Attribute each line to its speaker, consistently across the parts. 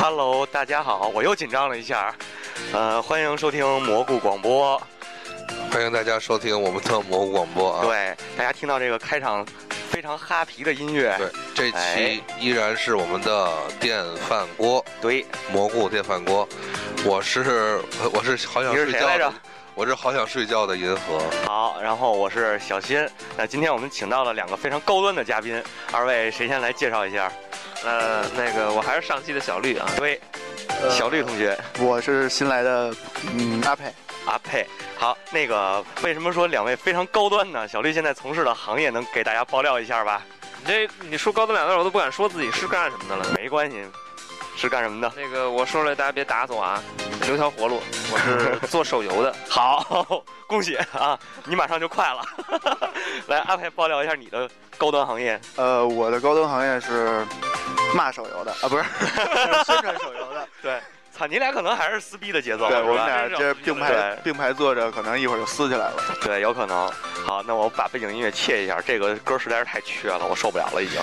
Speaker 1: Hello，大家好，我又紧张了一下。呃，欢迎收听蘑菇广播。
Speaker 2: 欢迎大家收听我们的蘑菇广播啊！
Speaker 1: 对，大家听到这个开场非常哈皮的音乐，
Speaker 2: 对，这
Speaker 1: 哎
Speaker 2: 期依然是我们的电饭锅
Speaker 1: 对，
Speaker 2: 蘑菇电饭锅，我是 我是好想
Speaker 1: 你是
Speaker 2: 睡
Speaker 1: 谁
Speaker 2: 觉
Speaker 1: 来着
Speaker 2: 的？，我是好想睡觉的银河，
Speaker 1: 好，然后我是小新。那今天我们请到了两个非常高端的嘉宾，二位谁先来介绍一下？
Speaker 3: 呃，那个我还是上期的小绿啊，
Speaker 1: 对，小绿同学，
Speaker 4: 呃我是新来的，嗯，阿佩，
Speaker 1: 阿佩。好，那个为什么说两位非常高端呢？小绿现在从事的行业能给大家爆料一下吧？
Speaker 3: 你这你说高端两个字儿，我都不敢说自己是干什么的了。
Speaker 1: 没关系，是干什么的？
Speaker 3: 那个我说出来大家别打死我啊，留条活路。我是做手游的，
Speaker 1: 好，恭喜啊！你马上就快了。 来，阿佩爆料一下你的高端行业。
Speaker 4: 呃，我的高端行业是骂手游的啊，不是宣传手游的。
Speaker 1: 对，操，你俩可能还是撕逼的节奏，
Speaker 4: 对，我
Speaker 1: 是
Speaker 4: 们
Speaker 1: 吧？
Speaker 4: 俩这并排并排坐着，可能一会儿就撕起来了。
Speaker 1: 对，有可能。好，那我把背景音乐切一下，这个歌实在是太缺了，我受不了了已 经。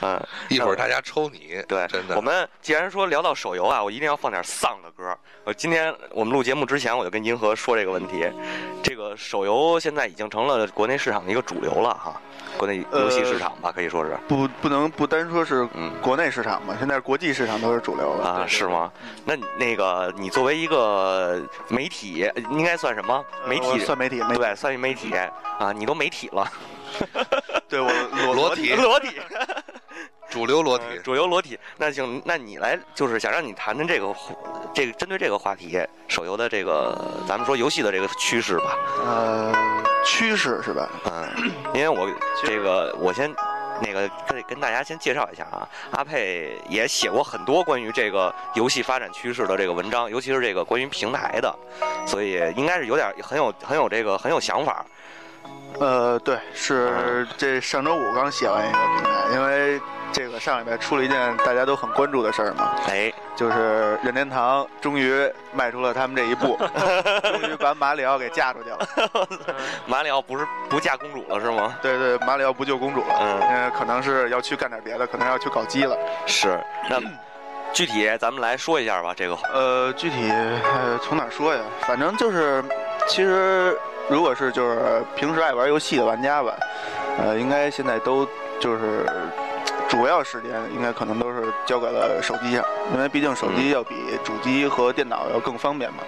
Speaker 1: 嗯，
Speaker 2: 一会儿大家抽你，
Speaker 1: 对，
Speaker 2: 真的
Speaker 1: 我们既然说聊到手游啊，我一定要放点丧的歌。我今天我们录节目之前，我就跟银河说这个问题，这个手游现在已经成了国内市场的一个主流了哈，国内游戏市场吧，可以说是。
Speaker 4: 不，不能不单说是
Speaker 1: 嗯
Speaker 4: 国内市场嘛，现在国际市场都是主流了。
Speaker 1: 啊，
Speaker 3: 对对
Speaker 1: 是吗？那你那个，你作为一个媒体，呃应该算什么？
Speaker 4: 呃
Speaker 1: 媒
Speaker 4: 我
Speaker 1: 体
Speaker 4: 算媒体， 媒体
Speaker 1: 对，算是媒体啊，你都媒体了，
Speaker 4: 对我裸
Speaker 2: 裸体
Speaker 1: 裸体，
Speaker 2: 主流裸体，
Speaker 1: 嗯主流裸体。那行，那你来，就是想让你谈谈这个话，这个针对这个话题，手游的这个，咱们说游戏的这个趋势吧。
Speaker 4: 呃趋势是吧？
Speaker 1: 嗯，因为我这个，我先那个跟跟大家先介绍一下啊，阿佩也写过很多关于这个游戏发展趋势的这个文章，尤其是这个关于平台的，所以应该是有点很有很有这个很有想法。
Speaker 4: 呃，对，是
Speaker 1: 啊
Speaker 4: 这上周五刚写完一个平台，因为这个上礼拜出了一件大家都很关注的事儿嘛，
Speaker 1: 哎，
Speaker 4: 就是任天堂终于迈出了他们这一步，终于把马里奥给嫁出去了。
Speaker 1: 马里奥不是不嫁公主了是吗？
Speaker 4: 对对，马里奥不救公主了，
Speaker 1: 嗯，
Speaker 4: 嗯，可能是要去干点别的，可能要去搞基了。
Speaker 1: 是。那具体咱们来说一下吧，这个
Speaker 4: 呃，具体呃从哪儿说呀？反正就是，其实如果是就是平时爱玩游戏的玩家吧，呃，应该现在都就是主要时间应该可能都是交给了手机上，因为毕竟手机要比主机和电脑要更方便嘛，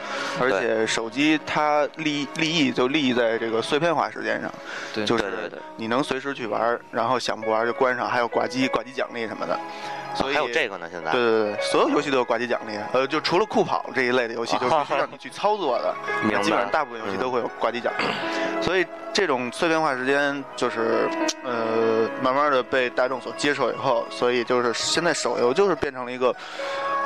Speaker 1: 嗯
Speaker 4: 而
Speaker 1: 对
Speaker 4: 且手机它利利益就利益在这个碎片化时间上，
Speaker 3: 对
Speaker 4: 就是
Speaker 1: 对对对
Speaker 4: 你能随时去玩，然后想不玩就关上，还有挂机挂机奖励什么的，所以、
Speaker 1: 还有这个呢，现在
Speaker 4: 对对对，所有游戏都有挂机奖励，
Speaker 1: 嗯
Speaker 4: 呃，就除了酷跑这一类的 游戏，就是必须让你去操作的，
Speaker 1: 明白
Speaker 4: 基本上大部分游戏都会有挂机奖励。所以这种碎片化时间就是，呃，慢慢的被大众所接受以后，所以就是现在手游就是变成了一个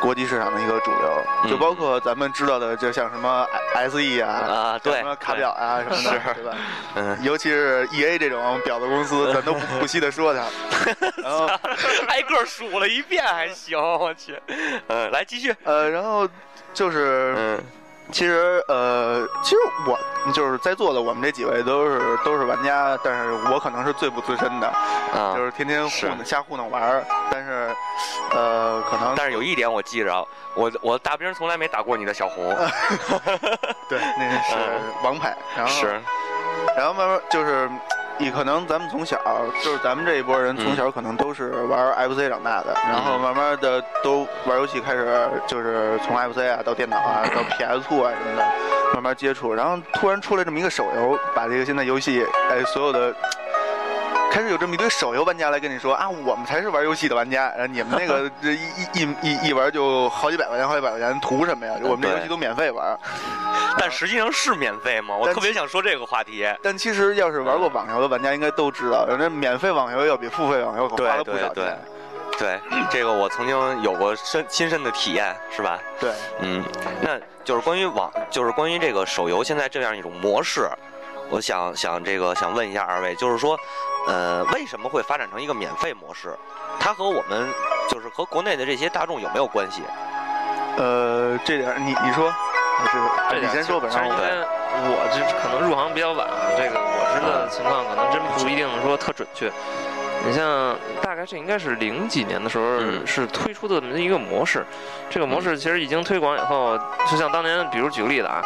Speaker 4: 国际市场的一个主流，就
Speaker 1: 嗯
Speaker 4: 包括咱们知道的，就像什么 S E 啊，
Speaker 1: 啊，对
Speaker 4: 什么卡表，啊什么的，对吧？
Speaker 1: 对嗯，
Speaker 4: 尤其是 E A 这种婊子公司，咱都不不惜的说 它。然后
Speaker 1: 挨个数了一遍还行，我去，嗯，来继续，
Speaker 4: 呃，然后就是。
Speaker 1: 嗯，
Speaker 4: 其实呃，其实我就是在座的我们这几位都是都是玩家，但是我可能是最不资深的，
Speaker 1: 啊
Speaker 4: 就是天天糊弄瞎糊弄玩儿。但是呃，可能
Speaker 1: 但是有一点我记着啊，我我大兵从来没打过你的小红，
Speaker 4: 对那是王牌，然后
Speaker 1: 是，
Speaker 4: 然后慢慢就是。也可能咱们从小就是咱们这一波人从小可能都是玩 FC 长大的，然后慢慢的都玩游戏开始就是从 FC 啊到电脑啊到 PS Two 啊什么的慢慢接触，然后突然出来这么一个手游，把这个现在游戏哎所有的开始有这么一堆手游玩家来跟你说啊，我们才是玩游戏的玩家，然后你们那个这一一一一一玩就好几百块钱，好几百块钱，图什么呀？我们这
Speaker 1: 对
Speaker 4: 游戏都免费玩。
Speaker 1: 但实际上是免费吗？我
Speaker 4: 但
Speaker 1: 特别想说这个话题，
Speaker 4: 但其实要是玩过网游的玩家应该都知道，人家免费网游要比付费网游可花了不少
Speaker 1: 对
Speaker 4: 钱。
Speaker 1: 对，这个我曾经有过身亲身的体验，是吧？
Speaker 4: 对，
Speaker 1: 嗯，那就是关于网，就是关于这个手游现在这样一种模式，我想想这个想问一下二位，就是说，呃，为什么会发展成一个免费模式？它和我们就是和国内的这些大众有没有关系？
Speaker 4: 呃，这点儿你你说，还
Speaker 3: 这
Speaker 4: 是你
Speaker 3: 点
Speaker 4: 先说吧，
Speaker 3: 其实
Speaker 4: 然
Speaker 3: 因
Speaker 4: 后嗯
Speaker 3: 为我这可能入行比较晚啊，这个我知道的情况可能真不一定说特准确。你像大概这应该是零几年的时候
Speaker 1: 嗯
Speaker 3: 是推出的这么一个模式，这个
Speaker 4: 嗯
Speaker 3: 模式其实已经推广以后，就像当年，比如举个例子啊，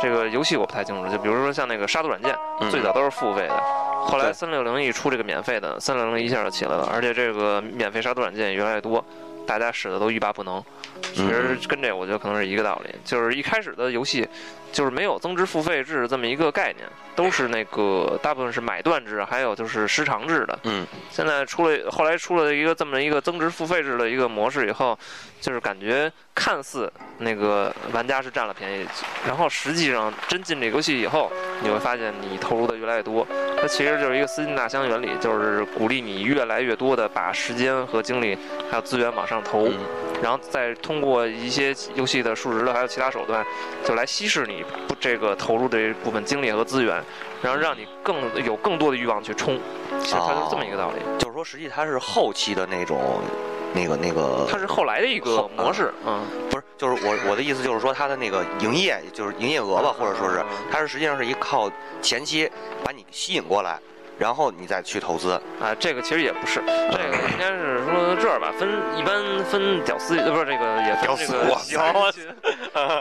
Speaker 3: 这个游戏我不太清楚，就比如说像那个杀毒软件，
Speaker 1: 嗯
Speaker 3: 最早都是付费的。后来
Speaker 1: 对
Speaker 3: 三六零一出这个免费的，三六零一下就起来了，而且这个免费杀毒软件越来越多，大家使的都欲罢不能。其
Speaker 1: 嗯
Speaker 3: 实跟这我觉得可能是一个道理，就是一开始的游戏就是没有增值付费制这么一个概念，都是那个大部分是买断制，还有就是时长制的。
Speaker 1: 嗯，
Speaker 3: 现在出了后来出了一个这么一个增值付费制的一个模式以后，就是感觉看似那个玩家是占了便宜，然后实际上真进这个游戏以后，你会发现你投入的越来越多。它其实就是一个资金大箱原理，就是鼓励你越来越多的把时间和精力还有资源往上投。
Speaker 1: 嗯
Speaker 3: 然后再通过一些游戏的数值的还有其他手段，就来稀释你不这个投入的这部分精力和资源，然后让你更有更多的欲望去冲。其实它就是这么一个道理，
Speaker 1: 嗯就是说，实际它是后期的那种，那个那个，
Speaker 3: 它是后来的一个模式。嗯，
Speaker 1: 不是？就是我我的意思就是说，它的那个营业就是营业额吧，或者说是它是实际上是一靠前期把你吸引过来，然后你再去投资。
Speaker 3: 啊，这个其实也不是，这个应该是说这儿吧，分一般分屌丝，呃，不是这个也分这个
Speaker 1: 屌丝哇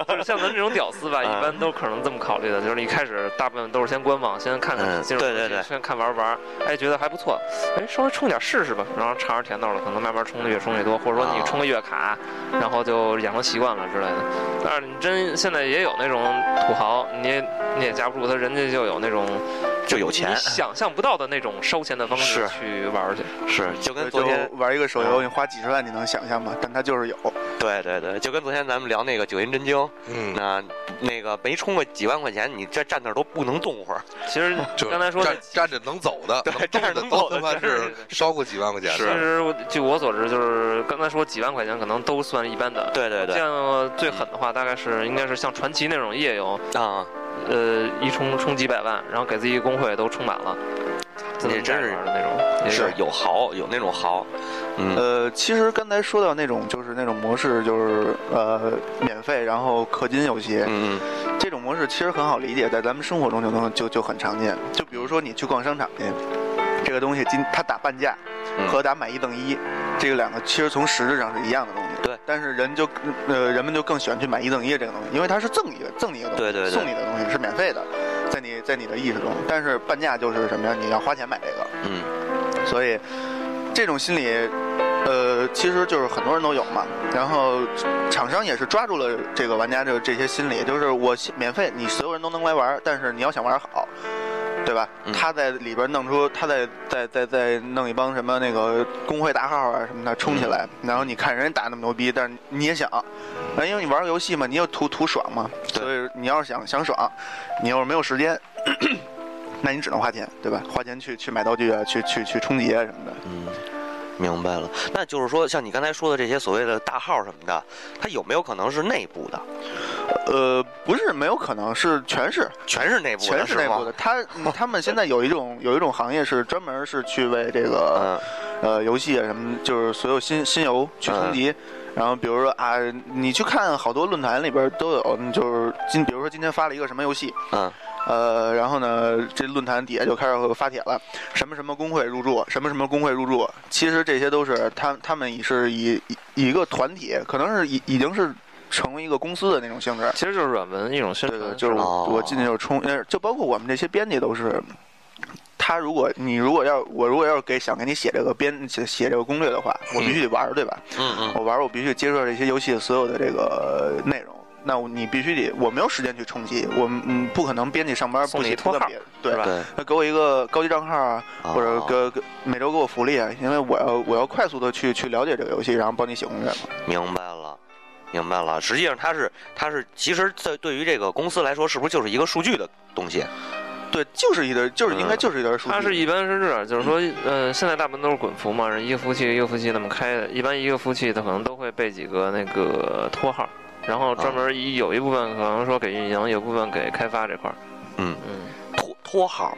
Speaker 3: 就是像咱这种屌丝吧，
Speaker 1: 嗯
Speaker 3: 一般都可能这么考虑的，就是一开始大部分都是先观望，先看看
Speaker 1: 嗯
Speaker 3: 进入
Speaker 1: 对
Speaker 3: 游戏
Speaker 1: 对对
Speaker 3: 先看玩玩，哎，觉得还不错，哎，稍微充点试试吧，然后尝着甜头了，可能慢慢充的越充越多，或者说你
Speaker 1: 啊
Speaker 3: 充个月卡，然后就养成习惯了之类的。但是你真现在也有那种土豪，你也你也架不住他，人家就有那种
Speaker 1: 就有钱
Speaker 3: 你想象不到的那种烧钱的方
Speaker 1: 是
Speaker 3: 式去玩儿去。
Speaker 1: 是，就跟
Speaker 4: 就
Speaker 1: 昨天嗯
Speaker 4: 玩一个手游，你花几十万，你能想象吗？但它就是有，
Speaker 1: 对对对，就跟昨天咱们聊那个九阴真经，
Speaker 2: 嗯，
Speaker 1: 那那个没充个几万块钱，你这站那儿都不能动会儿。
Speaker 3: 其实
Speaker 2: 就是
Speaker 3: 刚才说
Speaker 2: 站站着能走的，能动
Speaker 1: 站着
Speaker 2: 的
Speaker 1: 能
Speaker 2: 都
Speaker 1: 走
Speaker 2: 他
Speaker 1: 的
Speaker 2: 妈
Speaker 1: 真
Speaker 2: 是
Speaker 3: 是
Speaker 2: 烧过几万块钱
Speaker 3: 其
Speaker 2: 的。
Speaker 3: 实我据我所知，就是刚才说几万块钱可能都算一般的。
Speaker 1: 对对对，
Speaker 3: 见过最狠的话，大概是应该是像传奇那种夜游，
Speaker 1: 啊，
Speaker 3: 呃，一充充几百万，然后给自己工会都充满了，这
Speaker 1: 也真是
Speaker 3: 的那种，也
Speaker 1: 是有豪，有那种豪，嗯，
Speaker 4: 呃，其实刚才说到那种就是那种模式，就是呃免费然后氪金游戏，
Speaker 1: 嗯嗯
Speaker 4: 这种模式其实很好理解，在咱们生活中就能就就很常见。就比如说你去逛商场去，这个东西今它打半价
Speaker 1: 嗯
Speaker 4: 和打买一赠一，这个两个其实从实质上是一样的东西。
Speaker 1: 对，
Speaker 4: 但是人就呃人们就更喜欢去买一赠一这个东西，因为它是赠你的赠你一个东西，
Speaker 1: 对对对
Speaker 4: 送你的东西是免费的，在你在你的意识中，但是半价就是什么呀？你要花钱买这个。
Speaker 1: 嗯，
Speaker 4: 所以这种心理，呃，其实就是很多人都有嘛。然后厂商也是抓住了这个玩家这这些心理，就是我先免费，你所有人都能来玩儿，但是你要想玩儿好。对吧？
Speaker 1: 嗯
Speaker 4: 他在里边弄出，他在在在在弄一帮什么那个工会大号啊什么的冲起来，
Speaker 1: 嗯
Speaker 4: 然后你看人家打那么牛逼，但是你也想，啊因为你玩个游戏嘛，你就图图爽嘛，
Speaker 1: 对
Speaker 4: 所以你要是想想爽，你要是没有时间， 那你只能花钱，对吧？花钱去去买道具啊，去去去冲击啊什么的。
Speaker 1: 嗯，明白了。那就是说，像你刚才说的这些所谓的大号什么的，它有没有可能是内部的？
Speaker 4: 呃，不是没有可能，是全是
Speaker 1: 全是内部的，
Speaker 4: 全是内部的。
Speaker 1: 吗？
Speaker 4: 他嗯他们现在有一种有一种行业是专门是去为这个
Speaker 1: 嗯
Speaker 4: 呃游戏啊什么，就是所有新新游去冲击。然后比如说啊，你去看好多论坛里边都有，嗯就是今比如说今天发了一个什么游戏，
Speaker 1: 嗯，
Speaker 4: 呃，然后呢，这论坛底下就开始发帖了，什么什么工会入驻，什么什么工会入驻。其实这些都是他他们已是以以一个团体，可能是已已经是成为一个公司的那种性质。
Speaker 3: 其实就是软文一种宣
Speaker 4: 对
Speaker 3: 传
Speaker 4: 对，，就是
Speaker 1: 吧
Speaker 4: 我我进去就是冲，呃就包括我们这些编辑都是。他如果你如果要我如果要是给想给你写这个编写写这个攻略的话，我必须得玩儿，对吧？
Speaker 1: 嗯嗯，
Speaker 4: 我玩儿我必须接受这些游戏所有的这个内容。那我你必须得，我没有时间去冲击，我们嗯不可能编辑上班
Speaker 3: 送
Speaker 4: 不
Speaker 3: 你
Speaker 4: 写
Speaker 3: 一
Speaker 4: 图
Speaker 3: 托
Speaker 4: 干
Speaker 3: 号
Speaker 4: 别的，对
Speaker 3: 是吧
Speaker 1: 对，
Speaker 4: 那给我一个高级账号啊，或者
Speaker 1: 哦
Speaker 4: 给我给每周给我福利啊，因为我要我要快速的去去了解这个游戏，然后帮你写攻略嘛。
Speaker 1: 明白了。明白了，实际上它是它是，其实在对于这个公司来说，是不是就是一个数据的东西？
Speaker 4: 对，就是一堆，就是应该
Speaker 1: 嗯
Speaker 4: 就是一堆数据。
Speaker 3: 它是一般是这样，就是说，呃，现在大部分都是滚服嘛，一个服务器一个服务器那么开的，一般一个服务器它可能都会备几个那个托号，然后专
Speaker 1: 啊
Speaker 3: 门一有一部分可能说给运营，有部分给开发这块儿。
Speaker 1: 嗯
Speaker 3: 嗯，
Speaker 1: 托托号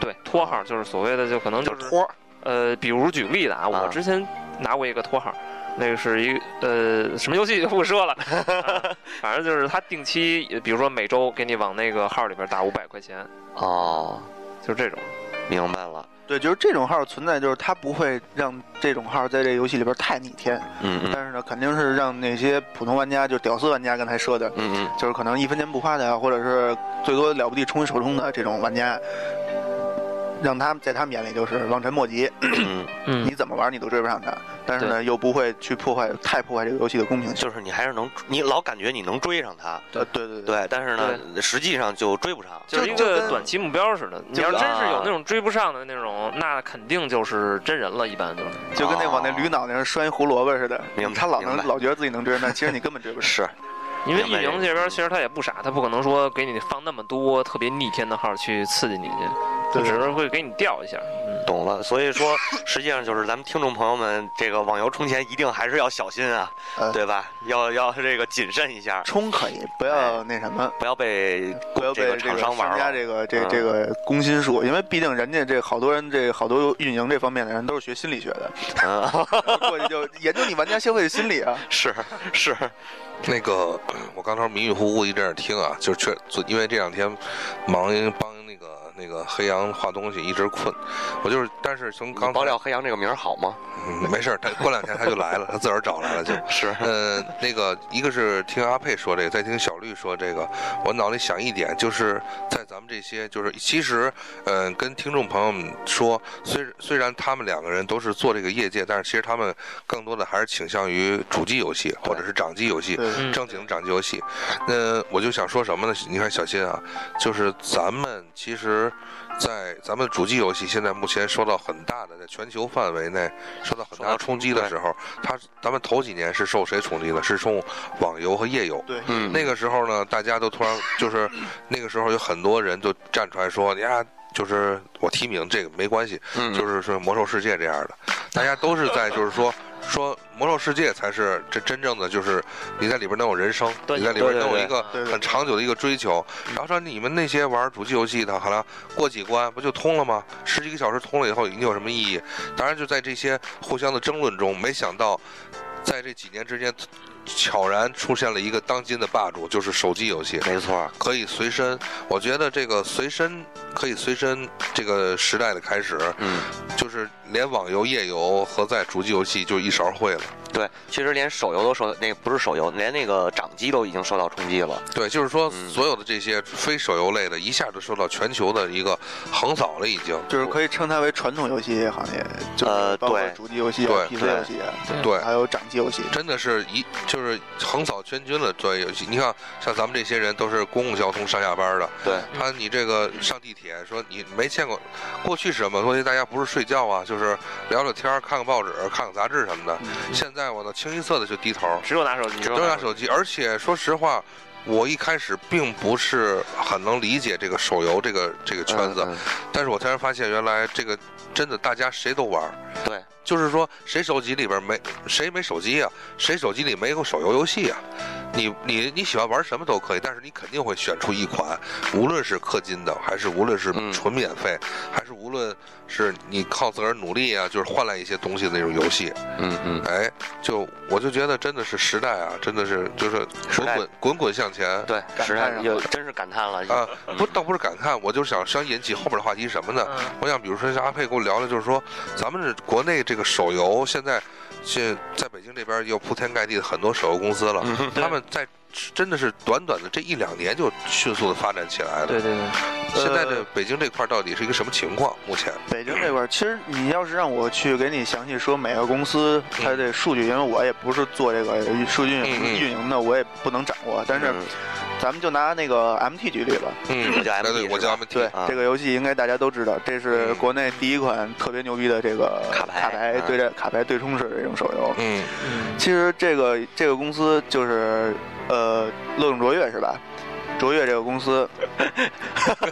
Speaker 3: 对，托号就是所谓的就可能
Speaker 1: 就
Speaker 3: 就是
Speaker 1: 是托，
Speaker 3: 呃，比如举个例子啊，
Speaker 1: 啊
Speaker 3: 我之前拿过一个托号，那个是一个呃什么游戏就 不说了，啊反正就是他定期，呃比如说每周给你往那个号里边打五百块钱，
Speaker 1: 哦，
Speaker 3: 就是这种。
Speaker 1: 明白了，
Speaker 4: 对，就是这种号存在，就是它不会让这种号在这游戏里边太逆天，
Speaker 1: 嗯嗯
Speaker 4: 但是呢，肯定是让那些普通玩家，就屌丝玩家刚才说的，
Speaker 1: 嗯嗯，
Speaker 4: 就是可能一分钱不花的啊，或者是最多了不地充一手充的这种玩家，让他们在他们眼里就是望尘莫及，
Speaker 1: 嗯，
Speaker 3: 嗯
Speaker 4: 你怎么玩你都追不上他，但是呢，又不会去破坏太破坏这个游戏的公平性。
Speaker 1: 就是你还是能，你老感觉你能追上他，
Speaker 4: 呃，对对对，
Speaker 1: 对，但是呢，实际上就追不上。
Speaker 3: 就是一
Speaker 4: 就
Speaker 3: 个
Speaker 4: 跟
Speaker 3: 短期目标似的。你
Speaker 1: 就
Speaker 3: 要
Speaker 1: 跟
Speaker 3: 真是有
Speaker 1: 啊
Speaker 3: 那种追不上的那种，那肯定就是真人了，一般就是。
Speaker 4: 就跟那往那驴脑袋上拴一胡萝卜似的
Speaker 1: 哦明白，
Speaker 4: 他老能
Speaker 1: 明白
Speaker 4: 老觉得自己能追上，但其实你根本追不上。
Speaker 1: 是，
Speaker 3: 因为
Speaker 1: 明
Speaker 3: 艺
Speaker 1: 白这
Speaker 3: 名
Speaker 1: 个
Speaker 3: 这边其实他也不傻，他不可能说给你放那么多特别逆天的号去刺激你去，就
Speaker 4: 对
Speaker 3: 只是会给你吊一下。嗯，
Speaker 1: 懂了。所以 说，实际上就是咱们听众朋友们，这个网游充钱一定还是要小心啊，
Speaker 4: 呃
Speaker 1: 对吧？要要这个谨慎一下，
Speaker 4: 冲可以，不
Speaker 1: 哎
Speaker 4: 要那什么，
Speaker 1: 不要被
Speaker 4: 不要
Speaker 1: 这
Speaker 4: 被
Speaker 1: 个
Speaker 4: 这
Speaker 1: 厂
Speaker 4: 个
Speaker 1: 商玩
Speaker 4: 商家
Speaker 1: 了。
Speaker 4: 这个这
Speaker 1: 嗯
Speaker 4: 这个攻心术，因为毕竟人家这好多人这好多运营这方面的人都是学心理学的，
Speaker 1: 嗯，
Speaker 4: 过去就研究你玩家消费心理啊。
Speaker 1: 是是，
Speaker 2: 那个， 我刚才迷迷糊糊一阵儿听啊，就是确，因为这两天忙帮那个那个黑羊画东西，一直困。我就是，但是从
Speaker 1: 你
Speaker 2: 刚
Speaker 1: 爆
Speaker 2: 才
Speaker 1: 料黑羊这个名儿好吗？
Speaker 2: 嗯没事儿，他过两天他就来了，他自个儿找来了就。
Speaker 1: 是，
Speaker 2: 呃，那个一个是听阿佩说这个，再听小绿说这个，我脑里想一点，就是在咱们这些，就是其实，嗯、跟听众朋友们说，虽虽然他们两个人都是做这个业界，但是其实他们更多的还是倾向于主机游戏或者是掌机游戏，
Speaker 4: 对，
Speaker 3: 嗯
Speaker 2: 正经掌机游戏。那我就想说什么呢？你看小新啊，就是咱们其实，在咱们主机游戏现在目前受到很大的在全球范围内受到很
Speaker 1: 受
Speaker 2: 大
Speaker 1: 到
Speaker 2: 的冲击的时候，它咱们头几年是受谁冲击呢？是受网游和页游。
Speaker 1: 嗯，
Speaker 2: 那个时候呢，大家都突然就是那个时候有很多人就站出来说呀。就是我提名这个没关系，
Speaker 1: 嗯
Speaker 2: 就是说魔兽世界这样的，大家都是在就是 说说魔兽世界才是这真正的就是你在里边能有人生，
Speaker 3: 对
Speaker 2: 你在里边
Speaker 1: 对对
Speaker 2: 能有
Speaker 1: 对
Speaker 2: 一个
Speaker 4: 对对
Speaker 2: 很长久的一个追求。然后说你们那些玩主机游戏的，好了，过几关不就通了吗？十几个小时通了以后，你有什么意义？当然就在这些互相的争论中，没想到在这几年之间，悄然出现了一个当今的霸主，就是手机游戏。
Speaker 1: 没错，
Speaker 2: 可以随身，我觉得这个随身可以随身这个时代的开始，
Speaker 1: 嗯，
Speaker 2: 就是连网游、页游和在主机游戏就一勺烩了。
Speaker 1: 对，其实连手游都受那个不是手游，连那个掌机都已经受到冲击了。
Speaker 2: 对，就是说
Speaker 1: 嗯
Speaker 2: 所有的这些非手游类的，一下就受到全球的一个横扫了，已经。
Speaker 4: 就是可以称它为传统游戏行业，就是
Speaker 1: 呃
Speaker 4: 包括
Speaker 1: 对
Speaker 4: 主机游戏啊、
Speaker 2: 对
Speaker 4: PC 游戏啊，
Speaker 2: 对，
Speaker 4: 还有掌机游戏。
Speaker 2: 真的是一就是横扫全军了。做游戏，你看像咱们这些人都是公共交通上下班的，
Speaker 1: 对，
Speaker 2: 他你这个上地铁，说你没见过，过去是什么？过去大家不是睡觉啊，就是聊聊天儿，看看报纸，看看杂志什么的。现在我呢，清一色的就低头，
Speaker 3: 只有拿手机，
Speaker 2: 都拿手机。而且说实话，我一开始并不是很能理解这个手游这个这个圈子，
Speaker 1: 嗯
Speaker 2: 但是我突然发现，原来这个真的大家谁都玩儿。
Speaker 1: 嗯对，
Speaker 2: 就是说谁手机里边没谁没手机啊，谁手机里没有手游游戏啊？你你你喜欢玩什么都可以，但是你肯定会选出一款，无论是氪金的，还是无论是
Speaker 1: 嗯
Speaker 2: 纯免费，还是无论是你靠自个儿努力啊，就是换来一些东西的那种游戏。
Speaker 1: 嗯嗯，
Speaker 2: 哎，就我就觉得真的是时代啊，真的是就是
Speaker 1: 时
Speaker 2: 滚
Speaker 1: 代
Speaker 2: 滚滚滚向前。
Speaker 1: 对，
Speaker 4: 感
Speaker 1: 实
Speaker 4: 叹
Speaker 1: 在
Speaker 4: 上
Speaker 1: 有真是感叹了。
Speaker 2: 啊，
Speaker 1: 嗯
Speaker 2: 不倒不是感叹，我就想想引起后面的话题是什么呢？
Speaker 3: 嗯
Speaker 2: 我想，比如说像阿佩跟我聊聊，就是说，咱们这国内这个手游现在，现在北京这边又铺天盖地的很多手游公司了，
Speaker 4: 嗯
Speaker 2: 他们在真的是短短的这一两年就迅速的发展起来了。
Speaker 3: 对对对，
Speaker 2: 现在这
Speaker 4: 呃
Speaker 2: 北京这块到底是一个什么情况？目前，
Speaker 4: 北京这块儿，其实你要是让我去给你详细说每个公司
Speaker 1: 嗯
Speaker 4: 它的数据，因为我也不是做这个数据运
Speaker 2: 嗯嗯
Speaker 4: 运营的，我也不能掌握。但是
Speaker 1: 嗯
Speaker 4: 咱们就拿那个 MT 举例吧，
Speaker 2: 嗯
Speaker 1: 我叫 MT
Speaker 2: 对，我
Speaker 1: 是吧
Speaker 2: 叫 MT，
Speaker 4: 对
Speaker 1: 啊，
Speaker 4: 这个游戏应该大家都知道，这是
Speaker 2: 嗯
Speaker 4: 国内第一款特别牛逼的这个
Speaker 1: 卡牌嗯
Speaker 4: 对战、卡牌对冲式的这种手游。
Speaker 2: 嗯
Speaker 3: 嗯
Speaker 4: 其实这个这个公司就是呃，乐动卓越是吧？卓越这个公司，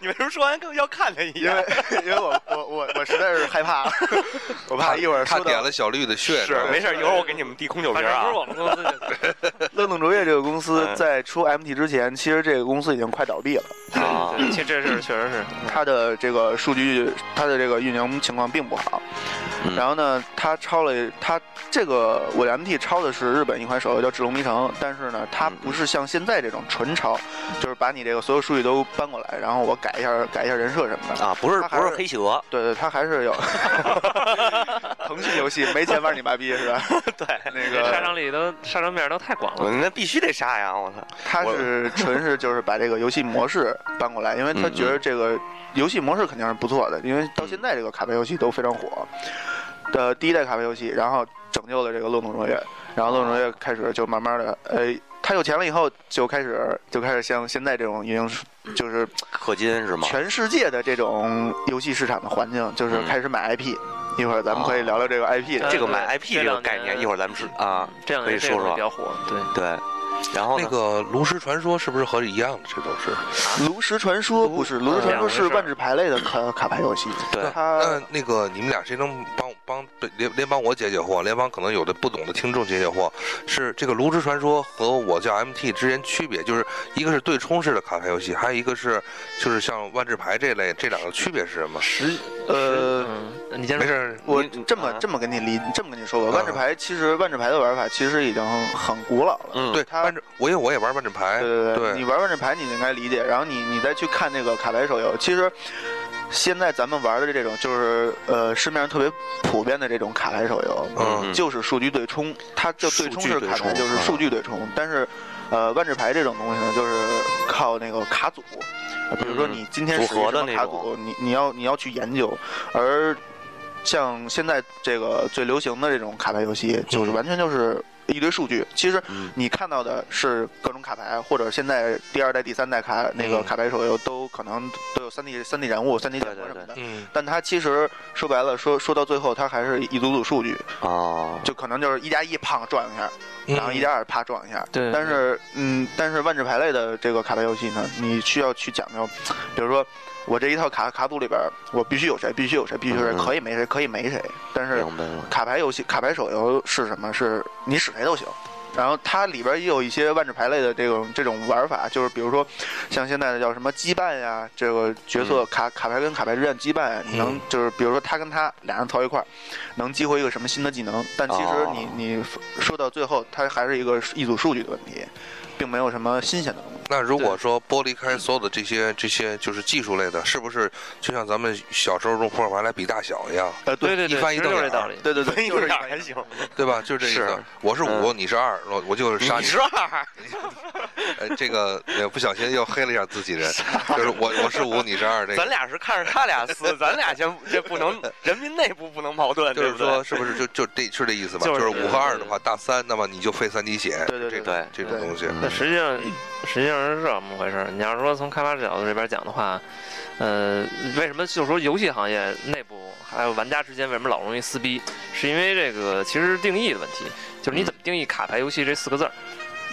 Speaker 1: 你为什么说完更要看他一
Speaker 4: 因为因为我我我我实在是害怕， 我怕一会儿
Speaker 2: 他
Speaker 4: 说
Speaker 2: 点
Speaker 4: 到
Speaker 2: 了小绿的血，
Speaker 1: 是没事儿，一会儿我给你们递空酒
Speaker 3: 反
Speaker 1: 瓶
Speaker 3: 正不是
Speaker 1: 啊。
Speaker 3: 我们公司 就
Speaker 4: 乐动卓越这个公司
Speaker 1: 嗯
Speaker 4: 在出 MT 之前，其实这个公司已经快倒闭了，
Speaker 1: 啊，
Speaker 3: 对，其实这事儿确实是，
Speaker 1: 嗯
Speaker 4: 它的这个数据它的这个运营情况并不好
Speaker 1: 嗯。
Speaker 4: 然后呢，它超了它这个我 MT 抄的是日本一款手游叫《智龙迷城》，但是呢，它
Speaker 1: 嗯
Speaker 4: 不是像现在这种纯抄，就是把你这个所有数据都搬过来，然后我改一下改一下人设什么的。
Speaker 1: 啊，不是
Speaker 4: 它还
Speaker 1: 不是
Speaker 4: 是
Speaker 1: 黑企鹅，
Speaker 4: 对对，它还是有 腾讯游戏没钱玩你妈逼是吧？
Speaker 1: 对，
Speaker 4: 那
Speaker 3: 这杀
Speaker 4: 个
Speaker 3: 伤力都杀伤面都太广
Speaker 1: 我
Speaker 3: 了。
Speaker 1: 那必须得杀呀！我操，
Speaker 4: 它 是纯是就是把这个游戏模式搬过来，因为
Speaker 1: 嗯
Speaker 4: 他
Speaker 1: 嗯嗯
Speaker 4: 觉得这个游戏模式肯定是不错的，因为到现在这个卡牌游戏都非常火的第一代卡牌游戏，然后拯救了这个《乐动卓越》，然后《乐动卓越》开始就慢慢的呃。他有钱了以后，就开始就开始像现在这种运营，就是
Speaker 1: 氪金是吗？
Speaker 4: 全世界的这种游戏市场的环境，就是
Speaker 1: 嗯
Speaker 4: 开始买 IP。一会儿咱们可以
Speaker 1: 哦
Speaker 4: 聊聊这个 IP 的
Speaker 1: 这个买
Speaker 3: 对
Speaker 1: IP 这个概
Speaker 3: 这两
Speaker 1: 念，
Speaker 3: 年
Speaker 1: 一会儿咱们是啊，
Speaker 3: 这两
Speaker 1: 可以
Speaker 3: 年这
Speaker 1: 说
Speaker 3: 个会
Speaker 1: 说
Speaker 3: 比较火，对，
Speaker 1: 对。然后
Speaker 2: 那
Speaker 1: 呢？
Speaker 2: 个炉石传说是不是和这一样的？这都是。
Speaker 4: 炉石传说不是，炉石传说是万智牌类的卡卡牌游戏。
Speaker 1: 对
Speaker 4: 它
Speaker 2: 那那个你们俩谁能帮帮连连帮我解解惑？连帮可能有的不懂的听众解解惑，是这个炉石传说和我叫 MT 之间区别，就是一个是对冲式的卡牌游戏，还有一个是就是像万智牌这类，这两个区别是什么？
Speaker 4: 实呃，
Speaker 3: 嗯，你先
Speaker 2: 没
Speaker 3: 说
Speaker 2: 事，儿，
Speaker 4: 我
Speaker 1: 你
Speaker 4: 这么
Speaker 1: 啊嗯
Speaker 4: 这么跟你理，这么跟你说吧，
Speaker 2: 啊
Speaker 4: 万智牌其实万智牌的玩法其实已经很古老了。
Speaker 1: 嗯，
Speaker 2: 对
Speaker 4: 它
Speaker 2: 万智，我也我也玩万智牌，
Speaker 4: 对对，你
Speaker 2: 对，
Speaker 4: 玩万智牌你应该理解，然后你你再去看那个卡牌手游，其实。现在咱们玩的这种就是呃市面上特别普遍的这种卡牌手游，
Speaker 1: 嗯
Speaker 2: 嗯
Speaker 4: 就是数据对冲，它叫对
Speaker 2: 数
Speaker 4: 冲式
Speaker 2: 据对
Speaker 4: 卡牌，
Speaker 2: 冲
Speaker 4: 就是
Speaker 2: 嗯
Speaker 4: 数据对冲。但是，呃，万智牌这种东西呢，就是靠那个卡组，呃比如说
Speaker 1: 嗯
Speaker 4: 你今天
Speaker 1: 组
Speaker 4: 使用
Speaker 1: 合的
Speaker 4: 什么
Speaker 1: 那
Speaker 4: 卡
Speaker 1: 种
Speaker 4: 组，你你要你要去研究。而像现在这个最流行的这种卡牌游戏，就是
Speaker 2: 嗯
Speaker 4: 完全就是一堆数据。其实
Speaker 1: 嗯
Speaker 4: 你看到的是各种卡牌，或者现在第二代、第三代卡那个
Speaker 2: 嗯
Speaker 4: 卡牌手游都可能都有三 D 三 D 人物、三 D 建模
Speaker 1: 对
Speaker 4: 什么
Speaker 1: 对
Speaker 4: 的。
Speaker 2: 嗯，
Speaker 4: 但它其实说白了，说说到最后，它还是一组组数据，
Speaker 1: 哦，
Speaker 4: 就可能就是一加一胖撞一下，
Speaker 2: 嗯
Speaker 4: 然后一加二啪撞一下。
Speaker 3: 对
Speaker 4: 但是，嗯，但是万智牌类的这个卡牌游戏呢，你需要去讲究，比如说我这一套卡卡组里边，我必须有谁，必须有谁，必须有谁
Speaker 1: 嗯，
Speaker 4: 可以没谁，可以没谁。但是
Speaker 1: 明白了。
Speaker 4: 卡牌游戏、卡牌手游是什么？是你使谁都行。然后它里边也有一些万智牌类的这种这种玩法，就是比如说像现在的叫什么羁绊呀，这个角色卡、卡牌跟卡牌之间羁绊呀，你能、
Speaker 2: 嗯
Speaker 4: 就是比如说他跟他俩人凑一块儿，能激活一个什么新的技能？但其实
Speaker 1: 哦
Speaker 4: 你、你说到最后，它还是一个一组数据的问题，并没有什么新鲜的东西。
Speaker 2: 那如果说剥离开所有的这些这些就是技术类的，是不是就像咱们小时候用扑克牌来比大小一样，
Speaker 4: 呃，
Speaker 3: 对对
Speaker 2: 一翻
Speaker 3: 对，
Speaker 2: 一
Speaker 3: 其实
Speaker 2: 瞪
Speaker 3: 就是这
Speaker 2: 眼儿啊
Speaker 3: 道理。
Speaker 4: 对对对，就是
Speaker 1: 有点还行，
Speaker 2: 对吧？就是这意思
Speaker 1: 是。
Speaker 2: 我是五，你是二，我我就杀
Speaker 1: 你
Speaker 2: 你
Speaker 1: 是二，
Speaker 2: 呃，这个呃不小心又黑了一下自己人，就是我我是五，你是二，这
Speaker 1: 咱
Speaker 2: 个
Speaker 1: 俩是看着他俩撕，咱俩先这不能，人民内部不能矛盾，
Speaker 2: 就
Speaker 1: 对
Speaker 2: 是
Speaker 1: 不
Speaker 2: 说
Speaker 1: 对？
Speaker 2: 是不是就就这是这意思吧？
Speaker 3: 就
Speaker 2: 就是是五和二的话，大三，那么你就费三滴血，
Speaker 4: 对对
Speaker 2: 这
Speaker 4: 对
Speaker 2: 种
Speaker 1: 对
Speaker 2: 这种东西，
Speaker 1: 嗯
Speaker 3: 那实际上，实际上是这么回事儿。你要是说从开发者角度这边讲的话，呃，为什么就说游戏行业内部还有玩家之间为什么老容易撕逼，是因为这个其实是定义的问题，就是你怎么定义卡牌游戏这四个字儿。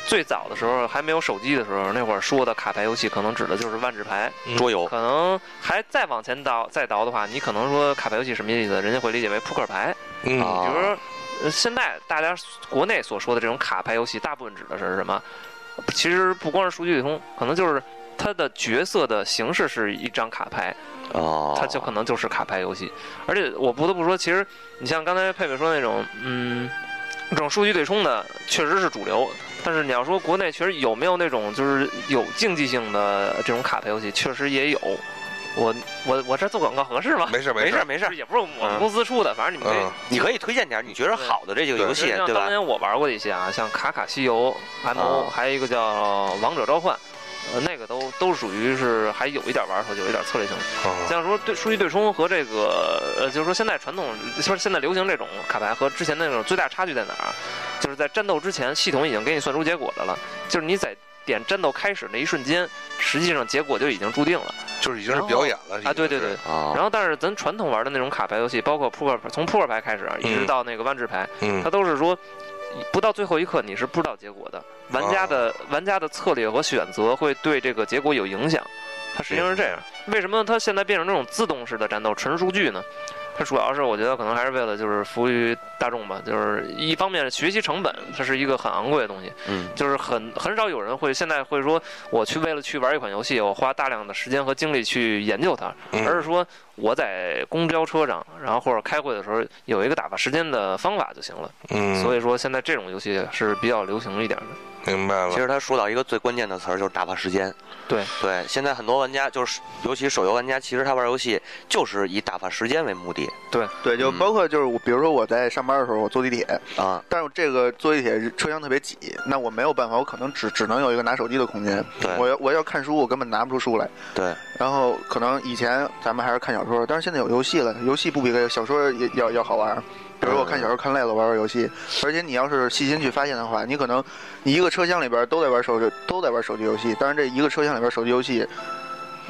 Speaker 3: 最早的时候还没有手机的时候，那会儿说的卡牌游戏可能指的就是万智牌，
Speaker 1: 桌游，
Speaker 3: 可能还再往前倒再倒的话，你可能说卡牌游戏什么意思？人家会理解为扑克牌，
Speaker 2: 嗯
Speaker 1: 啊
Speaker 3: 比如说，呃现在大家国内所说的这种卡牌游戏，大部分指的是什么？其实不光是数据对通，可能就是它的角色的形式是一张卡牌，
Speaker 1: 哦，
Speaker 3: 它就可能就是卡牌游戏。而且我不得不说，其实你像刚才佩佩说那种，嗯，这种数据对冲的确实是主流。但是你要说国内确实有没有那种就是有竞技性的这种卡牌游戏，确实也有。我我我这做广告合适吗？
Speaker 2: 没事
Speaker 1: 没
Speaker 2: 事
Speaker 1: 事，没事
Speaker 3: 这，也不是我们公司出的，反正你们可以
Speaker 2: 嗯，
Speaker 1: 你可以推荐点你觉得好的这几个
Speaker 2: 对
Speaker 1: 游戏
Speaker 3: 像，
Speaker 1: 对
Speaker 3: 当
Speaker 1: 吧？
Speaker 3: 年我玩过的一些啊，像卡卡西游、MO，、
Speaker 1: 啊
Speaker 3: 还有一个叫《王者召唤》。呃，那个都都属于是还有一点玩头，有一点策略性。
Speaker 1: 啊
Speaker 2: 嗯
Speaker 3: 像说对数据对冲和这个呃，就是说现在传统，就是现在流行这种卡牌和之前那种最大差距在哪儿？啊就是在战斗之前，系统已经给你算出结果来了，就是你在点战斗开始那一瞬间，实际上结果就已经注定了
Speaker 2: 就是已经是表演了
Speaker 3: 啊！对对对，，
Speaker 1: 啊，
Speaker 3: 然后，但是咱传统玩的那种卡牌游戏，包括扑克牌，从扑克牌开始啊，一直
Speaker 2: 嗯
Speaker 3: 到那个万智牌，
Speaker 2: 嗯
Speaker 3: 它都是说，不到最后一刻你是不知道结果的。玩家的、玩家的策略和选择会对这个结果有影响，它实际上是这样。为什么它现在变成这种自动式的战斗纯数据呢？它主要是我觉得可能还是为了就是服务于大众吧，就是一方面学习成本，它是一个很昂贵的东西，
Speaker 1: 嗯，
Speaker 3: 就是很很少有人会现在会说我去为了去玩一款游戏，我花大量的时间和精力去研究它，而
Speaker 2: 嗯
Speaker 3: 是说我在公交车上，然后或者开会的时候有一个打发时间的方法就行了。
Speaker 2: 嗯，
Speaker 3: 所以说现在这种游戏是比较流行一点的。
Speaker 2: 明白
Speaker 1: 其
Speaker 2: 了，
Speaker 1: 实他说到一个最关键的词儿，就是打发时间。
Speaker 3: 对
Speaker 1: 对，现在很多玩家就是，尤其手游玩家，其实他玩游戏就是以打发时间为目的
Speaker 4: 对，就
Speaker 1: 嗯
Speaker 4: 包括就是我，比如说我在上班的时候，我坐地铁，
Speaker 1: 啊。
Speaker 4: 但是我这个坐地铁车厢特别挤，那我没有办法，我可能只只能有一个拿手机的空间。
Speaker 1: 对
Speaker 4: 我要我要看书，我根本拿不出书来。
Speaker 1: 对，
Speaker 4: 然后可能以前咱们还是看小说，但是现在有游戏了，游戏不比这个小说也要要好玩儿。比如我看小说看累了，玩玩游戏，而且你要是细心去发现的话，你可能你一个车厢里边都在玩手机，都在玩手机游戏。当然，这一个车厢里边手机游戏，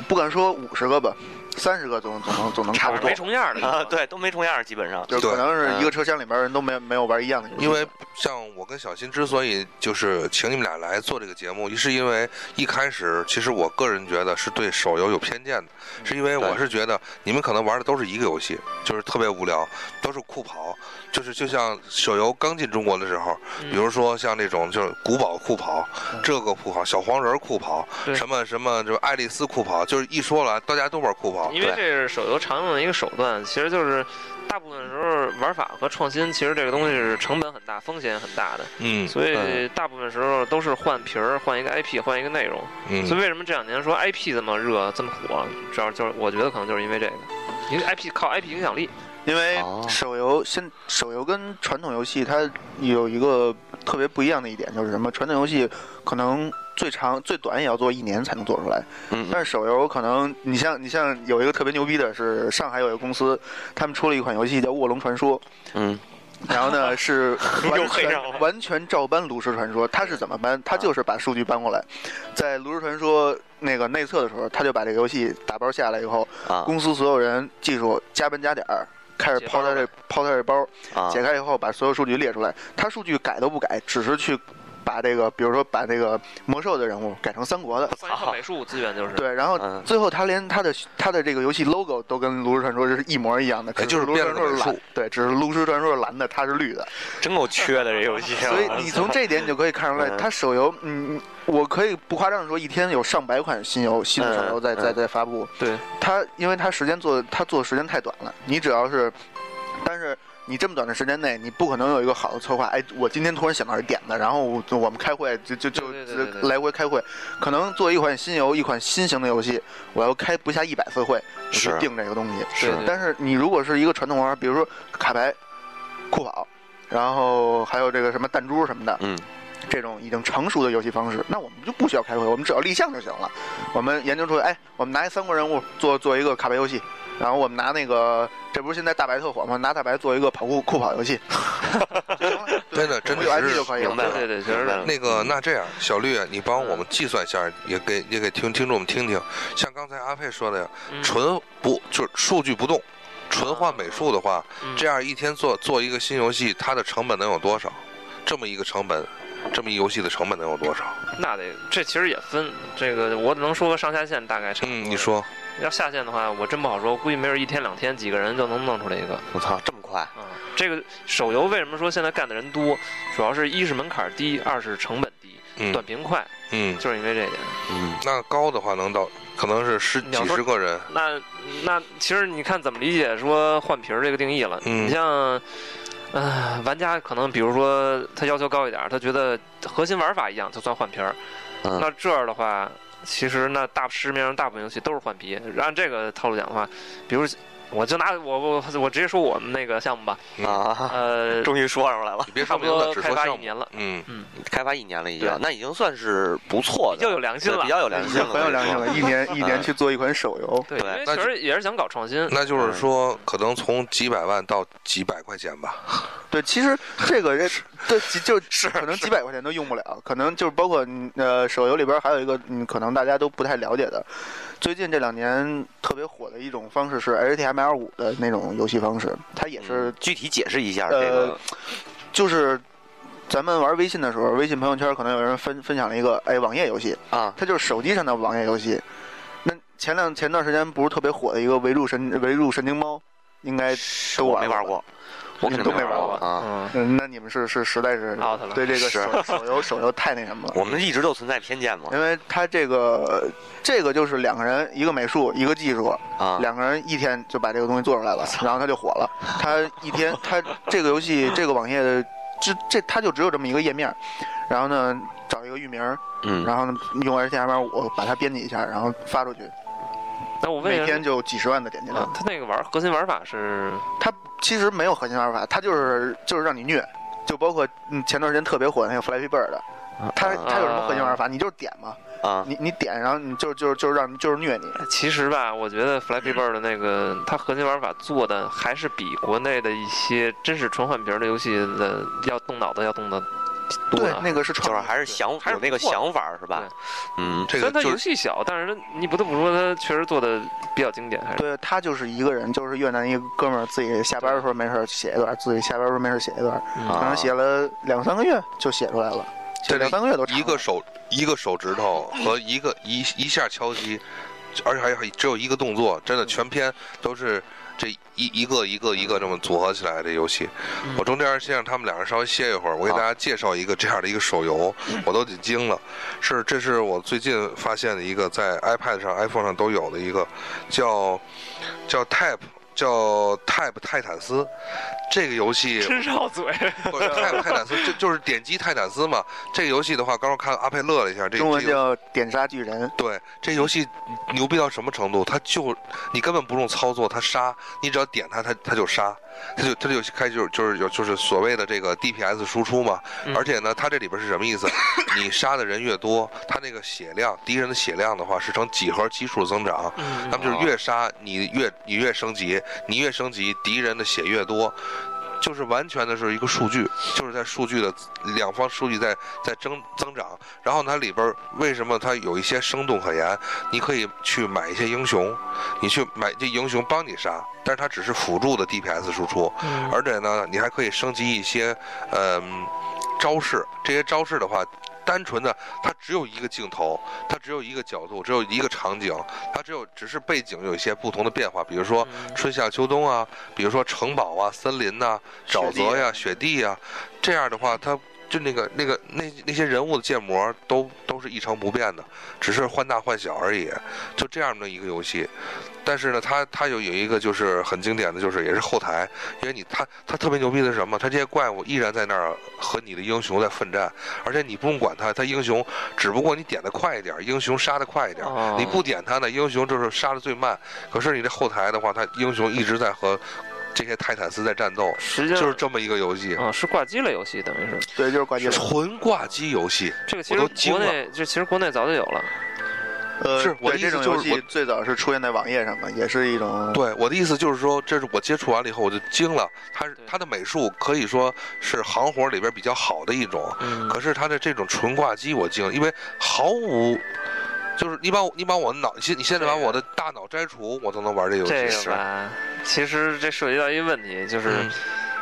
Speaker 4: 不敢说五十个吧，三十个总总能总能
Speaker 3: 差
Speaker 4: 看
Speaker 3: 不
Speaker 4: 得
Speaker 3: 多
Speaker 4: 过
Speaker 3: 没。重样儿的
Speaker 1: 啊，，对，都没重样儿，基本上。
Speaker 4: 就
Speaker 2: 对
Speaker 4: 可能是一个车厢里边人都没没有玩一样的游戏，
Speaker 2: 因为像我跟小新之所以就是请你们俩来做这个节目，是因为一开始其实我个人觉得是对手游有偏见的，是因为我是觉得你们可能玩的都是一个游戏，就是特别无聊，都是酷跑，就是就像手游刚进中国的时候，
Speaker 3: 嗯
Speaker 2: 比如说像那种就是古堡酷跑，这个酷跑，小黄人酷跑，
Speaker 3: 对
Speaker 2: 什么什么就是爱丽丝酷跑，就是一说了大家都玩酷跑，
Speaker 3: 因为这是手游常用的一个手段，其实就是大部分时候玩法和创新，其实这个东西是成本很大、风险很大的，
Speaker 2: 嗯
Speaker 3: 所以
Speaker 1: 嗯
Speaker 3: 大部分时候都是换皮儿、换一个 IP、换一个内容。所
Speaker 2: 嗯
Speaker 3: 以为什么这两年说 IP 这么热、这么火，主要就是我觉得可能就是因为这个，因为 IP 靠 IP 影响力。
Speaker 4: 因为
Speaker 1: 哦
Speaker 4: 手游现手游跟传统游戏它有一个特别不一样的一点，就是什么？传统游戏可能最长最短也要做一年才能做出来，
Speaker 1: 嗯，
Speaker 4: 但是手游可能你像你像有一个特别牛逼的是上海有一个公司，他们出了一款游戏叫《卧龙传 说》，
Speaker 1: 嗯，
Speaker 4: 然后呢是
Speaker 3: 又
Speaker 4: 完
Speaker 3: 黑上了啊
Speaker 4: 全完全照搬《炉石传说》，它是怎么搬？它就是把数据搬过来，在《炉石传说》那个内测的时候，他就把这个游戏打包下来以后，
Speaker 1: 啊
Speaker 4: 公司所有人技术加班加点儿。开始
Speaker 3: 解
Speaker 4: 抛
Speaker 3: 包
Speaker 4: 他这抛他这包，
Speaker 1: 啊
Speaker 4: 解开以后把所有数据列出来，他数据改都不改，只是去把这个，比如说把这个魔兽的人物改成三国的，
Speaker 3: 算一套美术资源就是。
Speaker 4: 对，然后
Speaker 1: 嗯
Speaker 4: 最后他连他的他的这个游戏 logo 都跟《炉石传说》是一模一样的，
Speaker 2: 哎
Speaker 4: 只
Speaker 2: 就是
Speaker 4: 炉石
Speaker 2: 变了
Speaker 4: 传说》
Speaker 2: 个
Speaker 4: 是
Speaker 2: 美术
Speaker 4: 蓝，对，只是《炉石传说》是蓝的，它是绿的，
Speaker 1: 真够缺的这游 戏啊。
Speaker 4: 所以你从这一点你就可以看出来
Speaker 1: 嗯，
Speaker 4: 它手游，嗯，我可以不夸张的说，一天有上百款新游新的手游
Speaker 1: 嗯
Speaker 4: 在在
Speaker 1: 嗯
Speaker 4: 在发布，
Speaker 3: 对，
Speaker 4: 它因为它时间做它做的时间太短了，你只要是，但是。你这么短的时间内，你不可能有一个好的策划。哎，我今天突然想到一点子，然后我我们开会就就就
Speaker 3: 对对对对
Speaker 4: 就来回开会，可能做一款新游、一款新型的游戏，我要开不下一百次会我去
Speaker 1: 是
Speaker 4: 定这个东西。
Speaker 1: 是
Speaker 3: 对
Speaker 4: 但是你如果是一个传统玩法，比如说卡牌、酷跑，然后还有这个什么弹珠什么的，
Speaker 1: 嗯，
Speaker 4: 这种已经成熟的游戏方式，那我们就不需要开会，我们只要立项就行了。我们研究出来，哎，我们拿一三国人物做做一个卡牌游戏，然后我们拿那个，这不是现在大白特火吗？拿大白做一个跑酷酷跑游戏，就行了
Speaker 2: 真的真的
Speaker 4: 有
Speaker 2: 是
Speaker 4: IP 就可以了。
Speaker 1: 明白了，
Speaker 3: 对对对其实
Speaker 1: 明白了
Speaker 2: 那个，那这样，小绿，啊你帮我们计算一下，也给也给听听众们听听。像刚才阿佩说的呀，
Speaker 3: 嗯啊
Speaker 2: 纯不就是数据不动，纯换美术的话，
Speaker 3: 嗯
Speaker 2: 这样一天做做一个新游戏，它的成本能有多少？这么一个成本，这么一游戏的成本能有多少？
Speaker 3: 那得这其实也分这个，我只能说个上下限大概差不多。
Speaker 2: 嗯，你说，
Speaker 3: 要下线的话，我真不好说，估计没准一天两天几个人就能弄出来一个。
Speaker 1: 我操，这么快？
Speaker 3: 啊，这个手游为什么说现在干的人多，主要是一是门槛低，二是成本低，
Speaker 2: 嗯
Speaker 3: 短平快，
Speaker 2: 嗯，
Speaker 3: 就是因为这一点。
Speaker 1: 嗯，
Speaker 2: 那高的话能到可能是十
Speaker 3: 你要
Speaker 2: 几
Speaker 3: 说
Speaker 2: 十个人，
Speaker 3: 那那其实你看怎么理解说换皮儿这个定义了？
Speaker 2: 嗯
Speaker 3: 你像。呃，玩家可能比如说他要求高一点儿，他觉得核心玩法一样就算换皮儿。
Speaker 1: 嗯
Speaker 3: 那这样的话，其实那大市面上大部分游戏都是换皮。按这个套路讲的话，比如我就拿我我我直接说我们那个项目吧，
Speaker 2: 嗯
Speaker 1: 啊，
Speaker 3: 呃，
Speaker 1: 终于说出来了，
Speaker 2: 你别
Speaker 3: 差
Speaker 2: 说
Speaker 3: 不
Speaker 2: 名字，
Speaker 3: 多
Speaker 2: 只
Speaker 3: 开
Speaker 2: 说
Speaker 3: 发
Speaker 2: 项
Speaker 3: 一
Speaker 2: 目。
Speaker 3: 年了，
Speaker 2: 嗯，
Speaker 3: 嗯，
Speaker 1: 开发一年了已
Speaker 3: 对
Speaker 1: 经，那已经算是不错的
Speaker 3: 又
Speaker 1: 了，
Speaker 3: 有良心
Speaker 1: 对
Speaker 3: 了
Speaker 1: 比，较有良
Speaker 4: 已
Speaker 1: 心
Speaker 4: 经
Speaker 1: 了，
Speaker 4: 很有良心
Speaker 1: 可以
Speaker 4: 了，
Speaker 1: 说。
Speaker 4: 一年一年去做一款手游，
Speaker 3: 对，因
Speaker 1: 对
Speaker 3: 为
Speaker 2: 那
Speaker 3: 其实也是想搞创新，
Speaker 2: 那就是说可能从几百万到几百块钱吧。
Speaker 4: 对，其实这个这这几就是可能几百块钱都用不了，可能就是包括你呃手游里边还有一个嗯可能大家都不太了解的，最近这两年特别火的一种方式是 HTML 五的那种游戏方式，它也是
Speaker 1: 嗯具体解释一下
Speaker 4: 呃
Speaker 1: 这个，
Speaker 4: 就是。咱们玩微信的时候，微信朋友圈可能有人分分享了一个哎网页游戏，
Speaker 1: 啊，
Speaker 4: 它就是手机上的网页游戏。那前两前段时间不是特别火的一个围住神围住神经猫，应该哎都
Speaker 1: 我
Speaker 4: 玩
Speaker 1: 没玩过，我
Speaker 4: 你
Speaker 1: 肯
Speaker 4: 们
Speaker 1: 定
Speaker 4: 都
Speaker 1: 没
Speaker 4: 没玩
Speaker 1: 过
Speaker 4: 过
Speaker 1: 啊。
Speaker 3: 嗯，
Speaker 4: 嗯，那你们是是实在是
Speaker 3: out 了
Speaker 4: 对这个
Speaker 1: 是
Speaker 4: 手手游手游太那什么了。
Speaker 1: 我们一直都存在偏见嘛
Speaker 4: 因为他这个这个就是两个人，一个美术，一个技术，
Speaker 1: 啊，
Speaker 4: 两个人一天就把这个东西做出来了，然后他就火了。他一天，他这个游戏这个网页的这这他就只有这么一个页面，然后呢找一个域名，
Speaker 1: 嗯，
Speaker 4: 然后呢用 HTML 我把它编辑一下，然后发出去，
Speaker 3: 那我问
Speaker 4: 每
Speaker 3: 一下
Speaker 4: 天，就几十万的点击量
Speaker 3: 啊。他那个玩核心玩法是
Speaker 4: 它其实没有核心玩法，它就是就是让你虐，就包括嗯前段时间特别火那个 Flappy Bird 的。它它有什么核心玩法？你就是点嘛，
Speaker 1: 啊，
Speaker 4: 你你点，然后你就就就是让就是虐你。
Speaker 3: 其实吧，我觉得 Flappy Bird 的那个它核心玩法做的还是比国内的一些真是纯换皮儿的游戏的要动脑子要动的多
Speaker 4: 对
Speaker 3: 啊，。
Speaker 4: 那个是
Speaker 1: 就是
Speaker 4: 创意，
Speaker 1: 还是想
Speaker 3: 还是
Speaker 1: 有那个
Speaker 3: 不错
Speaker 1: 想法是吧？嗯，
Speaker 2: 这
Speaker 3: 虽
Speaker 2: 个
Speaker 3: 然它
Speaker 2: 就
Speaker 3: 游
Speaker 2: 是
Speaker 3: 戏小，但是它你不得不说它确实做的比较经典，还是
Speaker 4: 对他就是一个人，就是越南一个哥们儿，自己下班的时候没事儿写一段，自己下班的时候没事儿写一段，可
Speaker 1: 啊
Speaker 3: 嗯
Speaker 4: 能写了两三个月就写出来了，写
Speaker 2: 对
Speaker 4: 两三个月都差
Speaker 2: 一
Speaker 4: 不多嗯
Speaker 2: 个手一个手指头和一个一一下敲击，而且还还只有一个动作，真的全篇都是这一一个一个一个这么组合起来的游戏。
Speaker 4: 嗯
Speaker 2: 我中间先让他们俩人稍微歇一会儿，我给
Speaker 1: 好
Speaker 2: 大家介绍一个这样的一个手游，
Speaker 4: 嗯
Speaker 2: 我都已经惊了。是，这是我最近发现的一个在 iPad 上、iPhone 上都有的一个叫叫 Type。叫 Type 泰坦斯，这个游戏
Speaker 3: 真绕嘴。
Speaker 2: 不是 泰泰坦斯，就就是点击泰坦斯嘛。这个游戏的话，刚刚看阿佩乐了一下，这
Speaker 4: 中文
Speaker 2: 这个
Speaker 4: 叫点杀巨人，
Speaker 2: 对这游戏牛逼到什么程度？它就你根本不用操作，它杀，你只要点它，它它就杀，它就它就开就是就是有就是所谓的这个 DPS 输出嘛。
Speaker 3: 嗯
Speaker 2: 而且呢，它这里边是什么意思？你杀的人越多，它那个血量，敌人的血量的话是呈几何级数增长。
Speaker 3: 嗯
Speaker 2: 那么就是越杀你越你越升级，你越升级，敌人的血越多，就是完全的是一个数据，就是在数据的两方数据在在增增长。然后它里边儿为什么它有一些生动可言？你可以去买一些英雄，你去买这英雄帮你杀，但是它只是辅助的 DPS 输出，
Speaker 3: 嗯
Speaker 2: 而且呢，你还可以升级一些嗯招式，这些招式的话。单纯的，它只有一个镜头，它只有一个角度，只有一个场景，它只有只是背景有一些不同的变化，比如说
Speaker 3: 嗯
Speaker 2: 春夏秋冬啊，比如说城堡啊、森林呐、沼泽呀、雪地啊呀、这样的话，它就那个那个那那些人物的建模都都是一成不变的，只是换大换小而已，就这样的一个游戏。但是呢，它它有有一个就是很经典的就是也是后台，因为你它它特别牛逼的是什么？它这些怪物依然在那儿和你的英雄在奋战，而且你不用管它，它英雄只不过你点的快一点，英雄杀的快一点，
Speaker 3: 哦
Speaker 2: 你不点它呢，英雄就是杀的最慢。可是你这后台的话，它英雄一直在和这些泰坦斯在战斗，
Speaker 3: 实际上
Speaker 2: 就是这么一个游戏，
Speaker 3: 啊，是挂机类游戏，等于是
Speaker 4: 对，就是挂机了。
Speaker 2: 纯挂机游戏。
Speaker 3: 这个其
Speaker 2: 我
Speaker 3: 实
Speaker 2: 都惊
Speaker 3: 国内这其实国内早就有了，
Speaker 4: 呃，
Speaker 2: 是我的
Speaker 4: 对
Speaker 2: 意思
Speaker 4: 这种
Speaker 2: 就是
Speaker 4: 游
Speaker 2: 我
Speaker 4: 戏最早是出现在网页上嘛，也是一种
Speaker 2: 对，我的意思就是说，这是我接触完了以后我就惊了，它是
Speaker 3: 对
Speaker 2: 它的美术可以说是行活里边比较好的一种，
Speaker 3: 嗯
Speaker 2: 可是它的这种纯挂机我惊了，因为毫无。就是你把我你把我脑，你现你现在把
Speaker 3: 这个
Speaker 2: 我的大脑摘除，我都能玩这游戏。
Speaker 3: 这
Speaker 2: 是
Speaker 3: 个吧，其实这涉及到一个问题，就是、
Speaker 2: 嗯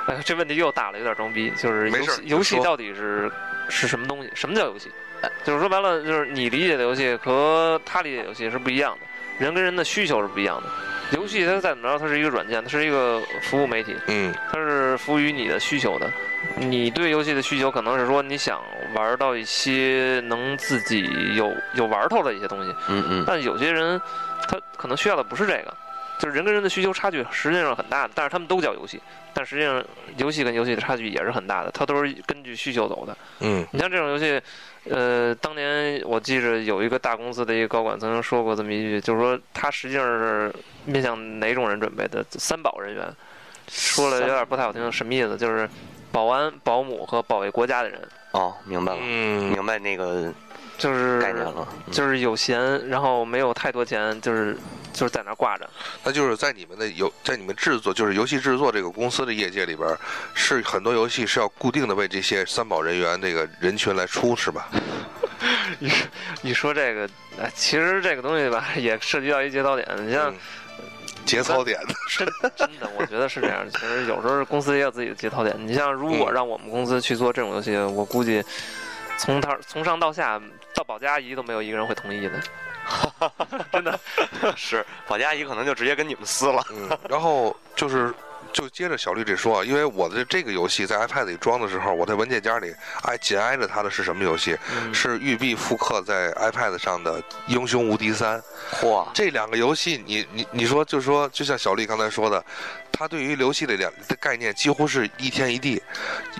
Speaker 3: 哎呦，这问题又大了，有点装逼。就是
Speaker 2: 没
Speaker 3: 游
Speaker 2: 事
Speaker 3: 戏
Speaker 2: 你
Speaker 3: 游戏
Speaker 2: 说
Speaker 3: 到底是是什么东西？什么叫游戏？哎就是说白了，就是你理解的游戏和他理解的游戏是不一样的，人跟人的需求是不一样的。游戏它再怎么着，它是一个软件，它是一个服务媒体，
Speaker 2: 嗯，
Speaker 3: 它是服务于你的需求的。你对游戏的需求可能是说你想玩到一些能自己有有玩头的一些东西，
Speaker 1: 嗯嗯，
Speaker 3: 但有些人他可能需要的不是这个，就是人跟人的需求差距实际上很大的，但是他们都叫游戏，但实际上游戏跟游戏的差距也是很大的，它都是根据需求走的。
Speaker 2: 嗯，
Speaker 3: 你像这种游戏，呃，当年我记着有一个大公司的一个高管曾经说过这么一句，就是说他实际上是面向哪种人准备的？三保人员，说了有点不太好听，什么意思？就是保安、保姆和保卫国家的人，
Speaker 1: 哦，明白了，
Speaker 2: 嗯，
Speaker 1: 明白那个
Speaker 3: 就是
Speaker 1: 概念了，嗯
Speaker 3: 就是有闲，然后没有太多钱，就是就是在那儿挂着。
Speaker 2: 那就是在你们的游，在你们制作，就是游戏制作这个公司的业界里边儿，是很多游戏是要固定的为这些三保人员这个人群来出，是吧？
Speaker 3: 你说这个，哎，其实这个东西吧，也涉及到一节操点。你像
Speaker 2: 嗯节操点的，
Speaker 3: 真真的，我觉得是这样。其实有时候公司也有自己的节操点。你像如果
Speaker 2: 嗯
Speaker 3: 让我们公司去做这种游戏，我估计从他从上到下到保洁阿姨都没有一个人会同意的。真的，
Speaker 1: 是保加阿姨可能就直接跟你们撕了。
Speaker 2: 嗯，然后就是就接着小绿这说啊，因为我的这个游戏在 iPad 里装的时候，我在文件夹里挨紧挨着它的是什么游戏？
Speaker 3: 嗯
Speaker 2: 是育碧复刻在 iPad 上的《英雄无敌三》
Speaker 1: 嚯，
Speaker 2: 这两个游戏你，你你说就说，就像小绿刚才说的，它对于游戏的两的概念几乎是一天一地。《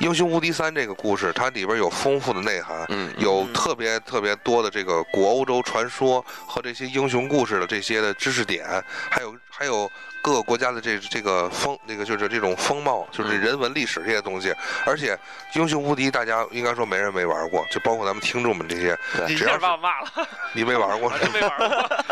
Speaker 2: 英雄无敌三》这个故事，它里边有丰富的内涵，
Speaker 1: 嗯，
Speaker 2: 有
Speaker 4: 嗯
Speaker 2: 特别特别多的这个古欧洲传说和这些英雄故事的这些的知识点，还有还有各个国家的这这个风那个就是这种风貌，就是
Speaker 1: 嗯
Speaker 2: 人文历史这些东西。而且《英雄无敌》大家应该说没人没玩过，就包括咱们听众们这些，
Speaker 3: 你一
Speaker 2: 只要
Speaker 3: 下
Speaker 2: 是
Speaker 3: 把我骂了，
Speaker 2: 你没玩过
Speaker 3: 我。真没玩过。嗯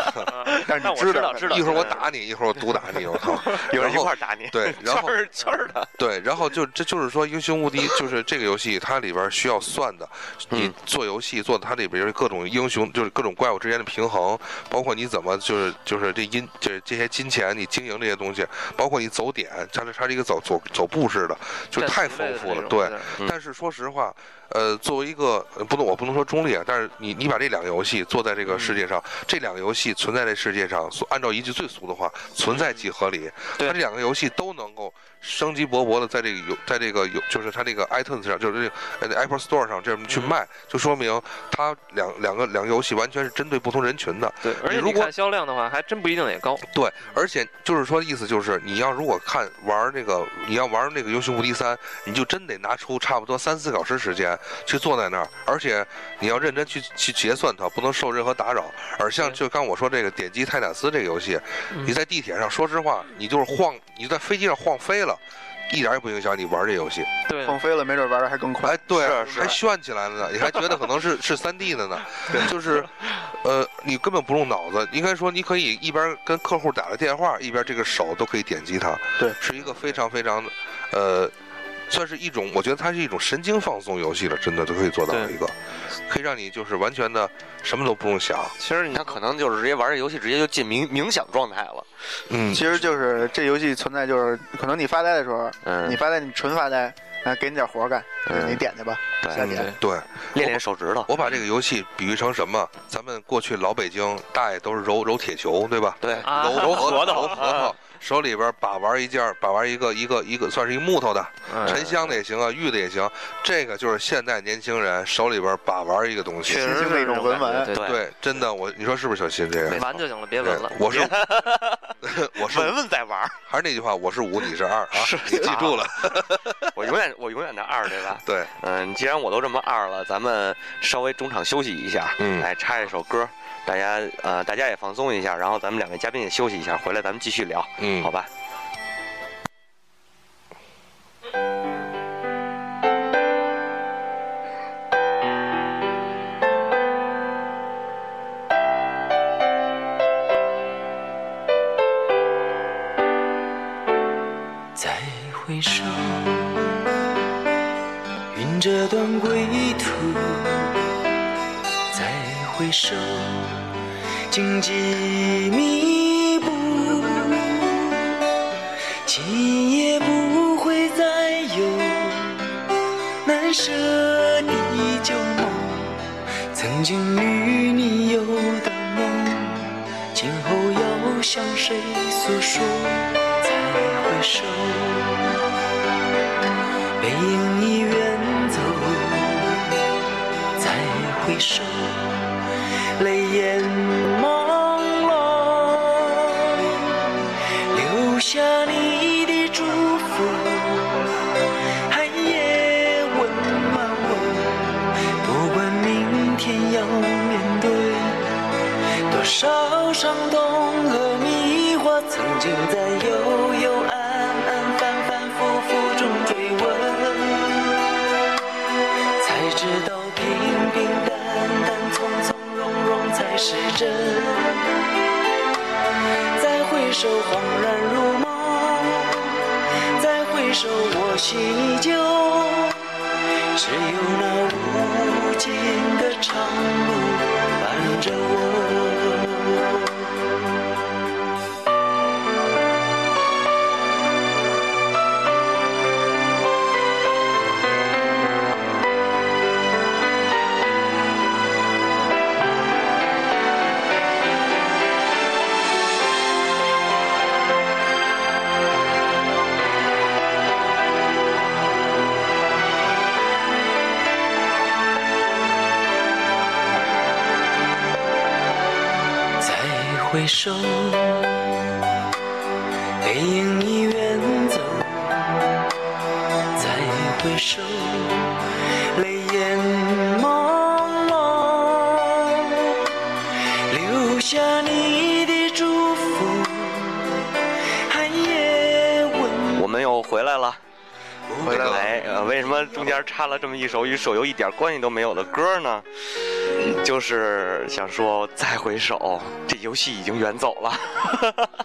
Speaker 4: 但是
Speaker 3: 但
Speaker 4: 你
Speaker 3: 我知道
Speaker 4: 道，
Speaker 3: 知 道
Speaker 2: 一会儿我打你，一会儿我毒打你，我靠！
Speaker 1: 有人
Speaker 2: 然
Speaker 1: 一
Speaker 2: 后
Speaker 1: 块儿打你，
Speaker 2: 对， 然后
Speaker 1: 圈儿圈儿的，
Speaker 2: 对，然后就这就是说，《英雄无敌》就是这个游戏，它里边需要算的，你
Speaker 1: 嗯
Speaker 2: 做游戏做的，它里边有各种英雄，就是各种怪物之间的平衡，包括你怎么就是就是这金这这些金钱，你经营这些东西，包括你走点，它是它是一个走走走步式的，就
Speaker 3: 战
Speaker 2: 太
Speaker 3: 棋
Speaker 2: 丰
Speaker 3: 类的
Speaker 2: 富
Speaker 3: 那
Speaker 2: 了，
Speaker 3: 种
Speaker 2: 对。
Speaker 3: 是
Speaker 1: 嗯
Speaker 2: 但是说实话，呃，作为一个呃不能我不能说中立啊，但是你你把这两个游戏做在这个世界上，这两个游戏存在这世界上，所按照一句最俗的话，存在即合理。
Speaker 3: 对
Speaker 2: 它这两个游戏都能够生机勃勃的在这个游，在这个游，就是它这个 iTunes 上，就是这个呃 Apple Store 上这么去卖，就说明它两两个两个游戏完全是针对不同人群的。
Speaker 3: 对，而且
Speaker 2: 如
Speaker 3: 你
Speaker 2: 果
Speaker 3: 看销量的话，还真不一定也高。
Speaker 2: 对，而且就是说，意思就是你要如果看玩那个，你要玩那个《英雄无敌三》，你就真得拿出差不多三四个小时时间去坐在那儿，而且你要认真去去结算它，不能受任何打扰。而像
Speaker 3: 对
Speaker 2: 就刚我说这个点击泰坦斯这个游戏，
Speaker 3: 嗯
Speaker 2: 你在地铁上，说实话，你就是晃，你在飞机上晃飞了。一点也不影响你玩这游戏，
Speaker 3: 对，
Speaker 4: 放飞了，没准玩的还更快
Speaker 2: 哎。，对，
Speaker 1: 是是
Speaker 2: 还炫起来了呢，你还觉得可能是是三 D 的呢，就是，呃，你根本不用脑子，应该说你可以一边跟客户打着电话，一边这个手都可以点击它，
Speaker 4: 对
Speaker 2: 是一个非常非常，呃，算是一种，我觉得它是一种神经放松游戏了，真的都可以做到
Speaker 3: 对
Speaker 2: 一个，可以让你就是完全的什么都不用想，
Speaker 3: 其实你
Speaker 1: 他可能就是直接玩这游戏，直接就进冥冥想状态了。
Speaker 2: 嗯，
Speaker 4: 其实就是这游戏存在，就是可能你发呆的时候，
Speaker 1: 嗯，
Speaker 4: 你发呆，你纯发呆，啊，给你点活儿干，
Speaker 1: 嗯
Speaker 4: 你点去吧，
Speaker 1: 对
Speaker 4: 下
Speaker 2: 嗯
Speaker 4: 点。
Speaker 2: 对。
Speaker 1: 练练手指头，
Speaker 2: 我把这个游戏比喻成什么？咱们过去老北京大爷都是揉揉铁球，对吧？
Speaker 1: 对，
Speaker 3: 啊
Speaker 2: 揉揉 核
Speaker 1: 桃
Speaker 2: 揉核
Speaker 1: 啊
Speaker 2: 桃， 手里边把玩一件儿，把玩一个一个一个，算是一木头的，
Speaker 3: 哎
Speaker 2: 沉香的也行啊，玉的也行。这个就是现代年轻人手里边把玩一个东西。
Speaker 3: 确实
Speaker 4: 新兴的一种文玩
Speaker 3: 感觉对，
Speaker 1: 对
Speaker 2: 对，真的，我你说是不是小新这
Speaker 1: 没
Speaker 2: 个？
Speaker 3: 玩就行了，别
Speaker 2: 对
Speaker 3: 闻了。，
Speaker 2: 我是我是
Speaker 1: 文文在玩儿，
Speaker 2: 还是那句话，我是五，你是二啊，你记住了。
Speaker 1: 我永远我永远的二，对吧？
Speaker 2: 对，
Speaker 1: 嗯，既然我都这么二了，咱们稍微中场休息一下，
Speaker 2: 嗯
Speaker 1: 来插一首歌，大家呃大家也放松一下，然后咱们两位嘉宾也休息一下，回来咱们继续聊，
Speaker 2: 嗯
Speaker 1: 好，吧？
Speaker 5: 再回首，云遮断归途。再回首，荆棘密布，今夜不会再有难舍的旧梦。曾经与你有的梦，今后要向谁诉说？再回首，背影已远走。再回首，泪眼朦胧，留下你的祝福，寒夜温暖我。不管明天要面对多少伤痛和迷惑，曾经在幽幽暗暗、反反复复中追问，才知道平平淡淡、从从容容才是真。再回首，恍然如梦；再回首，我心依旧。只有那无尽的长路伴着我。回首，背影已远走，再回首，泪眼朦胧，留下你的祝福，寒夜温
Speaker 1: 我们又回来了。
Speaker 4: 回来了
Speaker 1: 哎，呃，为什么中间插了这么一首与手游一点关系都没有的歌呢？就是想说再回首，这游戏已经远走了。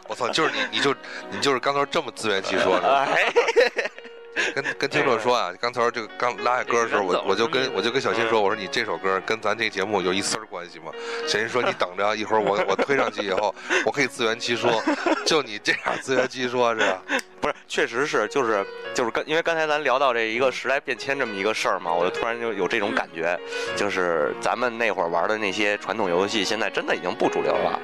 Speaker 2: 我操，就是你，你就你就是刚才这么自圆其 说是吧？
Speaker 1: 哎，
Speaker 2: 跟跟听众说啊，刚才这个刚拉下歌的时候，我我就跟我就跟小新说，我说你这首歌跟咱这节目有一丝儿关系吗？小新说你等着，一会儿我我推上去以后，我可以自圆其说。就你这样自圆其说是吧？
Speaker 1: 不是，确实是，就是就是刚，因为刚才咱聊到这一个时代变迁这么一个事儿嘛，我就突然就有这种感觉，就是咱们那会儿玩的那些传统游戏，现在真的已经不主流了，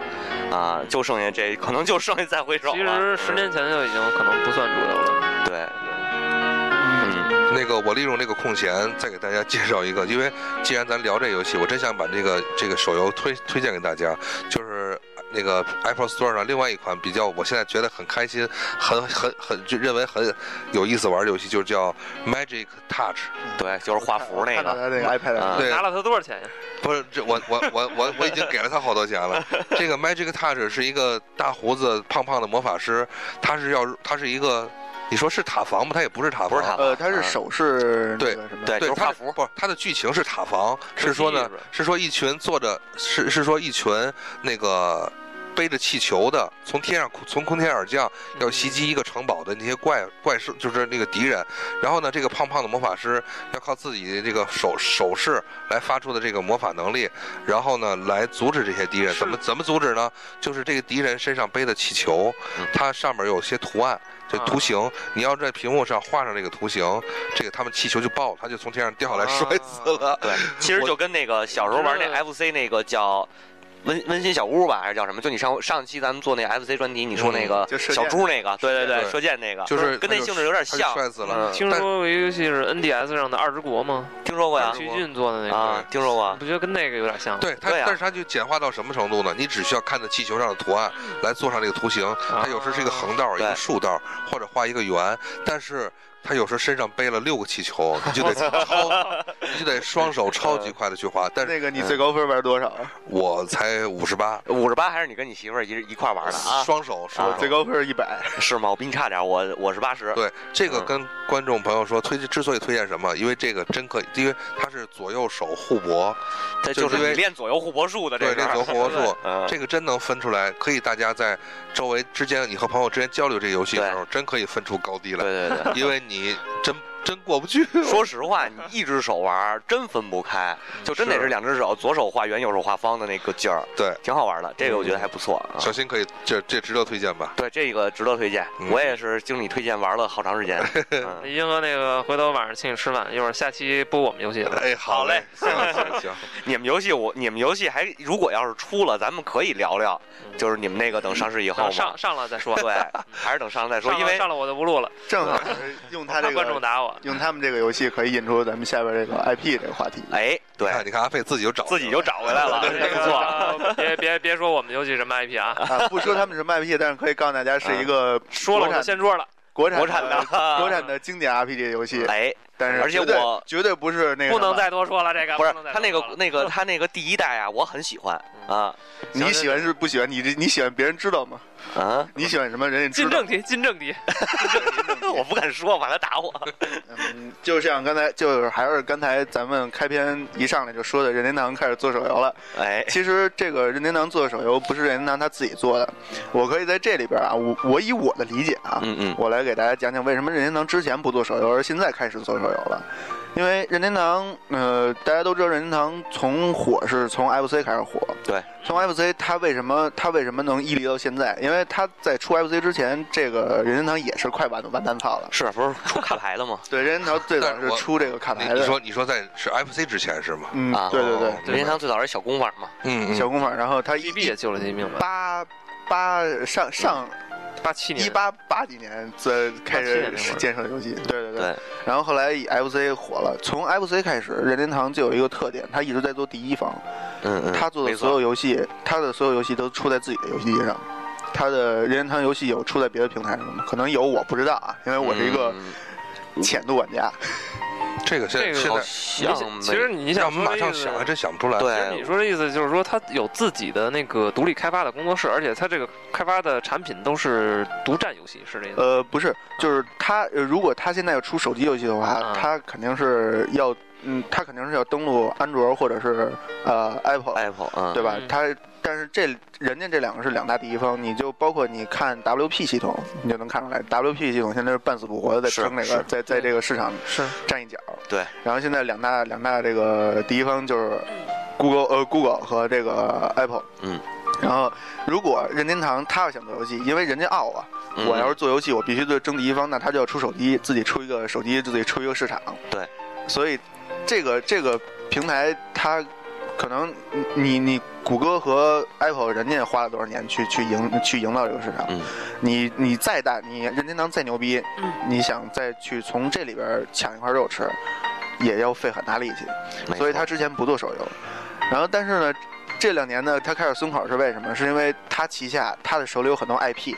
Speaker 1: 啊，就剩下这，可能就剩下再回首
Speaker 3: 其
Speaker 1: 了。
Speaker 3: 实十年前就已经可能不算主流了。
Speaker 1: 对，嗯，
Speaker 2: 那个我利用这个空闲再给大家介绍一个，因为既然咱聊这游戏，我真想把这个这个手游推推荐给大家，就是那个 Apple Store 上另外一款比较，我现在觉得很开心，很很很就认为很有意思玩的游戏，就叫 Magic Touch。
Speaker 1: 对，就是画符那
Speaker 4: 看到
Speaker 1: 个，
Speaker 4: 他那个 iPad
Speaker 1: 啊
Speaker 4: 上
Speaker 2: 对，
Speaker 3: 拿了它多少钱呀？
Speaker 2: 不是，这我我我我我已经给了他好多钱了。这个 Magic Touch 是一个大胡子胖胖的魔法师，他是要他是一个，你说是塔防吗？他也不是塔防，
Speaker 1: 不是塔
Speaker 4: 呃，它是手势
Speaker 2: 对
Speaker 4: 那个什么
Speaker 1: 对，就
Speaker 2: 对，
Speaker 1: 是
Speaker 2: 他
Speaker 1: 画
Speaker 2: 是
Speaker 1: 符。
Speaker 2: 不是他的剧情是塔防，是说呢
Speaker 3: 是吧，
Speaker 2: 是说一群坐着是是说一群那个。背着气球的，从天上从空天而降，要袭击一个城堡的那些怪怪兽，就是那个敌人。然后呢，这个胖胖的魔法师要靠自己的这个手手势来发出的这个魔法能力，然后呢来阻止这些敌人。怎么怎么阻止呢？就是这个敌人身上背的气球
Speaker 1: 嗯，
Speaker 2: 它上面有些图案，就
Speaker 3: 啊
Speaker 2: 图形。你要在屏幕上画上这个图形，这个他们气球就爆了，它就从天上掉下来
Speaker 3: 啊
Speaker 2: 摔 死了。
Speaker 1: 对，其实
Speaker 2: 我
Speaker 1: 就跟那个小时候玩那 FC 那个叫。温温馨小屋吧，还是叫什么？就你上上期咱们做那 FC 专题，你说
Speaker 2: 嗯
Speaker 1: 那个
Speaker 4: 就射箭
Speaker 1: 小猪那个，对对
Speaker 2: 对
Speaker 1: 对，射箭那个，
Speaker 2: 就是
Speaker 1: 跟那性质有点
Speaker 2: 它就
Speaker 1: 像。
Speaker 2: 摔死了。
Speaker 1: 嗯
Speaker 3: 听说过一个游戏是 NDS 上的《二之国》吗？
Speaker 1: 听说过呀？
Speaker 3: 徐俊做的那个，
Speaker 1: 啊，听说过
Speaker 3: 你。不觉得跟那个有点像吗？
Speaker 2: 对它，
Speaker 1: 对啊
Speaker 2: 但是它就简化到什么程度呢？你只需要看着气球上的图案来做上这个图形。它有时是一个横道、一个
Speaker 1: 嗯啊对
Speaker 2: 竖道，或者画一个圆，但是它有时身上背了六个气球，你就 得超，你就得双手超
Speaker 1: 嗯
Speaker 2: 级快的去滑。但是
Speaker 4: 那个你最高分玩多少？
Speaker 2: 我才五十八，
Speaker 1: 五十八还是你跟你媳妇儿一一块儿玩的啊？
Speaker 2: 双手双手
Speaker 4: 最高分 一百。
Speaker 1: 是吗？我比你差点，我我是八十。
Speaker 2: 对，这个
Speaker 1: 嗯
Speaker 2: 跟观众朋友说，推之所以推荐什么，因为这个真可以，因为它是左右手互搏，
Speaker 1: 这
Speaker 2: 就
Speaker 1: 就是
Speaker 2: 因为
Speaker 1: 是你练左右互搏术的这
Speaker 2: 对，
Speaker 1: 个。
Speaker 2: 练左互搏术，
Speaker 1: 嗯，
Speaker 2: 这个真能分出来，可以大家在周围之间，你和朋友之间交流这个游戏的时候，真可以分出高低来，
Speaker 1: 对对对。
Speaker 2: 因为你真真过不去。
Speaker 1: 说实话，你一只手玩儿真分不开，就真得
Speaker 2: 是
Speaker 1: 是两只手，左手画圆，右手画方的那个劲儿，
Speaker 2: 对，嗯
Speaker 1: 挺好玩的。这个我觉得还不错。啊。
Speaker 2: 小新可以，这这值得推荐吧？
Speaker 1: 对，这个值得推荐。
Speaker 2: 嗯
Speaker 1: 我也是经理推荐玩了好长时间。嗯
Speaker 3: 英哥，那个回头晚上请你吃饭，一会儿下期播我们游戏了。
Speaker 2: 哎，好嘞，行行行，
Speaker 1: 你们游戏我你们游戏还如果要是出了，咱们可以聊聊，就是你们那个等上市以后
Speaker 3: 等
Speaker 1: 嘛。
Speaker 3: 上上了再说，
Speaker 1: 对，还是等上了再说，
Speaker 3: 上
Speaker 1: 因
Speaker 3: 了
Speaker 1: 为
Speaker 3: 上了我就不录了，
Speaker 4: 正好是用他这
Speaker 3: 怕观众
Speaker 4: 个
Speaker 3: 打我。
Speaker 4: 用他们这个游戏可以引出咱们下边这个 IP 这个话题。
Speaker 1: 哎，
Speaker 2: 你
Speaker 1: 对
Speaker 2: 看，你看阿飞自己就找
Speaker 1: 自己就找回来了，
Speaker 3: 这
Speaker 1: 真不错。
Speaker 3: 个啊别别别说我们游戏什么 IP 啊，
Speaker 4: 啊，不说他们是卖 IP，但是可以告诉大家是一
Speaker 1: 嗯
Speaker 4: 个
Speaker 3: 说了我就掀桌了，
Speaker 4: 国产
Speaker 1: 国产的，
Speaker 4: 国产的经典 RPG 游戏，
Speaker 1: 哎，
Speaker 4: 但是
Speaker 1: 而且
Speaker 4: 绝对
Speaker 1: 我
Speaker 4: 绝对不是那个什么
Speaker 3: 不能再多说了。这个
Speaker 1: 不是
Speaker 3: 不能再
Speaker 1: 他那
Speaker 3: 多
Speaker 1: 个
Speaker 3: 说了
Speaker 1: 那个他那个第一代啊，我很喜欢啊
Speaker 4: 你喜欢是不喜欢你这你喜欢别人知道吗？
Speaker 1: 啊，
Speaker 4: 你喜欢什么人家知
Speaker 3: 进
Speaker 4: 道
Speaker 3: 正？题，进正题，
Speaker 1: 我不敢说，怕他打我。
Speaker 4: 嗯，就像刚才就是还是刚才咱们开篇一上来就说的，任天堂开始做手游了。
Speaker 1: 哎，
Speaker 4: 其实这个任天堂做的手游不是任天堂他自己做的，我可以在这里边啊，我我以我的理解啊，
Speaker 1: 嗯嗯，
Speaker 4: 我来给大家讲讲为什么任天堂之前不做手游，而现在开始做手游了。因为任天堂，呃，大家都知道任天堂从火是从 FC 开始火，
Speaker 1: 对，
Speaker 4: 从 FC 它为什么它为什么能屹立到现在？因为它在出 FC 之前，这个任天堂也是快完完蛋操了。
Speaker 1: 是不是出卡牌的吗？
Speaker 4: 对，任天堂最早
Speaker 2: 但是
Speaker 4: 是
Speaker 2: 我
Speaker 4: 出这个卡
Speaker 2: 你
Speaker 4: 牌的。
Speaker 2: 你说你说在是 FC 之前是吗？
Speaker 4: 嗯，
Speaker 1: 啊
Speaker 4: 对对对，
Speaker 1: 任天堂最早是小公法嘛，
Speaker 2: 哦嗯
Speaker 4: 小工坊，然后它一
Speaker 3: 也救了一命吧。
Speaker 4: 八八上上
Speaker 3: 八七年
Speaker 4: 一八八几年这开始
Speaker 3: 87年那会儿
Speaker 4: 建设游戏，对对
Speaker 1: 对，
Speaker 4: 然后后来以 FC 火了，从 FC 开始，任天堂就有一个特点，他一直在做第一方，
Speaker 1: 嗯嗯，
Speaker 4: 他做的
Speaker 1: 没
Speaker 4: 所
Speaker 1: 错
Speaker 4: 有游戏，他的所有游戏都出在自己的游戏机上。他的任天堂游戏有出在别的平台上吗？可能有，我不知道啊，因为我是一个
Speaker 1: 嗯
Speaker 4: 浅度玩家。
Speaker 2: 这个现在
Speaker 3: 这个
Speaker 2: 现
Speaker 1: 好
Speaker 2: 在
Speaker 1: 像没
Speaker 3: 其实你想
Speaker 2: 让我们马上想，还啊真想不出来。
Speaker 3: 其实
Speaker 1: 对
Speaker 3: 你说的意思就是说，他有自己的那个独立开发的工作室，而且他这个开发的产品都是独占游戏，是这意思？
Speaker 4: 呃，不是，就是他，呃如果他现在要出手机游戏的话
Speaker 3: 啊，
Speaker 4: 他肯定是要，嗯，他肯定是要登录安卓或者是呃 Apple，
Speaker 1: Apple 嗯，
Speaker 4: 对吧
Speaker 3: 嗯？
Speaker 4: 他但是这人家这两个是两大第一方，你就包括你看 WP 系统，你就能看出来，WP 系统现在是半死不活的在
Speaker 1: 是
Speaker 4: 撑这
Speaker 1: 是嗯
Speaker 4: 个，在在这个市场
Speaker 3: 是，
Speaker 4: 占一角。
Speaker 1: 对，
Speaker 4: 然后现在两大两大这个第一方就是 Google 呃 Google 和这个 Apple，
Speaker 1: 嗯。
Speaker 4: 然后，如果任天堂他要想做游戏，因为人家傲啊，
Speaker 1: 嗯
Speaker 4: 我要是做游戏，我必须对争第一方，那他就要出手机，自己出一个手机，自己出一个市场。
Speaker 1: 对，
Speaker 4: 所以这个这个平台，它可能你你谷歌和 Apple 人家花了多少年去去营去营造这个市场，
Speaker 1: 嗯
Speaker 4: 你你再大，你任天堂再牛逼，
Speaker 3: 嗯
Speaker 4: 你想再去从这里边抢一块肉吃，也要费很大力气。
Speaker 1: 没
Speaker 4: 所以
Speaker 1: 错
Speaker 4: 他之前不做手游。然后，但是呢，这两年呢，他开始松口是为什么？是因为他旗下他的手里有很多 IP，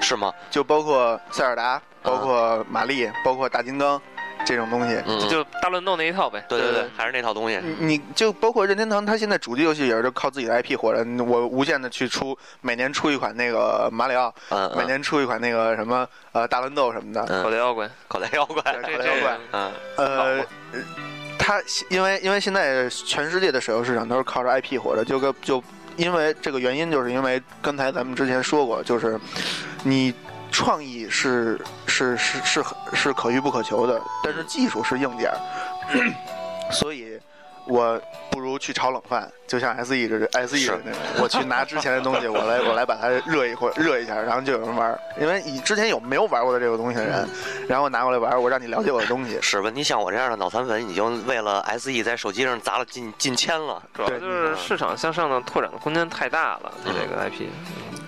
Speaker 1: 是吗？
Speaker 4: 就包括塞尔达，
Speaker 1: 啊
Speaker 4: 包括玛丽，包括大金刚这种东西。
Speaker 1: 嗯，
Speaker 3: 就大乱斗那一套呗。
Speaker 1: 对对对
Speaker 4: 对，嗯
Speaker 1: 还是那套东西，
Speaker 4: 你你就包括任天堂，他现在主机游戏也是靠自己的 IP 活着。我无限的去出，每年出一款那个马里奥，
Speaker 1: 嗯
Speaker 4: 每
Speaker 1: 嗯，
Speaker 4: 年出一款那个什么呃大乱斗什么的。
Speaker 1: 嗯
Speaker 3: 口袋妖怪，
Speaker 1: 口袋妖怪，
Speaker 4: 对口
Speaker 3: 这
Speaker 4: 袋
Speaker 3: 这
Speaker 4: 妖怪
Speaker 1: 嗯
Speaker 4: 呃，他因为因为现在全世界的手游市场都是靠着 IP 活着，就跟就因为这个原因，就是因为刚才咱们之前说过，就是你创意是是是是是可遇不可求的，但是技术是硬件儿，所以。我不如去炒冷饭，就像 S E 这 S E
Speaker 1: 是
Speaker 4: 这那种，我去拿之前的东西，我来我来把它热一会儿，热一下，然后就有人玩儿。因为你之前有没有玩过的这个东西的人，然后拿过来玩儿，我让你了解我的东西，
Speaker 1: 是吧？你像我这样的脑残粉，已经为了 SE 在手机上砸了近近千了。
Speaker 3: 主要就是市场向上的拓展的空间太大了，它这个 IP。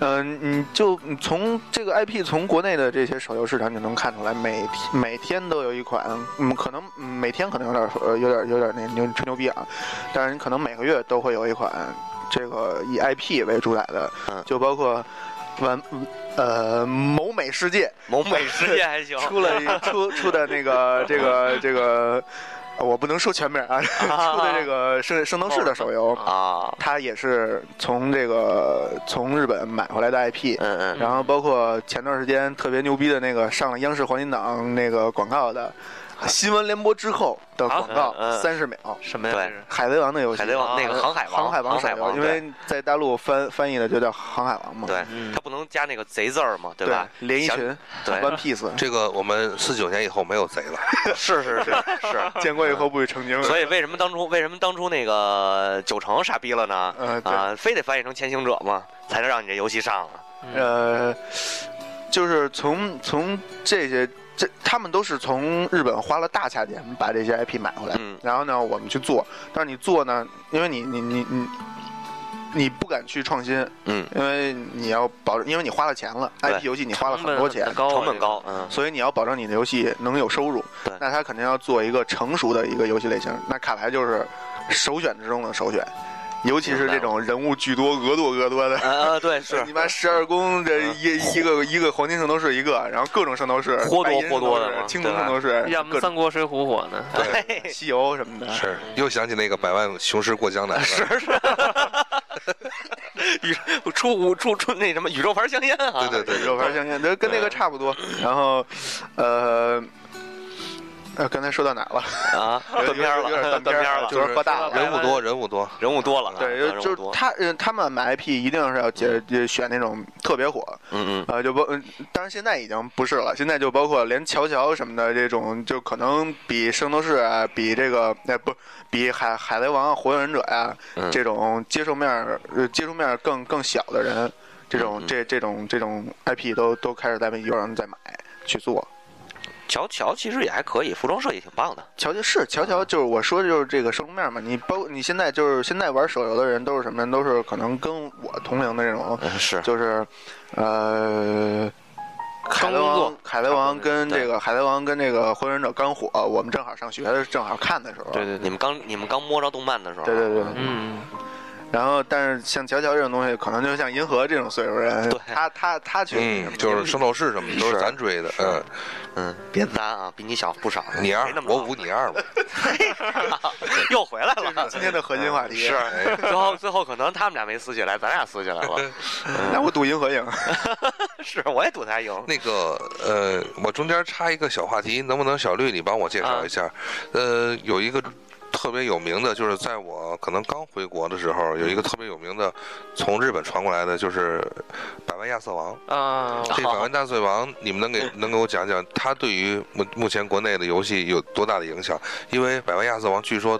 Speaker 4: 嗯，你就你从这个 IP 从国内的这些手游市场，你就能看出来，每天每天都有一款，嗯，可能嗯每天可能有点呃有点有点那牛吹牛逼啊，但是你可能每个月都会有一款这个以 IP 为主宰的
Speaker 1: 嗯，
Speaker 4: 就包括完呃某美世界
Speaker 1: 某美食界还行，
Speaker 4: 出了一出出的那个这个这个，呃我不能说全名啊， 出的这个圣圣斗士的手游，
Speaker 1: 啊，
Speaker 4: 它也是从这个从日本买回来的 IP，
Speaker 1: 嗯嗯，
Speaker 4: 然后包括前段时间特别牛逼的那个上了央视黄金档那个广告的新闻联播之后的广告
Speaker 1: 啊嗯嗯
Speaker 4: 三十秒，
Speaker 3: 什么呀？
Speaker 1: 对
Speaker 3: 这是
Speaker 4: 海贼王的游戏，
Speaker 1: 海贼王那个航海王，
Speaker 4: 航海王
Speaker 1: 航海
Speaker 4: 手游，
Speaker 1: 王，
Speaker 4: 因
Speaker 1: 对
Speaker 4: 为在大陆翻翻译的就叫航海王嘛，
Speaker 1: 对
Speaker 3: 嗯
Speaker 1: 他不能加那个贼字儿嘛，对
Speaker 4: 对
Speaker 1: 吧？
Speaker 4: 连衣
Speaker 1: 想
Speaker 4: 裙
Speaker 1: 对
Speaker 4: ，One，Piece，
Speaker 2: 这个我们四九年以后没有贼了，
Speaker 1: 是是 是是。
Speaker 4: 见过以后不许成 精，
Speaker 1: 所以为什么当初为什么当初那个九成傻逼了呢？
Speaker 4: 呃对
Speaker 1: 啊，非得翻译成潜行者嘛，才能让你这游戏上啊。
Speaker 3: 嗯
Speaker 4: 呃，就是从从这些。这他们都是从日本花了大价钱把这些 IP 买回来，
Speaker 1: 嗯
Speaker 4: 然后呢，我们去做。但是你做呢，因为你你你你你不敢去创新，
Speaker 1: 嗯，
Speaker 4: 因为你要保证，因为你花了钱了
Speaker 1: 对
Speaker 4: ，IP 游戏你花了
Speaker 3: 成
Speaker 4: 很
Speaker 3: 本
Speaker 4: 多钱，
Speaker 3: 高啊，
Speaker 1: 成本
Speaker 3: 这个。
Speaker 1: 高，嗯，
Speaker 4: 所以你要保证你的游戏能有收入
Speaker 1: 对。
Speaker 4: 那他肯定要做一个成熟的一个游戏类型。那卡牌就是首选之中的首选，尤其是这种人物巨多、额度额多的。
Speaker 1: 呃呃，对，是
Speaker 4: 你妈十二宫这
Speaker 1: 嗯
Speaker 4: 一一个一个黄金圣斗士一个，然后各种圣斗士，
Speaker 1: 或多
Speaker 4: 白银圣斗
Speaker 1: 或多的
Speaker 4: 士
Speaker 1: 嘛
Speaker 4: 青
Speaker 1: 对
Speaker 4: 铜
Speaker 1: 吧
Speaker 4: 圣斗士，
Speaker 3: 要么
Speaker 4: 各种
Speaker 3: 三国水浒火呢？
Speaker 1: 对，
Speaker 4: 西游什么的。
Speaker 2: 是又想起那个百万雄师过江南了。是，
Speaker 1: 宇出五出出那什么宇宙牌香烟啊，
Speaker 2: 对对对，
Speaker 4: 有牌相烟，都跟那个
Speaker 1: 对
Speaker 4: 差不多。然后，呃，呃，刚才说到哪儿了？
Speaker 1: 啊，断片儿
Speaker 4: 有 点
Speaker 1: 了，
Speaker 4: 断
Speaker 1: 断片儿了
Speaker 4: 就，
Speaker 2: 就是
Speaker 4: 是喝大了。
Speaker 2: 人物多，人物多。
Speaker 1: 人物多了，
Speaker 4: 对，
Speaker 1: 啊
Speaker 4: 就
Speaker 1: 人
Speaker 4: 就
Speaker 1: 物
Speaker 4: 是
Speaker 1: 多，
Speaker 4: 他，呃他们买 IP 一定是要解就选那种特别火，
Speaker 1: 嗯嗯，
Speaker 4: 呃，就包，嗯当然现在已经不是了，现在就包括连乔乔什么的这种，就可能比圣斗士啊，比这个那、不比海海贼王啊、火影忍者呀、
Speaker 1: 嗯
Speaker 4: 这种接受面儿呃接受面儿更更小的人，这种
Speaker 1: 嗯嗯
Speaker 4: 这这种这种 IP 都都开始在微博上在买去做，
Speaker 1: 乔乔其实也还可以，服装设计挺棒的。
Speaker 4: 乔乔是乔
Speaker 1: 嗯
Speaker 4: 乔，就是我说的就是这个生路面嘛。你包你现在就是现在玩手游的人都是什么人？都是可能跟我同龄的这种，
Speaker 1: 嗯，是
Speaker 4: 就是呃，凯莱
Speaker 3: 刚工
Speaker 4: 王
Speaker 3: 作
Speaker 4: 凯莱王跟
Speaker 1: 对
Speaker 4: 这个海贼王跟这个火影忍者刚火，我们正好上学的正好看的时候。
Speaker 3: 对对
Speaker 1: 你
Speaker 3: 对，
Speaker 1: 们刚你们刚摸着动漫的时候，啊
Speaker 4: 对对对
Speaker 3: 嗯，
Speaker 4: 然后，但是像乔乔这种东西，可能就像银河这种岁数人
Speaker 1: 对，
Speaker 4: 他他他去
Speaker 2: 嗯，就是圣斗士什么的都是咱追的，嗯，
Speaker 1: 嗯，别单啊，比你小不少，
Speaker 2: 你二
Speaker 1: 没那么
Speaker 2: 我
Speaker 1: 老
Speaker 2: 五你二吧，
Speaker 1: 又回来了。
Speaker 4: 啊今天的核心话题。
Speaker 1: 是，啊
Speaker 2: 哎
Speaker 1: 最后最后可能他们俩没撕起来，咱俩撕起来了。
Speaker 4: 那我赌银河赢。
Speaker 1: 是，我也赌他赢。
Speaker 2: 那个呃，我中间插一个小话题，能不能小绿你帮我介绍一下？呃，有一个特别有名的，就是在我可能刚回国的时候，有一个特别有名的从日本传过来的，就是百万亚瑟王。
Speaker 3: 啊，
Speaker 2: 这百万大罪王，你们能给
Speaker 1: 嗯
Speaker 2: 能给我讲讲它对于目目前国内的游戏有多大的影响？因为百万亚瑟王据说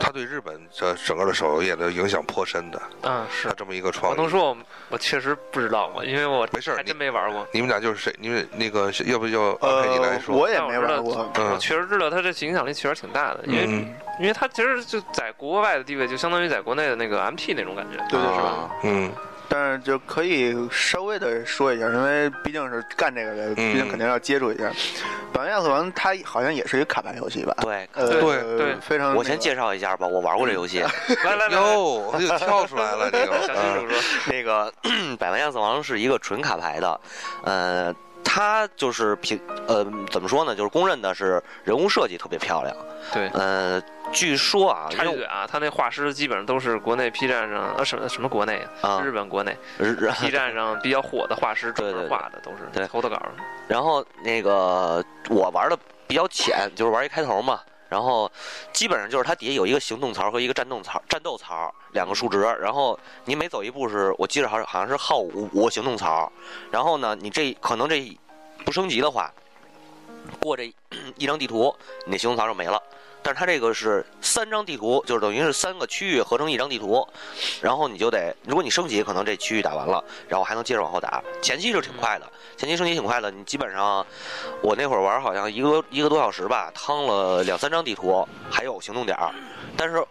Speaker 2: 它对日本这整个的手游业的影响颇深的，
Speaker 3: 嗯是
Speaker 2: 它。这么一个创
Speaker 3: 我能
Speaker 2: 意。
Speaker 3: 说我我确实不知道吗？因为我
Speaker 2: 没事儿
Speaker 3: 还
Speaker 2: 你
Speaker 3: 真没玩过。
Speaker 2: 你们俩就是谁？你们那个要不要安排你来
Speaker 4: 呃，
Speaker 2: 说？
Speaker 4: 我也没玩过。
Speaker 2: 嗯
Speaker 3: 我确实知道它这影响力确实挺大的，因为
Speaker 2: 嗯
Speaker 3: 因为它其实就在国外的地位，就相当于在国内的那个 MT 那种感觉。
Speaker 4: 对对是吧
Speaker 1: 啊
Speaker 2: 嗯
Speaker 4: 但是就可以稍微的说一下，因为毕竟是干这个的，毕竟肯定要接触一下。百万亚瑟王它好像也是一个卡牌游戏吧？
Speaker 1: 对，
Speaker 4: 呃，
Speaker 2: 对
Speaker 3: 对
Speaker 4: 非常那个。
Speaker 1: 我先介绍一下吧，我玩过这游
Speaker 3: 嗯
Speaker 1: 戏。
Speaker 3: 来来来来，
Speaker 2: 哟，他就跳出 来了，这个
Speaker 3: 小金
Speaker 2: 嗯
Speaker 3: 主说，
Speaker 1: 那个 百万亚瑟王是一个纯卡牌的，呃，它就是平呃怎么说呢，就是公认的是人物设计特别漂亮。
Speaker 3: 对，
Speaker 1: 呃，据说啊，
Speaker 3: 插
Speaker 1: 因
Speaker 3: 一
Speaker 1: 为
Speaker 3: 嘴啊，他那画师基本上都是国内 P 站上呃什么什么国内啊，
Speaker 1: 啊
Speaker 3: 日，本国内
Speaker 1: 日
Speaker 3: B 站上比较火的画师专
Speaker 1: 对对
Speaker 3: 门
Speaker 1: 对
Speaker 3: 画的都是
Speaker 1: 对
Speaker 3: 投的稿儿，
Speaker 1: 然后那个我玩的比较浅，就是玩一开头嘛。然后基本上就是它底下有一个行动槽和一个战斗槽，战斗槽两个数值。然后你每走一步是，我记得好像好像是耗五五个行动槽。然后呢，你这可能这不升级的话，过这一张地图，你那行动槽就没了。但是它这个是三张地图，就是等于是三个区域合成一张地图，然后你就得，如果你升级，可能这区域打完了，然后还能接着往后打。前期是挺快的，前期升级挺快的，你基本上我那会儿玩好像一个一个多小时吧，趟了两三张地图，还有行动点儿。但是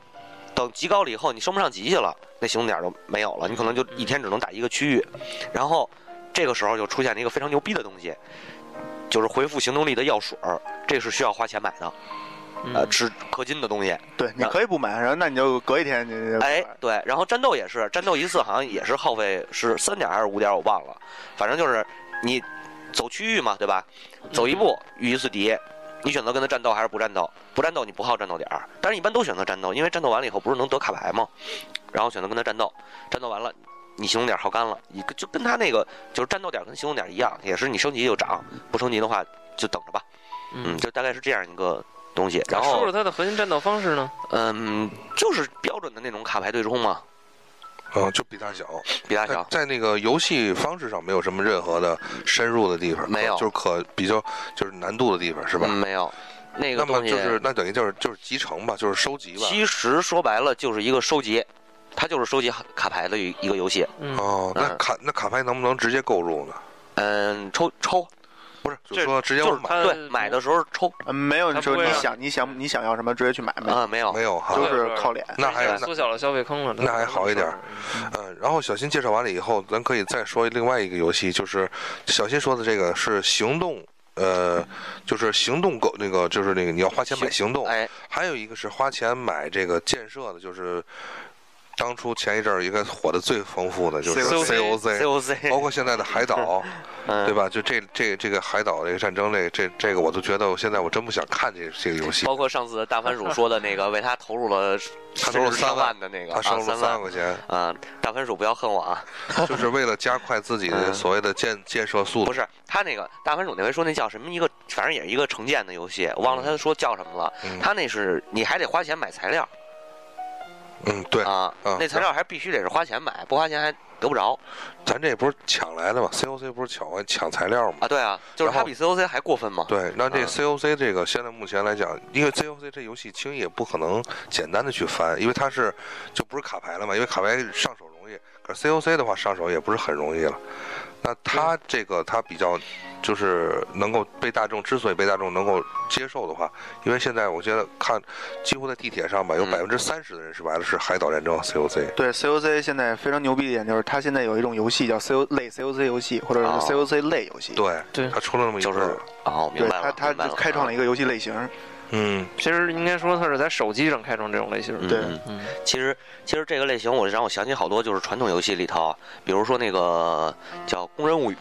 Speaker 1: 等级高了以后，你升不上级去了，那行动点儿都没有了，你可能就一天只能打一个区域。然后这个时候就出现了一个非常牛逼的东西，就是恢复行动力的药水儿，这是需要花钱买的，呃，
Speaker 3: 嗯
Speaker 1: 吃氪金的东西。
Speaker 4: 对，你可以不买，然后那你就隔一天你就
Speaker 1: 啊哎，对，然后战斗也是，战斗一次好像也是耗费是三点还是五点，我忘了，反正就是你走区域嘛，对吧？走一步
Speaker 3: 嗯
Speaker 1: 遇一次敌，你选择跟他战斗还是不战斗？不战斗你不耗战斗点儿，但是一般都选择战斗，因为战斗完了以后不是能得卡牌吗？然后选择跟他战斗，战斗完了。你行动点耗干了，你就跟他那个就是战斗点跟行动点一样，也是你升级就涨，不升级的话就等着吧。嗯，
Speaker 3: 嗯，
Speaker 1: 就大概是这样一个东西。然
Speaker 3: 说
Speaker 1: 后
Speaker 3: 说，它的核心战斗方式呢？
Speaker 1: 嗯，就是标准的那种卡牌对冲嘛，
Speaker 2: 嗯，就比他小，
Speaker 1: 比他
Speaker 2: 在
Speaker 1: 小。
Speaker 2: 在那个游戏方式上没有什么任何的深入的地方，
Speaker 1: 没有
Speaker 2: 就是可比较就是难度的地方是吧
Speaker 1: 嗯？没有，那个
Speaker 2: 那么
Speaker 1: 东西
Speaker 2: 就是那等于就是就是集成吧，就是收集吧。
Speaker 1: 其实说白了就是一个收集，它就是收集卡牌的一个游戏。
Speaker 3: 嗯，
Speaker 2: 哦，那
Speaker 1: 嗯
Speaker 2: 卡那卡牌能不能直接购入呢？
Speaker 1: 嗯，抽抽，
Speaker 2: 不是，就
Speaker 3: 这
Speaker 2: 是说直接
Speaker 1: 就
Speaker 2: 我
Speaker 1: 是
Speaker 2: 买
Speaker 3: 它
Speaker 1: 对，买的时候抽
Speaker 4: 呃没有，你
Speaker 3: 它
Speaker 4: 说
Speaker 3: 不会
Speaker 4: 你
Speaker 3: 让
Speaker 4: 想你想你想要什么，直接去买嘛，
Speaker 1: 啊，没有
Speaker 2: 没有哈
Speaker 4: 就？
Speaker 3: 对
Speaker 4: 是
Speaker 3: 对
Speaker 4: 靠脸。
Speaker 2: 那还
Speaker 3: 现在
Speaker 2: 那
Speaker 3: 缩小了消费坑了，
Speaker 2: 那还好一点儿
Speaker 3: 嗯
Speaker 2: 嗯，然后小新介绍完了以后，咱可以再说另外一个游戏，就是小新说的这个是行动。呃，就是行动购那个，就是那个你要花钱买行动，
Speaker 1: 哎，
Speaker 2: 还有一个是花钱买这个建设的，就是当初前一阵儿应该火的最丰富的就是
Speaker 3: COC
Speaker 2: COC，包
Speaker 1: COC，
Speaker 2: 括现在的海岛，
Speaker 1: 嗯，
Speaker 2: 对？吧？就这这这个海岛这个战争，这这这个我都觉得，我现在我真不想看这这个游戏。
Speaker 1: 包括上次大番薯说的那个，为他投入了
Speaker 2: 他投入
Speaker 1: 甚至
Speaker 2: 三
Speaker 1: 上
Speaker 2: 万
Speaker 1: 万的那个，
Speaker 2: 他
Speaker 1: 啊，
Speaker 2: 收了
Speaker 1: 三
Speaker 2: 三万。块钱，
Speaker 1: 啊，大番薯不要恨我啊！
Speaker 2: 就是为了加快自己的
Speaker 1: 嗯
Speaker 2: 所谓的建建设速
Speaker 1: 不
Speaker 2: 度。
Speaker 1: 是他那个大番薯那回说那叫什么一个，反正也是一个城建的游戏，忘了他说叫什么了。
Speaker 2: 嗯
Speaker 1: 他那是你还得花钱买材料，
Speaker 2: 嗯，对，
Speaker 1: 啊
Speaker 2: 嗯，
Speaker 1: 那材料还必须得是花钱买，不花钱还得不着
Speaker 2: 咱这不是抢来的嘛？COC 不是抢完抢材料嘛？
Speaker 1: 啊。对啊，就是
Speaker 2: 然
Speaker 1: 它
Speaker 2: 后
Speaker 1: 比 COC 还过分嘛。
Speaker 2: 对，那这
Speaker 1: 嗯
Speaker 2: COC 这个现在目前来讲，因为 COC 这游戏轻易也不可能简单的去翻，因为它是就不是卡牌了嘛，因为卡牌上手容易，可是 COC 的话上手也不是很容易了。那
Speaker 1: 啊
Speaker 2: 它这个它比较就是能够被大众之所以被大众能够接受的话，因为现在我觉得看几乎在地铁上吧，有
Speaker 1: 嗯
Speaker 2: 百分之三十的人是玩的是《海岛战争》COC。
Speaker 4: 对 COC 现在非常牛逼的一点就是，它现在有一种游戏叫 CO 类 COC 游戏，或者
Speaker 1: 哦
Speaker 4: 是 COC 类游戏。
Speaker 2: 对，
Speaker 3: 对
Speaker 2: 它出了那么一
Speaker 1: 就是
Speaker 2: 个，
Speaker 1: 哦，明
Speaker 4: 对，
Speaker 1: 白
Speaker 4: 它
Speaker 1: 了，
Speaker 4: 它
Speaker 1: 明白
Speaker 4: 就开创了一个游戏类型。呃
Speaker 2: 嗯，
Speaker 3: 其实应该说它是在手机上开创这种类型
Speaker 1: 嗯
Speaker 3: 的。
Speaker 4: 对
Speaker 1: 嗯
Speaker 3: 嗯，
Speaker 1: 其实，其实这个类型我让我想起好多，就是传统游戏里头，啊比如说那个叫《工人物语》，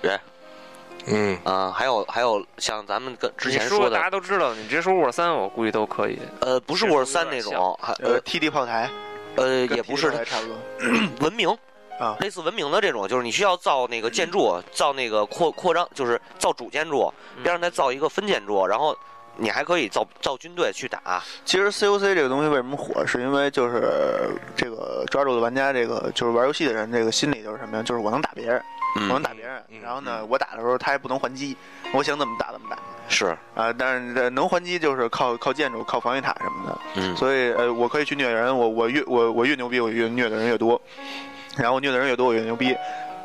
Speaker 2: 嗯，
Speaker 1: 嗯，还有还有像咱们跟之前
Speaker 3: 你说
Speaker 1: 的
Speaker 3: 大，家都知道，你直接说 Word 三，我估计都可以。
Speaker 1: 呃，不是 War
Speaker 3: 这是有
Speaker 1: 三那
Speaker 3: 点
Speaker 1: 种，还
Speaker 4: 呃
Speaker 1: 呃
Speaker 4: ，TD 炮台
Speaker 1: 呃
Speaker 4: 跟
Speaker 1: 也
Speaker 4: TD
Speaker 1: 不是
Speaker 4: 炮台差不多。
Speaker 1: 文明
Speaker 4: 啊
Speaker 1: 类似文明的这种，就是你需要造那个建筑，造那个扩扩张，就是造主建筑，
Speaker 3: 嗯
Speaker 1: 边上再造一个分建筑，然后你还可以造造军队去打。
Speaker 4: 其实 COC 这个东西为什么火，是因为就是这个抓住了玩家这个就是玩游戏的人这个心理就是什么呀？就是我能打别人，我能
Speaker 1: 嗯，
Speaker 4: 打别人
Speaker 2: 嗯，
Speaker 4: 然后呢，我打的时候他还不能还击，我想怎么打怎么打。
Speaker 1: 是，
Speaker 4: 啊，但是呃能还击就是靠靠建筑、靠防御塔什么的，
Speaker 1: 嗯，
Speaker 4: 所以呃，我可以去虐人，我我越我我越牛逼，我越虐的人越多，然后虐的人越多，我越牛逼。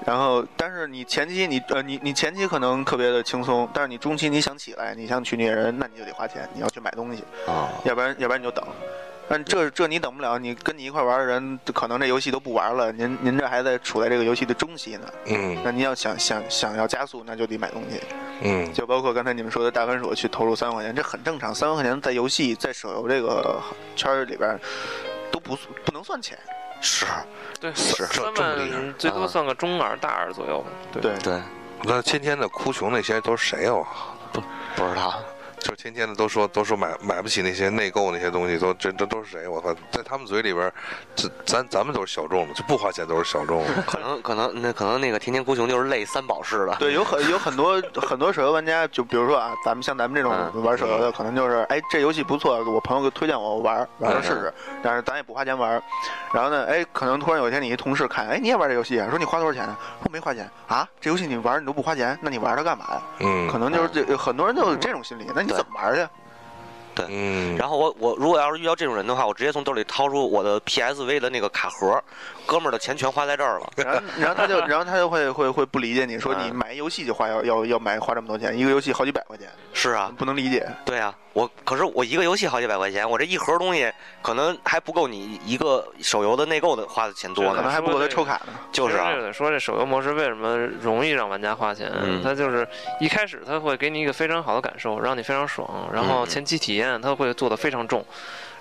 Speaker 4: 然后，但是你前期你呃你你前期可能特别的轻松，但是你中期你想起来，你想去虐人，那你就得花钱，你要去买东西，
Speaker 1: 啊，
Speaker 4: 要不然要不然你就等。但这这你等不了，你跟你一块玩的人可能这游戏都不玩了，您您这还在处在这个游戏的中期呢。
Speaker 2: 嗯
Speaker 4: 那您要想想想要加速，那就得买东西。
Speaker 2: 嗯，
Speaker 4: 就包括刚才你们说的大分手去投入三万块钱，这很正常。三万块钱在游戏、在手游这个圈儿里边儿都不不能算钱。
Speaker 2: 是。
Speaker 3: 对，
Speaker 2: 是
Speaker 3: 三
Speaker 2: 这么厉害
Speaker 3: 万最多算个中耳、大耳左右。对
Speaker 4: 对，
Speaker 1: 对，
Speaker 2: 那天天的哭穷那些都是谁哦？
Speaker 1: 不知道，
Speaker 2: 就是天天的都说都说买买不起那些内购那些东西，都这这都是谁？我靠，在他们嘴里边，这咱咱们都是小众的，就不花钱都是小众 的。
Speaker 1: 可能可能那可能那个天天哭穷就是类三宝似的。
Speaker 4: 对，有很有很多很多手游玩家，就比如说啊，咱们像咱们这种
Speaker 1: 嗯
Speaker 4: 玩手游的，可能就是哎这游戏不错，我朋友给推荐我玩儿玩儿试试，但是咱也不花钱玩儿。然后呢，哎，可能突然有一天你一同事看，哎你也玩这游戏啊？说你花多少钱啊？说没花钱啊？这游戏你玩儿你都不花钱，那你玩它干嘛呀？可
Speaker 2: 嗯
Speaker 4: 能就是这很多人都有这种心理，那你
Speaker 1: 对
Speaker 4: 怎么玩儿去？
Speaker 2: 嗯，
Speaker 1: 然后我我如果要是遇到这种人的话，我直接从兜里掏出我的 PSV 的那个卡盒，哥们儿的钱全花在这儿了。
Speaker 4: 然后，然后他就，然后他就会会会不理解你说
Speaker 1: 嗯
Speaker 4: 你买一游戏就花要要要买花这么多钱，一个游戏好几百块钱，
Speaker 1: 是啊，
Speaker 4: 不能理解。
Speaker 1: 对啊，我可是我一个游戏好几百块钱，我这一盒东西可能还不够你一个手游的内购的花的钱多
Speaker 4: 可能
Speaker 1: 呢。
Speaker 4: 还不够他抽卡呢。
Speaker 1: 就是啊
Speaker 3: 其实，这得说这手游模式为什么容易让玩家花钱？
Speaker 1: 嗯
Speaker 3: 它就是一开始它会给你一个非常好的感受，让你非常爽，然
Speaker 1: 嗯
Speaker 3: 后前期体验它会做的非常重，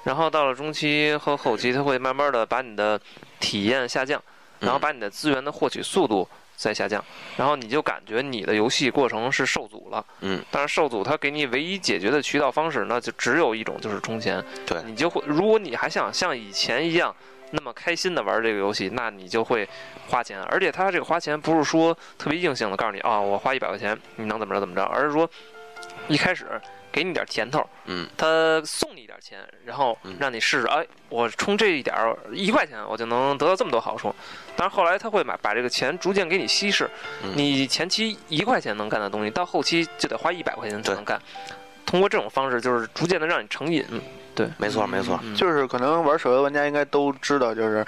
Speaker 3: 然后到了中期和后期，它会慢慢的把你的体验下降，然
Speaker 1: 嗯
Speaker 3: 后把你的资源的获取速度。再下降，然后你就感觉你的游戏过程是受阻了。
Speaker 1: 嗯，
Speaker 3: 但是受阻它给你唯一解决的渠道方式，那就只有一种，就是充钱。
Speaker 1: 对
Speaker 3: 你就会，如果你还想像以前一样那么开心的玩这个游戏，那你就会花钱。而且它这个花钱不是说特别硬性的告诉你啊、我花一百块钱你能怎么着怎么着，而是说一开始给你点甜头，
Speaker 1: 嗯，
Speaker 3: 他送你一点钱，然后
Speaker 1: 嗯
Speaker 3: 让你试试，哎，我充这一点儿一块钱，我就能得到这么多好处。但是后来他会把把这个钱逐渐给你稀释，
Speaker 1: 嗯
Speaker 3: 你前期一块钱能干的东西，到后期就得花一百块钱才
Speaker 1: 对
Speaker 3: 能干。通过这种方式，就是逐渐的让你成瘾。
Speaker 1: 没错没错，
Speaker 3: 嗯
Speaker 4: 就是可能玩手游玩家应该都知道，就是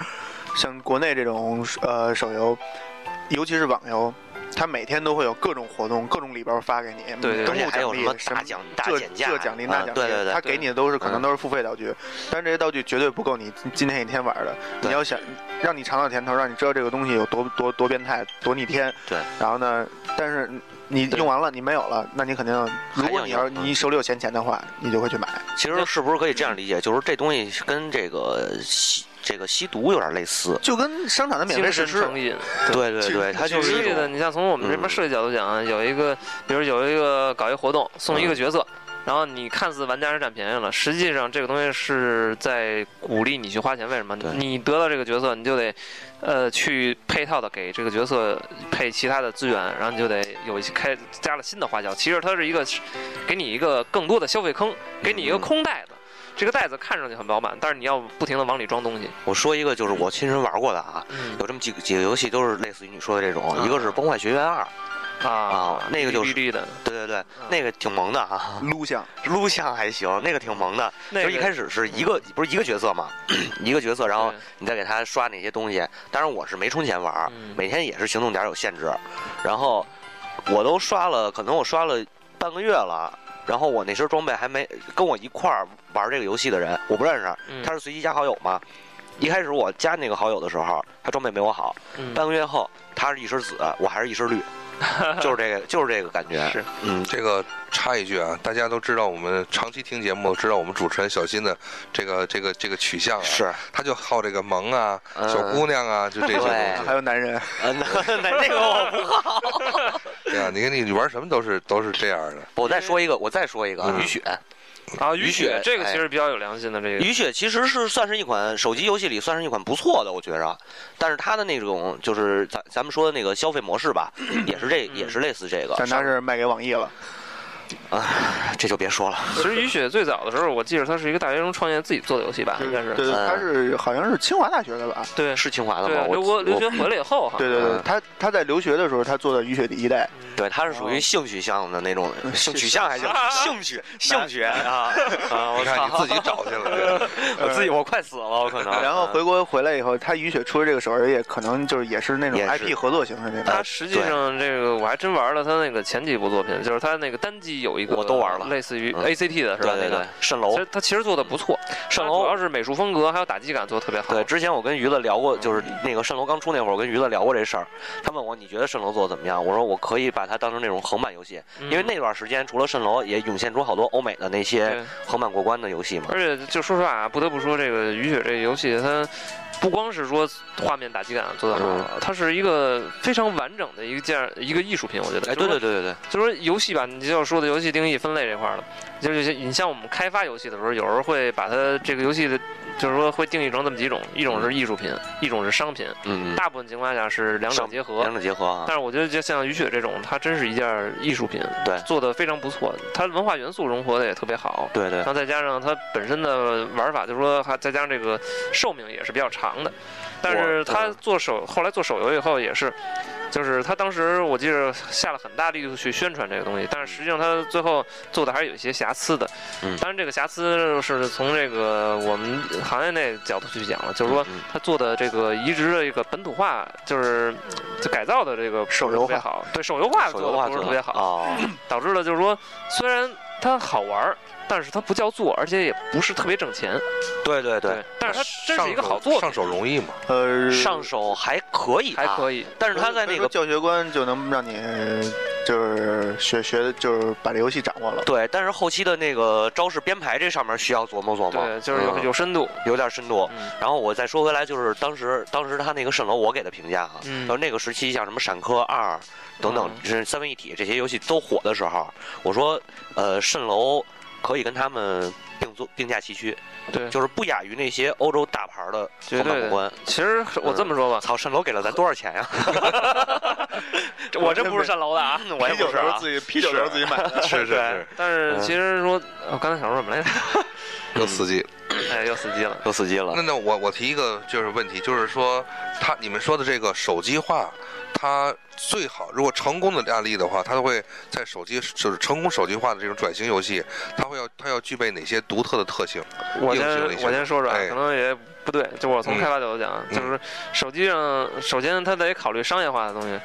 Speaker 4: 像国内这种呃手游，尤其是网游，它每天都会有各种活动、各种礼包发给你，
Speaker 3: 对对
Speaker 1: 而
Speaker 4: 登
Speaker 1: 且
Speaker 4: 录
Speaker 1: 还有
Speaker 4: 奖
Speaker 1: 什
Speaker 4: 励
Speaker 1: 么
Speaker 4: 什
Speaker 1: 大
Speaker 4: 么
Speaker 1: 奖大
Speaker 4: 这
Speaker 1: 减价，
Speaker 4: 这奖励
Speaker 1: 啊
Speaker 4: 那奖励，
Speaker 1: 对对
Speaker 4: 他
Speaker 1: 对，
Speaker 4: 给你的都是可能
Speaker 1: 嗯
Speaker 4: 都是付费道具，但是这些道具绝对不够你今今天一天玩的。
Speaker 1: 对
Speaker 4: 你要想让你尝到甜头，让你知道这个东西有多多多变态、多逆天。
Speaker 1: 对。
Speaker 4: 然后呢，但是你
Speaker 1: 对
Speaker 4: 用完了，你没有了，那你肯定，如果你要
Speaker 1: 还想用嗯
Speaker 4: 你手里有闲钱的话，你就会去买。
Speaker 1: 其实是不是可以这样理解？就是这东西是跟这个吸这个吸毒有点类似。
Speaker 4: 就跟商场的免费
Speaker 3: 精
Speaker 4: 试
Speaker 3: 神
Speaker 4: 吃，
Speaker 3: 成瘾。
Speaker 1: 对对对，它
Speaker 3: 举
Speaker 1: 就
Speaker 3: 个
Speaker 1: 是一
Speaker 3: 例子，
Speaker 1: 种嗯
Speaker 3: 你像从我们这边设计角度讲啊，有一个，比如有一个搞一活动，送一
Speaker 1: 嗯
Speaker 3: 个角色，然后你看似玩家是占便宜了，实际上这个东西是在鼓励你去花钱。为什么
Speaker 1: 对？
Speaker 3: 你得到这个角色，你就得，呃，去配套的给这个角色配其他的资源，然后你就得有一些开加了新的花销。其实它是一个，给你一个更多的消费坑，给你一个
Speaker 1: 嗯
Speaker 3: 空袋子。这个袋子看上去很饱满，但是你要不停的往里装东西。
Speaker 1: 我说一个就是我亲身玩过的啊，
Speaker 3: 嗯
Speaker 1: 有这么几个几个游戏都是类似于你说的这种，
Speaker 3: 啊
Speaker 1: 一个是《崩坏学院二》，
Speaker 3: 啊
Speaker 1: 啊那个就是
Speaker 3: 哔哩哔哩的，
Speaker 1: 对对对，那个挺萌的啊，
Speaker 4: 撸像
Speaker 1: 录像还行，那个挺萌的。
Speaker 3: 那
Speaker 1: 就
Speaker 3: 个
Speaker 1: 是一开始是一个不是一个角色嘛， 一个角色，然后
Speaker 3: 对
Speaker 1: 你再给他刷那些东西。当然我是没充钱玩儿
Speaker 3: 嗯，
Speaker 1: 每天也是行动点有限制，然后我都刷了，可能我刷了半个月了。然后我那身装备还没跟我一块儿玩这个游戏的人，我不认识，
Speaker 3: 嗯
Speaker 1: 他是随机加好友嘛。一开始我加那个好友的时候，他装备没我好，
Speaker 3: 嗯
Speaker 1: 半个月后他是一身紫，我还是一身 绿，就是这个就是这个感觉。
Speaker 3: 是
Speaker 1: 嗯，
Speaker 2: 这个插一句啊，大家都知道，我们长期听节目，知道我们主持人小新的这个这个这个取向啊，
Speaker 1: 是，
Speaker 2: 他就好这个萌啊、
Speaker 1: 嗯
Speaker 2: 小姑娘啊，就这些
Speaker 1: 对
Speaker 2: 东
Speaker 4: 还
Speaker 2: 西。
Speaker 4: 有男人，
Speaker 1: 呃， 那那那个我 不好。
Speaker 2: 对啊，你看你你玩什么都是都是这样的。
Speaker 1: 我再说一个，我再说一个啊
Speaker 2: 嗯
Speaker 1: 雨雪。
Speaker 3: 啊，
Speaker 1: 雨
Speaker 3: 雨
Speaker 1: 雪
Speaker 3: 雪这个
Speaker 1: 哎
Speaker 3: 其实比较有良心的，这个
Speaker 1: 雨雪其实是算是一款手机游戏里算是一款不错的，我觉着。但是它的那种就是咱咱们说的那个消费模式吧，也是这
Speaker 3: 嗯
Speaker 1: 也是类似这个。
Speaker 4: 但他是卖给网易了。
Speaker 1: 这就别说了。
Speaker 3: 其实雨雪最早的时候，我记得她是一个大学生创业自己做的游戏吧，应该
Speaker 4: 对
Speaker 3: 是
Speaker 4: 对，
Speaker 1: 嗯
Speaker 4: 他是好像是清华大学的吧？
Speaker 3: 对
Speaker 1: 是清华的吗？
Speaker 3: 对，
Speaker 1: 我
Speaker 3: 留国留
Speaker 1: 我
Speaker 3: 学回来以后哈，
Speaker 4: 对对对
Speaker 1: 嗯，
Speaker 4: 他他在留学的时候，他做的雨雪第一代，
Speaker 1: 对，他是属于性取向的那种，性取向还行，兴趣兴趣啊啊！我
Speaker 2: 你看你
Speaker 1: 操
Speaker 2: 自己找去了，
Speaker 1: 我 自己我快死了，我可能。
Speaker 4: 然后回国回来以后，他雨雪出的这个手游也可能就是也是那种
Speaker 1: 也是
Speaker 4: IP 合作型的那
Speaker 3: 他
Speaker 4: 种。
Speaker 3: 实际上这个我还真玩了他那个前几部作品，就是他那个单机有一个
Speaker 1: 我都玩了
Speaker 3: 类似于
Speaker 1: 嗯
Speaker 3: ACT 的是吧？
Speaker 1: 对对对
Speaker 3: 那个，
Speaker 1: 蜃
Speaker 3: 其
Speaker 1: 楼
Speaker 3: 实。他其实做的不错，
Speaker 1: 蜃
Speaker 3: 它主
Speaker 1: 楼
Speaker 3: 要是美术风格还有打击感做的特别好。
Speaker 1: 对，之前我跟于子聊过，就是那个蜃楼刚出那会儿，我跟于子聊过这事儿。他问我你觉得蜃楼做的怎么样？我说我可以把它当成那种横版游戏，
Speaker 3: 嗯，
Speaker 1: 因为那段时间除了蜃楼，也涌现出好多欧美的那些
Speaker 3: 对
Speaker 1: 横版过关的游戏嘛。
Speaker 3: 而且就说实话啊，不得不说这个《雨雪》这个游戏，它不光是说画面打击感做得
Speaker 1: 嗯
Speaker 3: 好，它是一个非常完整的一件一个艺术品，我觉得。
Speaker 1: 哎，
Speaker 3: 就
Speaker 1: 对对
Speaker 3: 是说，
Speaker 1: 对对对，
Speaker 3: 就说游戏吧，你就要说的游戏定义分类这块儿了，就是有些你像我们开发游戏的时候，有时候会把它这个游戏的，就是说会定义成这么几种，一种是艺术品，一种是商品，
Speaker 1: 嗯，
Speaker 3: 大部分情况下是两者
Speaker 1: 商
Speaker 3: 结合。
Speaker 1: 两者结合啊
Speaker 3: 但，是我觉得就像雨雪这种，它真是一件艺术品，
Speaker 1: 对
Speaker 3: 做的非常不错，它文化元素融合的也特别好，
Speaker 1: 对对
Speaker 3: 然后再加上它本身的玩法，就是说还再加上这个寿命也是比较长的，但是它
Speaker 1: 嗯
Speaker 3: 做手后来做手游以后也是，就是他当时我记着下了很大力度去宣传这个东西，但是实际上他最后做的还是有一些瑕疵的。
Speaker 1: 嗯
Speaker 3: 当然这个瑕疵是从这个我们行业内角度去讲了，就是说
Speaker 1: 嗯嗯
Speaker 3: 他做的这个移植的一个本土化，就是就改造的这个手
Speaker 4: 游化
Speaker 3: 特别好，对手游化
Speaker 1: 手
Speaker 3: 做
Speaker 1: 游
Speaker 3: 的
Speaker 1: 化
Speaker 3: 不
Speaker 1: 做
Speaker 3: 是
Speaker 1: 得
Speaker 3: 特别好。
Speaker 1: 哦，
Speaker 3: 导致了就是说，虽然它好玩儿，但是它不叫做，而且也不是特别挣钱。
Speaker 1: 对对对，，
Speaker 3: 但 是它真是一个好
Speaker 2: 上手
Speaker 3: 作品，
Speaker 2: 上手容易嘛？
Speaker 4: 呃，
Speaker 1: 上手还可以，
Speaker 3: 还
Speaker 1: 以，
Speaker 3: 可以。
Speaker 1: 但是他在那
Speaker 4: 所以说
Speaker 1: 个。
Speaker 4: 教学观就能让你就是学学的，就是把这游戏掌握了。
Speaker 1: 对，但是后期的那个招式编排这上面需要琢磨琢磨，
Speaker 3: 对，就是有
Speaker 1: 嗯
Speaker 3: 有深度。
Speaker 1: 有点深度。
Speaker 3: 嗯
Speaker 1: 然后我再说回来，就是当时当时他那个蜃楼，我给的评价啊，
Speaker 3: 嗯
Speaker 1: 然后那个时期像什么《闪科二》等等，是三位一体这些游戏都火的时候，我说，呃，蜃楼可以跟他们并坐并驾齐驱，
Speaker 3: 对，
Speaker 1: 就是不亚于那些欧洲大牌的
Speaker 3: 绝
Speaker 1: 横版
Speaker 3: 对
Speaker 1: 过
Speaker 3: 的
Speaker 1: 关。
Speaker 3: 其实我这么说吧，
Speaker 1: 操，蜃楼给了咱多少钱呀？
Speaker 3: 这我真不是蜃楼的啊， 我也
Speaker 4: 啤酒
Speaker 3: 不是
Speaker 4: 都
Speaker 3: 啊
Speaker 4: 是。自己，啤酒都是自己 买的。
Speaker 2: 是是是，
Speaker 3: 但是
Speaker 1: 嗯
Speaker 3: 其实说，呃我刚才想说什么来着？
Speaker 2: 又刺激。
Speaker 3: 哎，又死机了。
Speaker 1: 都死机了
Speaker 2: 那。那我我提一个就是问题，就是说他你们说的这个手机化，它最好如果成功的案例的话，它会在手机就是成功手机化的这种转型游戏，它会要它要具备哪些独特的特性？
Speaker 3: 我
Speaker 2: 硬
Speaker 3: 先
Speaker 2: 性的一些
Speaker 3: 我先说说，啊
Speaker 2: 哎，
Speaker 3: 可能也不对，就我从
Speaker 2: 嗯
Speaker 3: 开发角度讲啊，
Speaker 2: 嗯
Speaker 3: 就是手机上，首先它得考虑商业化的东西。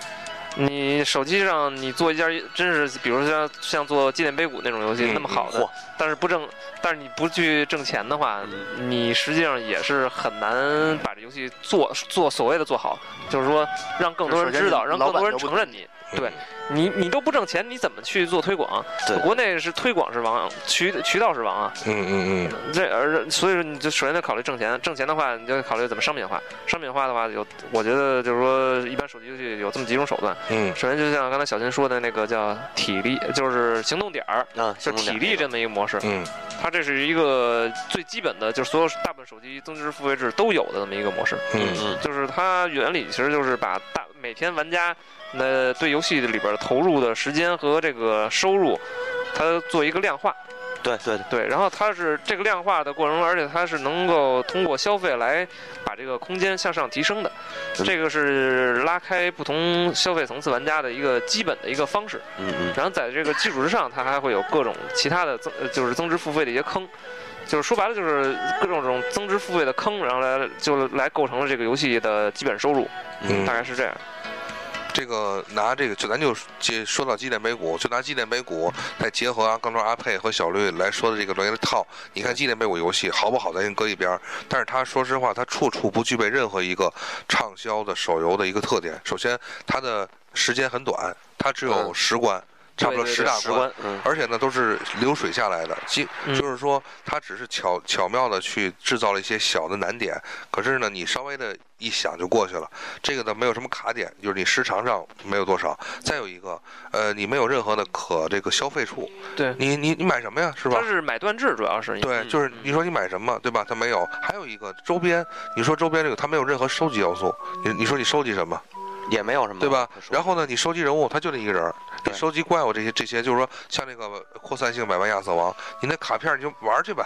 Speaker 3: 你手机上你做一件，真是比如像像做纪念碑谷那种游戏
Speaker 2: 嗯
Speaker 3: 那么好的
Speaker 1: 嚯，
Speaker 3: 但是不挣，但是你不去挣钱的话，你实际上也是很难把这游戏做做所谓的做好，就是说让更多人
Speaker 4: 就首先
Speaker 3: 知道，
Speaker 4: 你
Speaker 3: 让
Speaker 4: 老
Speaker 3: 更
Speaker 4: 板
Speaker 3: 多
Speaker 4: 都
Speaker 3: 人
Speaker 4: 不
Speaker 3: 承认你。对你你都不挣钱，你怎么去做推广？
Speaker 1: 对
Speaker 3: 国内是推广是王，渠渠道是王啊。
Speaker 2: 嗯嗯嗯，
Speaker 3: 这而所以说，你就首先得考虑挣钱，挣钱的话，你就考虑怎么商品化。商品化的话，有我觉得就是说，一般手机游戏有这么几种手段。
Speaker 2: 嗯
Speaker 3: 首先就像刚才小新说的那个叫体力，就是行动点儿，
Speaker 1: 嗯，
Speaker 3: 就
Speaker 1: 行
Speaker 3: 是体力这么一个模式。
Speaker 2: 嗯
Speaker 3: 它这是一个最基本的，就是所有大部分手机增值付费制都有的这么一个模式。
Speaker 1: 嗯
Speaker 2: 嗯
Speaker 1: 嗯
Speaker 3: 就是它原理其实就是把大每天玩家那对游戏里边投入的时间和这个收入，它做一个量化。
Speaker 1: 对对嗯对，
Speaker 3: 对，然后它是这个量化的过程中，而且它是能够通过消费来把这个空间向上提升的，
Speaker 1: 嗯
Speaker 3: 这个是拉开不同消费层次玩家的一个基本的一个方式。
Speaker 1: 嗯嗯，
Speaker 3: 然后在这个基础之上，它还会有各种其他的增，呃就是增值付费的一些坑，就是说白了就是各种种增值付费的坑，然后来就来构成了这个游戏的基本收入，
Speaker 2: 嗯
Speaker 3: 大概是这样。
Speaker 2: 这个拿这个就咱就接说到机电美股，就拿机电美股再结合啊，刚才阿佩和小绿来说的这个轮的套，你看机电美股游戏好不好，咱先搁一边儿。但是它说实话，它处处不具备任何一个畅销的手游的一个特点。首先，它的时间很短，它只有
Speaker 1: 嗯
Speaker 2: 十关，差不多
Speaker 3: 对对
Speaker 2: 十大
Speaker 1: 十关，嗯
Speaker 2: 而且呢都是流水下来的，即
Speaker 3: 嗯
Speaker 2: 就是说它只是巧巧妙的去制造了一些小的难点，可是呢你稍微的一想就过去了，这个呢没有什么卡点，就是你时长上没有多少。再有一个，呃，你没有任何的可这个消费处，
Speaker 3: 对
Speaker 2: 你你你买什么呀，是吧
Speaker 3: 它？是买断制，主要是
Speaker 2: 对，
Speaker 1: 嗯
Speaker 2: 就是
Speaker 3: 嗯
Speaker 2: 你说你买什么，对吧？它没有。还有一个周边，你说周边这个它没有任何收集要素，你你说你收集什么？
Speaker 1: 也没有什么
Speaker 2: 对吧
Speaker 1: 可？说
Speaker 2: 然后呢，你收集人物，他就那一个人儿，你
Speaker 1: 对
Speaker 2: 收集怪物这些这些，就是说像那个扩散性百万亚瑟王，你那卡片你就玩儿去吧。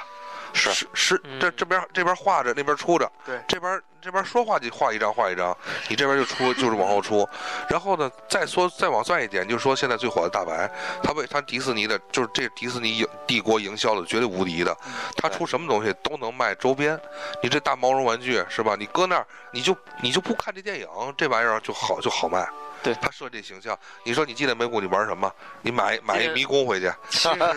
Speaker 1: 是
Speaker 2: 是是，这
Speaker 3: 嗯
Speaker 2: 这边这边画着，那边出着，
Speaker 4: 对
Speaker 2: 这边这边说话就画一张画一张，你这边就出就是往后出，然后呢，再说再往算一点，就是说现在最火的大白，他为他迪士尼的，就是这迪士尼影帝国营销的绝对无敌的，他
Speaker 1: 对
Speaker 2: 出什么东西都能卖周边，你这大毛绒玩具是吧？你搁那儿你就你就不看这电影，这玩意儿就好就好卖。
Speaker 3: 对
Speaker 2: 他设这形象，你说你进来美股你玩什么？你买买一迷宫回去，
Speaker 3: 其实啊，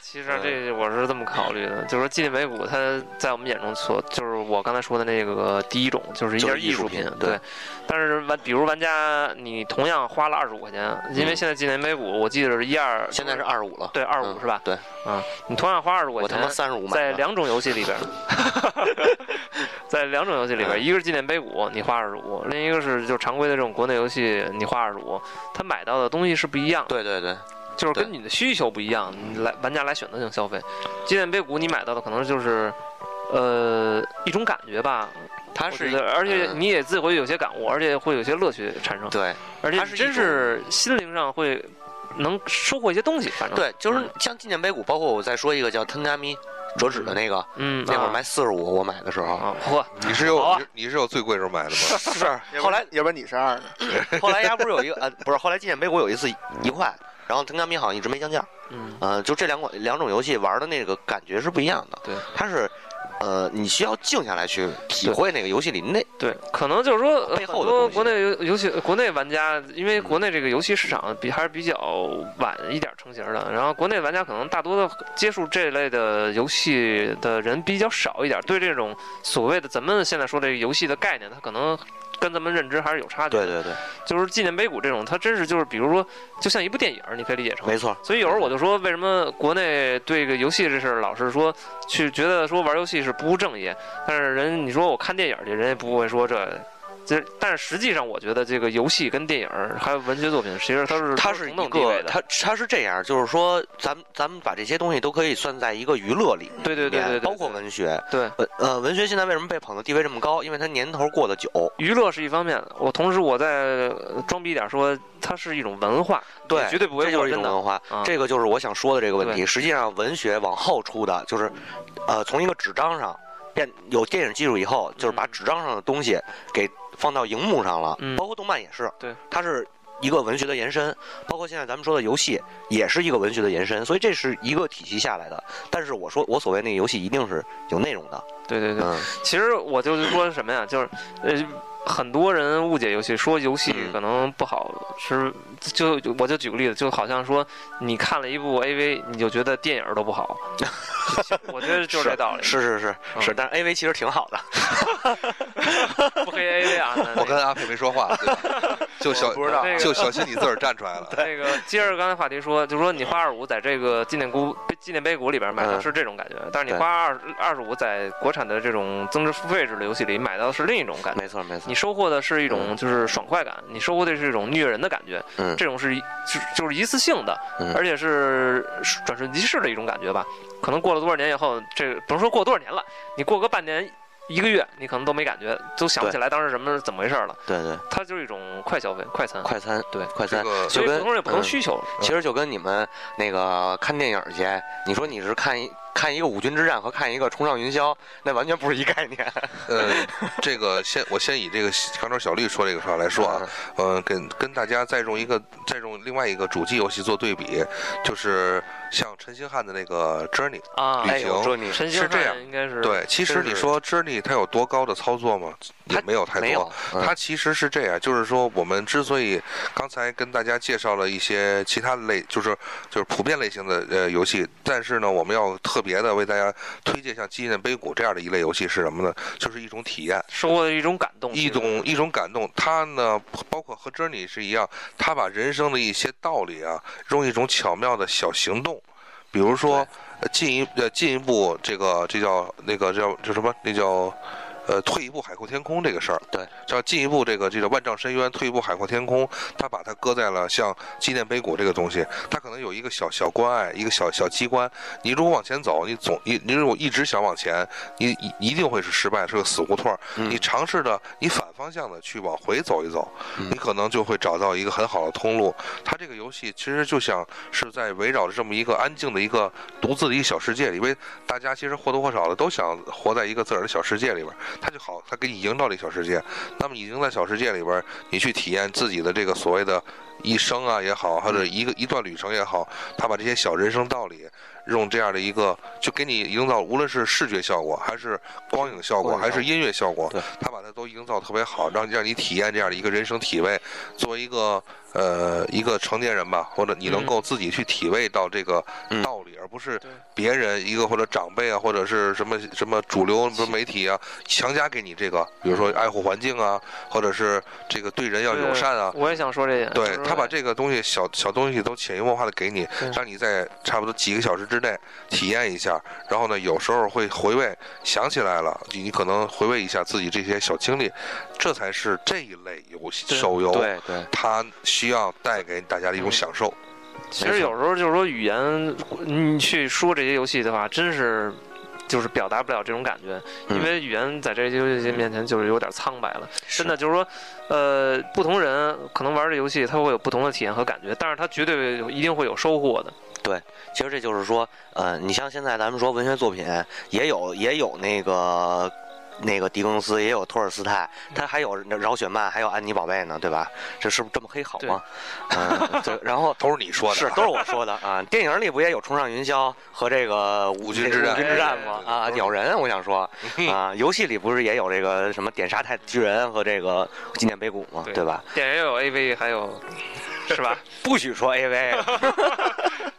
Speaker 3: 其
Speaker 1: 嗯
Speaker 3: 实啊这我是这么考虑的，就是说纪念美股它在我们眼中所就是我刚才说的那个第一种，就是一
Speaker 1: 就
Speaker 3: 件
Speaker 1: 是艺术
Speaker 3: 品
Speaker 1: 品，嗯
Speaker 3: 对
Speaker 1: 对。
Speaker 3: 但是玩，比如玩家你同样花了二十五块钱，因为
Speaker 1: 嗯
Speaker 3: 现在纪念美股我记得是一二，
Speaker 1: 现在是二十五了，
Speaker 3: 对二
Speaker 1: 嗯
Speaker 3: 五是吧？啊
Speaker 1: 对，
Speaker 3: 你同样花二十块
Speaker 1: 我他
Speaker 3: 钱，
Speaker 1: 妈三十五买
Speaker 3: 在
Speaker 1: 的
Speaker 3: 两种游戏里边儿， 在两种游戏里
Speaker 1: 嗯
Speaker 3: 边儿，一个是纪念碑谷，你花二十五；另一个是就常规的这种国内游戏，你花二十五。他买到的东西是不一样的，
Speaker 1: 对对对，
Speaker 3: 就是跟
Speaker 1: 对
Speaker 3: 你的需求不一样，你来玩家来选择性消费。纪念碑谷你买到的可能就是，呃，一种感觉吧。
Speaker 1: 它
Speaker 3: 我
Speaker 1: 是
Speaker 3: 觉得而且
Speaker 1: 嗯
Speaker 3: 你也自己会有些感悟，而且会有些乐趣产生，
Speaker 1: 对
Speaker 3: 而且
Speaker 1: 它
Speaker 3: 你
Speaker 1: 是一
Speaker 3: 真是心灵上会能收获一些东西，反正，
Speaker 1: 对，就是
Speaker 3: 嗯
Speaker 1: 像纪念碑谷，包括我再说一个叫 Tengami 折纸的那个，
Speaker 3: 嗯，
Speaker 1: 那会儿
Speaker 3: 啊
Speaker 1: 卖四十五，我买的时候
Speaker 3: 啊，嚯，
Speaker 2: 你是
Speaker 1: 好
Speaker 2: 有
Speaker 1: 啊
Speaker 2: 你是你是有最贵时候买的吗？
Speaker 1: 是
Speaker 4: 要不然
Speaker 1: 后来
Speaker 4: 要不然你是二的，
Speaker 1: 后来家不是有一个呃，不是后来纪念碑谷有一次一块，然后腾格米好像一直没降价。
Speaker 3: 嗯，
Speaker 1: 呃，就这两款两种游戏玩的那个感觉是不一样的。
Speaker 3: 对，
Speaker 1: 它是呃，你需要静下来去体会那个游戏里那
Speaker 3: 对，可能就是说呃
Speaker 1: 哦背后
Speaker 3: 很
Speaker 1: 的
Speaker 3: 多
Speaker 1: 东西
Speaker 3: 国内游游戏国内玩家，因为国内这个游戏市场比还是比较晚一点成型的，然后国内玩家可能大多的接触这类的游戏的人比较少一点，对这种所谓的咱们现在说这个游戏的概念，他可能跟咱们认知还是有差距的。
Speaker 1: 对对，
Speaker 3: 就是纪念碑谷这种，它真是就是比如说，就像一部电影儿，你可以理解成
Speaker 1: 没错，
Speaker 3: 所以有时候我就说，为什么国内对这个游戏这事儿老是说去觉得说玩游戏是不务正业，但是人你说我看电影去，人也不会说这。这，但是实际上，我觉得这个游戏跟电影儿还有文学作品，其实它是
Speaker 1: 它
Speaker 3: 都
Speaker 1: 是
Speaker 3: 同等
Speaker 1: 一
Speaker 3: 地位
Speaker 1: 个
Speaker 3: 的。
Speaker 1: 它它是这样，就是说咱们咱们把这些东西都可以算在一个娱乐里面，
Speaker 3: 对对对对对，
Speaker 1: 包括文学。
Speaker 3: 对
Speaker 1: 呃呃，文学现在为什么被捧的地位这么高？因为它年头过得久。
Speaker 3: 娱乐是一方面，我同时我再装逼一点说，它是一种文化，
Speaker 1: 对，
Speaker 3: 也绝对不
Speaker 1: 这
Speaker 3: 为
Speaker 1: 就
Speaker 3: 过
Speaker 1: 是一
Speaker 3: 真
Speaker 1: 种
Speaker 3: 的。
Speaker 1: 文化
Speaker 3: 嗯。
Speaker 1: 这个就是我想说的这个问题。实际上，文学往后出的就是，呃，从一个纸张上变有电影技术以后，就是把
Speaker 3: 嗯
Speaker 1: 纸张上的东西给放到荧幕上了，
Speaker 3: 嗯
Speaker 1: 包括动漫也是。
Speaker 3: 对，
Speaker 1: 它是。一个文学的延伸，包括现在咱们说的游戏，也是一个文学的延伸，所以这是一个体系下来的。但是我说，我所谓那个游戏一定是有内容的。
Speaker 3: 对对对，
Speaker 1: 嗯，
Speaker 3: 其实我就是说什么呀，就是呃，很多人误解游戏，说游戏
Speaker 1: 嗯
Speaker 3: 可能不好，是就就我就举个例子，就好像说你看了一部 AV，你就觉得电影都 不好，我觉得就是这道理，
Speaker 1: 是是是
Speaker 3: 嗯
Speaker 1: 是，但是 AV 其实挺好的。
Speaker 3: 不黑 AV 啊。那
Speaker 2: 我跟阿佩没说话，对吧就小
Speaker 4: 我不知道
Speaker 3: 那个
Speaker 2: 就小心你自个儿站出来了。
Speaker 3: 那个接着刚才话题说，就说你花二五在这个纪念谷纪念碑谷里边买的
Speaker 1: 嗯
Speaker 3: 是这种感觉，但是你
Speaker 1: 对
Speaker 3: 花二二十五在国产的这种增值付费制的游戏里买到的是另一种感觉。
Speaker 1: 没错没错
Speaker 3: 你，收获的是一
Speaker 2: 嗯
Speaker 3: 种就是爽快感，你收获的是一种虐人的感觉，
Speaker 1: 嗯
Speaker 3: 这种是一就是就是一次性的，
Speaker 1: 嗯
Speaker 3: 而且是转瞬即逝的一种感觉吧。可能过了多少年以后，这甭说过多少年了，你过个半年一个月，你可能都没感觉，都想不起来当时什么怎么回事了。
Speaker 1: 对对，
Speaker 3: 它就是一种快消费、快餐，
Speaker 1: 快餐
Speaker 3: 对
Speaker 1: 快
Speaker 2: 嗯这
Speaker 1: 餐，
Speaker 2: 个
Speaker 1: 就
Speaker 3: 所以
Speaker 1: 跟
Speaker 3: 普通人有普通
Speaker 1: 嗯
Speaker 3: 需求了。
Speaker 1: 其实就跟你们那个看电影去，你说你是看一看一个《五军之战》和看一个《冲上云霄》，那完全不是一概念。
Speaker 2: 呃，这个先我先以这个刚才小绿说这个话来 说啊，呃，跟跟大家再用一个再用另外一个主机游戏做对比，就是像陈星汉的那个 Journey。
Speaker 3: 啊，
Speaker 2: 旅
Speaker 1: 哎
Speaker 2: 行
Speaker 1: 呦，说你
Speaker 3: 陈星
Speaker 2: 是这样
Speaker 3: 汉应该是
Speaker 2: 对，其实
Speaker 1: 真是
Speaker 2: 你说 Journey 它有多高的操作吗？也
Speaker 1: 它
Speaker 2: 没有太
Speaker 1: 没
Speaker 2: 多
Speaker 1: 有。，嗯
Speaker 2: 它其实是这样，就是说我们之所以刚才跟大家介绍了一些其他类，就是就是普遍类型的呃游戏，但是呢，我们要特别的为大家推荐像《纪念碑谷》这样的一类游戏是什么呢？就是一种体验，
Speaker 3: 收获的一种感动，
Speaker 2: 一种一种感动。它呢，包括和 Journey 是一样，它把人生的一些道理啊，用一种巧妙的小行动，比如说呃进一呃进一步这个这叫那个叫叫什么？那叫。呃，退一步海阔天空这个事儿，
Speaker 1: 对，
Speaker 2: 叫进一步这个这个万丈深渊，退一步海阔天空，他把它搁在了像纪念碑谷这个东西，它可能有一个小小关隘，一个小小机关。你如果往前走，你总你你如果一直想往前，你你你一定会是失败，是个死胡同儿。
Speaker 1: 嗯
Speaker 2: 你尝试着你反方向的去往回走一走，
Speaker 1: 嗯
Speaker 2: 你可能就会找到一个很好的通路。它这个游戏其实就像是在围绕着这么一个安静的一个独自的一个小世界里，因为大家其实或多或少的都想活在一个自个儿的小世界里边儿，它就好，它给你营造这个小世界。那么你营造小世界里边儿，你去体验自己的这个所谓的。一生啊也好，或者一个一段旅啊程也好，他把这些小人生道理，用这样的一个，就给你营造，无论是视觉效果，还是光影效果，
Speaker 1: 光影效
Speaker 2: 还
Speaker 1: 果
Speaker 2: 是音乐效果
Speaker 1: 对，
Speaker 2: 他把它都营造得特别好，让让你体验这样的一个人生体味。作为一个呃一个成年人吧，或者你能
Speaker 3: 嗯
Speaker 2: 够自己去体味到这个
Speaker 1: 嗯
Speaker 2: 道理，而不是
Speaker 3: 对
Speaker 2: 别人一个或者长辈啊，或者是什么什么主流什么媒体啊，强加给你这个，比如说爱护环境啊，或者是这个对人要
Speaker 3: 对
Speaker 2: 友善啊，
Speaker 3: 我也想说这点，
Speaker 2: 对
Speaker 3: 就是
Speaker 2: 他把这个东西小小东西都潜移默化的给你
Speaker 3: 对，
Speaker 2: 让你在差不多几个小时之内体验一下，然后呢，有时候会回味，想起来了，你你可能回味一下自己这些小经历，这才是这一类游戏
Speaker 3: 对
Speaker 2: 手游，
Speaker 1: 对对，
Speaker 2: 它需要带给大家的一种
Speaker 3: 嗯
Speaker 2: 享受。
Speaker 3: 其实有时候就是说语言，你去说这些游戏的话，真是就是表达不了这种感觉，
Speaker 1: 嗯
Speaker 3: 因为语言在这些游戏面前就是有点苍白了。真的就是说，呃，不同人可能玩这游戏，他会有不同的体验和感觉，但是他绝对有一定会有收获
Speaker 1: 啊
Speaker 3: 的。
Speaker 1: 其实这就是说，呃，你像现在咱们说文学作品，也有也有那个那个狄更斯，也有托尔斯泰，他还有饶雪漫，还有安妮宝贝呢，对吧？这是不是这么黑好吗？嗯，对。然后
Speaker 2: 都是你说的，
Speaker 1: 是都是我说的啊，电影里不也有《冲上云霄》和这个
Speaker 2: 五军之战
Speaker 1: 五军之战吗？
Speaker 2: 哎
Speaker 1: 啊，
Speaker 2: 对对对
Speaker 1: 鸟人，我想说啊，游戏里不是也有这个什么点杀太巨人和这个纪念碑谷吗？
Speaker 3: 对
Speaker 1: 对吧？
Speaker 3: 电影也有 AV，还有是吧？
Speaker 1: 不许说 AV，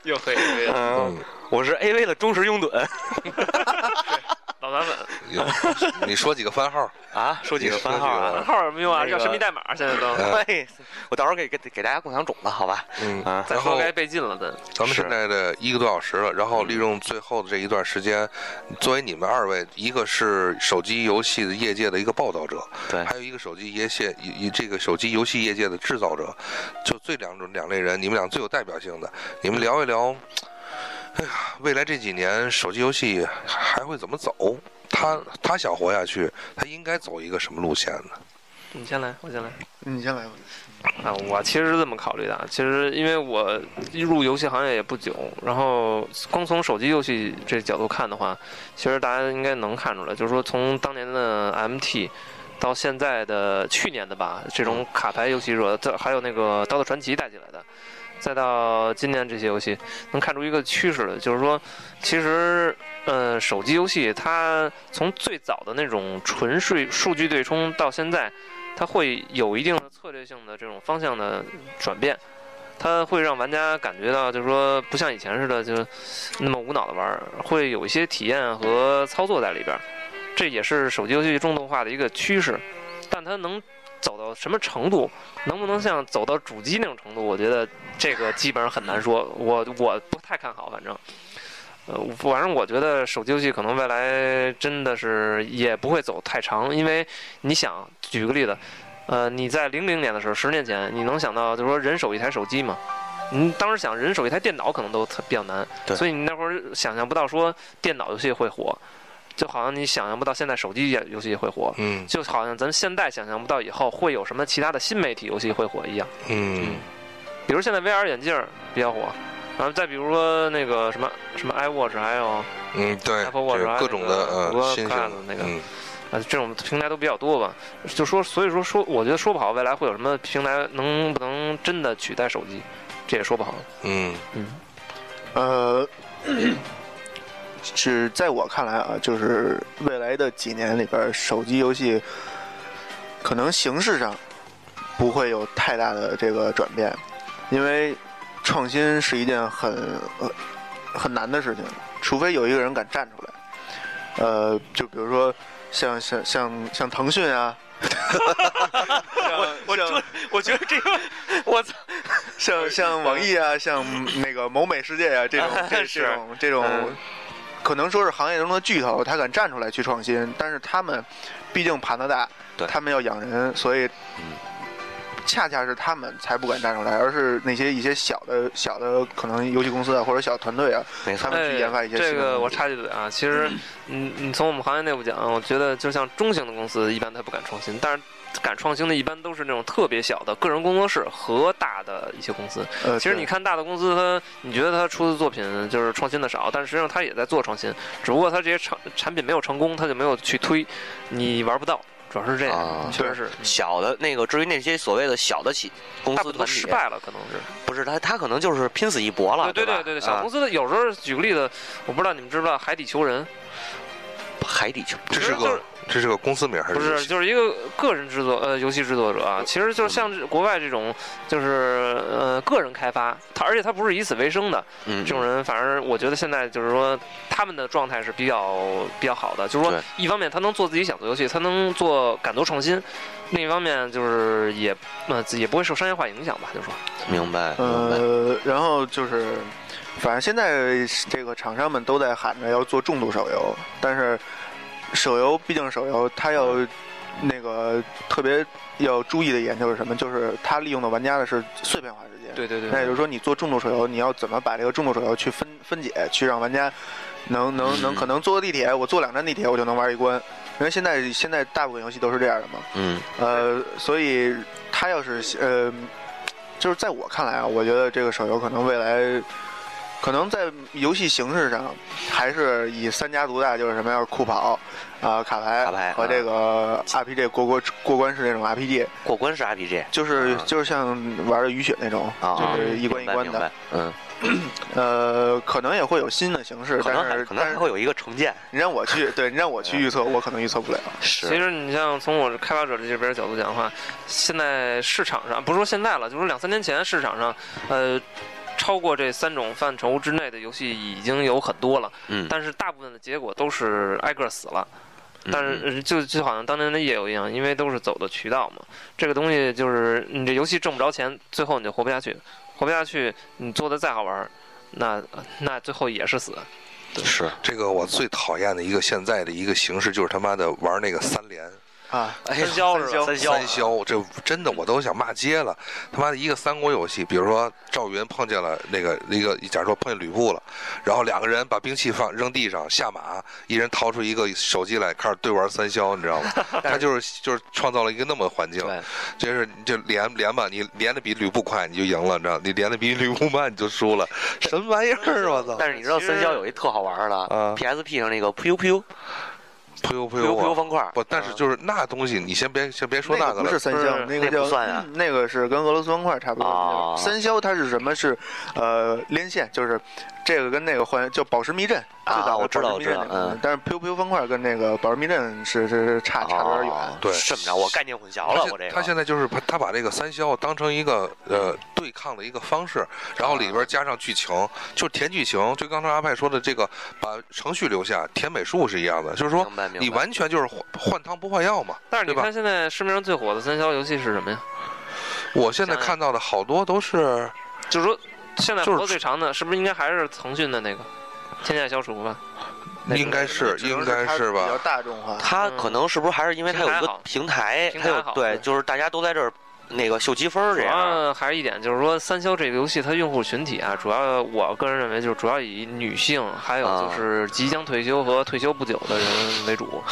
Speaker 3: 又黑 AV，
Speaker 1: 嗯
Speaker 2: 嗯，
Speaker 1: 我是 AV 的忠实拥趸
Speaker 3: 老男粉
Speaker 2: 有 你说几个番号？
Speaker 1: 啊，说几个番号
Speaker 2: 你说几
Speaker 1: 啊
Speaker 2: 个。
Speaker 3: 号有没有啊？
Speaker 1: 那
Speaker 3: 要
Speaker 1: 个
Speaker 3: 神秘代码现在都。
Speaker 1: 哎， 我到时候给给给大家共享种子，好吧？
Speaker 2: 嗯
Speaker 1: 啊
Speaker 3: 再
Speaker 2: 然
Speaker 3: 说
Speaker 2: 后
Speaker 3: 该被禁了的，
Speaker 2: 咱们
Speaker 1: 是
Speaker 2: 现在的一个多小时了，然后利用最后的这一段时间，作为你们二位，一个是手机游戏的业界的一个报道者，
Speaker 1: 对
Speaker 2: 还有一个手机业界以以这个手机游戏业界的制造者，就最两种两类人，你们俩最有代表性的，你们聊一聊，哎呀，未来这几年手机游戏还会怎么走？他他想活下去，他应该走一个什么路线呢？
Speaker 3: 你先来，我先来。
Speaker 4: 你先来吧。
Speaker 3: 啊，我其实是这么考虑的啊。其实因为我入游戏行业也不久，然后光从手机游戏这角度看的话，其实大家应该能看出来，就是说从当年的 MT 到现在的去年的吧，这种卡牌游戏热，这还有那个《刀的传奇》带起来的。再到今年这些游戏，能看出一个趋势了，就是说，其实，呃，手机游戏它从最早的那种纯粹数据对冲到现在，它会有一定的策略性的这种方向的转变，它会让玩家感觉到，就是说不像以前似的，就是那么无脑的玩儿，会有一些体验和操作在里边儿。这也是手机游戏中动画的一个趋势，但它能走到什么程度，能不能像走到主机那种程度，我觉得这个基本上很难说。我我不太看好，反正。呃，反正我觉得手机游戏可能未来真的是也不会走太长，因为你想，举个例子，呃，你在零零年的时候，十年前，你能想到就是说人手一台手机吗？你当时想人手一台电脑可能都特比较难，
Speaker 1: 对
Speaker 3: 所以你那会儿想象不到说电脑游戏会火。就好像你想象不到现在手机也游戏也会火，
Speaker 2: 嗯
Speaker 3: 就好像咱们现在想象不到以后会有什么其他的新媒体游戏会火一样。
Speaker 2: 嗯
Speaker 3: 比如现在 VR 眼镜儿比较火，然后再比如说那个什么什么 iWatch，还有
Speaker 2: 嗯，对，
Speaker 3: Apple Watch
Speaker 2: 这个
Speaker 3: 啊
Speaker 2: 各种的
Speaker 3: 那个
Speaker 2: 呃
Speaker 3: Google
Speaker 2: 新
Speaker 3: Glass
Speaker 2: 型
Speaker 3: 那个
Speaker 2: 嗯
Speaker 3: 呃这种平台都比较多吧。就说，所以说说，我觉得说不好未来会有什么平台能不能真的取代手机，这也说不好。
Speaker 2: 嗯
Speaker 3: 嗯，
Speaker 4: 呃，是在我看来啊，就是未来的几年里边，手机游戏可能形式上不会有太大的这个转变，因为创新是一件很呃很难的事情，除非有一个人敢站出来。呃，就比如说像像像像腾讯啊，我我
Speaker 1: 我觉得这 个，我操，
Speaker 4: 像像网易啊，像那个某美世界啊，这种这
Speaker 1: 是
Speaker 4: 这种这种
Speaker 3: 嗯，
Speaker 4: 可能说是行业中的巨头，他敢站出来去创新，但是他们毕竟盘子大
Speaker 1: 对，
Speaker 4: 他们要养人，所以
Speaker 1: 嗯
Speaker 4: 恰恰是他们才不敢站出来，而是那些一些小的小的可能游戏公司啊，或者小团队啊，
Speaker 1: 没
Speaker 4: 他
Speaker 1: 错，
Speaker 4: 们去研发一些新的
Speaker 3: 哎这个
Speaker 4: 东
Speaker 3: 我
Speaker 4: 西嗯
Speaker 3: 插句嘴啊，其实你你从我们行业内部讲，我觉得就像中型的公司一般它不敢创新，但是。敢创新的，一般都是那种特别小的个人工作室和大的一些公司。
Speaker 4: 呃，
Speaker 3: 其实
Speaker 4: 对
Speaker 3: 你看大的公司，它你觉得它出的作品就是创新的少，但实际上它也在做创新，只不过它这些产产品没有成功，它就没有去推，你玩不到，主要是这样，
Speaker 1: 啊
Speaker 3: 确实是。嗯
Speaker 1: 小的那个，至于那些所谓的小的企公
Speaker 3: 大
Speaker 1: 司
Speaker 3: 部分都
Speaker 1: 团体，
Speaker 3: 失败了，可能是。
Speaker 1: 不是他，他可能就是拼死一搏了，
Speaker 3: 对
Speaker 1: 吧？
Speaker 3: 对对对，小
Speaker 1: 啊
Speaker 3: 公司的有时候举个例子，我不知道你们知不知道海底求人，
Speaker 1: 啊海底球，
Speaker 2: 这是
Speaker 3: 就是
Speaker 2: 个这是个公司名儿还
Speaker 3: 不
Speaker 2: 是游
Speaker 3: 是
Speaker 2: 戏？
Speaker 3: 就是一个个人制作呃游戏制作者啊，其实就是像这国外这种就是呃个人开发，他而且他不是以此为生的，
Speaker 1: 嗯，
Speaker 3: 这种人，反正我觉得现在就是说，他们的状态是比较比较好的，就是说
Speaker 1: 对，
Speaker 3: 一方面他能做自己想做游戏，他能做敢做创新；另一方面就是也呃也不会受商业化影响吧，就说
Speaker 1: 明白，明白，
Speaker 4: 呃，然后就是，反正现在这个厂商们都在喊着要做重度手游，但是手游毕竟是手游，它要那个特别要注意的一点就是什么？就是它利用的玩家的是碎片化时间。
Speaker 3: 对对对
Speaker 4: 那也就是说，你做重度手游，你要怎么把这个重度手游去分分解，去让玩家能能
Speaker 3: 嗯
Speaker 4: 能可能坐地铁，我坐两站地铁我就能玩一关，因为现在现在大部分游戏都是这样的嘛。
Speaker 1: 嗯，
Speaker 4: 呃，所以他要是呃，就是在我看来啊，我觉得这个手游可能未来，可能在游戏形式上还是以三家独大，就是什么呀，酷跑啊、卡牌
Speaker 1: 卡牌
Speaker 4: 和这个 RPG 过过过关式那种 RPG，
Speaker 1: 过关是 RPG
Speaker 4: 就是
Speaker 1: 啊
Speaker 4: 就是像玩的雨雪那种，
Speaker 1: 啊啊，
Speaker 4: 就是一关
Speaker 1: 明
Speaker 4: 一
Speaker 1: 白
Speaker 4: 关
Speaker 1: 明
Speaker 4: 的。
Speaker 1: 白嗯，
Speaker 4: 呃，可能也会有新的形式，
Speaker 1: 可能
Speaker 4: 但
Speaker 1: 还
Speaker 4: 是
Speaker 1: 可能
Speaker 4: 但
Speaker 1: 还
Speaker 4: 是
Speaker 1: 会有一个成见，
Speaker 4: 你让我去，对你让我去预测，我可能预测不了。
Speaker 1: 是
Speaker 3: 其实你像从我开发者这边角度讲的话，现在市场上不是说现在了，就是两三年前市场上，呃，超过这三种范畴之内的游戏已经有很多了，
Speaker 1: 嗯，
Speaker 3: 但是大部分的结果都是挨个儿死了。
Speaker 1: 嗯
Speaker 3: 但是呃就就好像当年的夜游一样，因为都是走的渠道嘛。这个东西就是你这游戏挣不着钱，最后你就活不下去，活不下去，你做的再好玩儿，那那最后也是死。
Speaker 1: 是
Speaker 2: 这个我最讨厌的一个现在的一个形式就是他妈的玩那个三连。
Speaker 4: 啊，
Speaker 1: 哎
Speaker 3: 三消啊是吧
Speaker 1: 三消
Speaker 2: 三消，这真的我都想骂街了。他妈的一个三国游戏，比如说赵云碰见了那个一个，假如说碰见吕布了，然后两个人把兵器放扔地上，下马，一人掏出一个手机来开始对玩三消，你知 道吗？他就是就是创造了一个那么环境，
Speaker 1: 对，
Speaker 2: 就是你这连连吧，你连的比吕布快你就赢了，你知道？你连的比吕布慢你就输了，什么玩意儿？啊 我操！
Speaker 1: 但是你知道
Speaker 3: 其实
Speaker 1: 三消有一特好玩
Speaker 2: 啊
Speaker 1: 的，PSP 上那个噗悠噗悠
Speaker 2: 噗悠噗
Speaker 1: 噗悠
Speaker 2: 悠
Speaker 1: 噗悠
Speaker 2: 啊！
Speaker 1: 方块，
Speaker 2: 不，但是就是那东西，你先别先别说那个
Speaker 4: 个不是
Speaker 2: 了，
Speaker 4: 三
Speaker 3: 不是
Speaker 4: 消，那
Speaker 1: 那
Speaker 4: 个
Speaker 1: 不
Speaker 4: 叫嗯
Speaker 1: 算呀
Speaker 4: 那个是跟俄罗斯方块差不多。
Speaker 1: 哦
Speaker 4: 三消它是什么？是呃连线，就是这个跟那个换叫宝石迷阵
Speaker 1: 啊
Speaker 4: 最早的
Speaker 1: 我知道
Speaker 4: 宝石迷阵
Speaker 1: 我知道
Speaker 4: 那个
Speaker 1: 嗯
Speaker 4: 但是 PUBG 方块跟那个宝石迷阵是是是差差有点
Speaker 1: 哦
Speaker 4: 远。
Speaker 2: 对
Speaker 1: 这么着，我概念混淆
Speaker 2: 而
Speaker 1: 了，
Speaker 2: 且
Speaker 1: 我这个
Speaker 2: 他现在就是把他把这个三消当成一个呃对抗的一个方式，然后里边加上剧情，就是填剧情，就刚才阿派说的这个，把程序留下，填美术是一样的，就是说
Speaker 1: 明嗯白明白
Speaker 2: 你完全就是换换汤不换药嘛。
Speaker 3: 但是你
Speaker 2: 对吧
Speaker 3: 看现在市面上最火的三消游戏是什么呀？
Speaker 2: 我现在
Speaker 3: 想想
Speaker 2: 看到的好多都是
Speaker 3: 就是说现在
Speaker 2: 就是
Speaker 3: 活得最长的，是不是应该还是腾讯的那个《天下消除》吧？那个
Speaker 2: 应该是
Speaker 4: 只能
Speaker 2: 应该
Speaker 4: 它
Speaker 2: 是
Speaker 4: 比较
Speaker 2: 吧？
Speaker 4: 大众化。
Speaker 1: 嗯他可能是不是还是因为他有一个平台，
Speaker 3: 平
Speaker 1: 他
Speaker 3: 台
Speaker 1: 有
Speaker 3: 好平台好
Speaker 1: 对，
Speaker 3: 对
Speaker 1: 就是大家都在这儿那个秀积分儿
Speaker 3: 主
Speaker 1: 这样。
Speaker 3: 要还是一点，就是说三消这个游戏它用户群体啊，主要我个人认为就是主要以女性，还有
Speaker 1: 啊
Speaker 3: 就是即将退休和退休不久的人为主，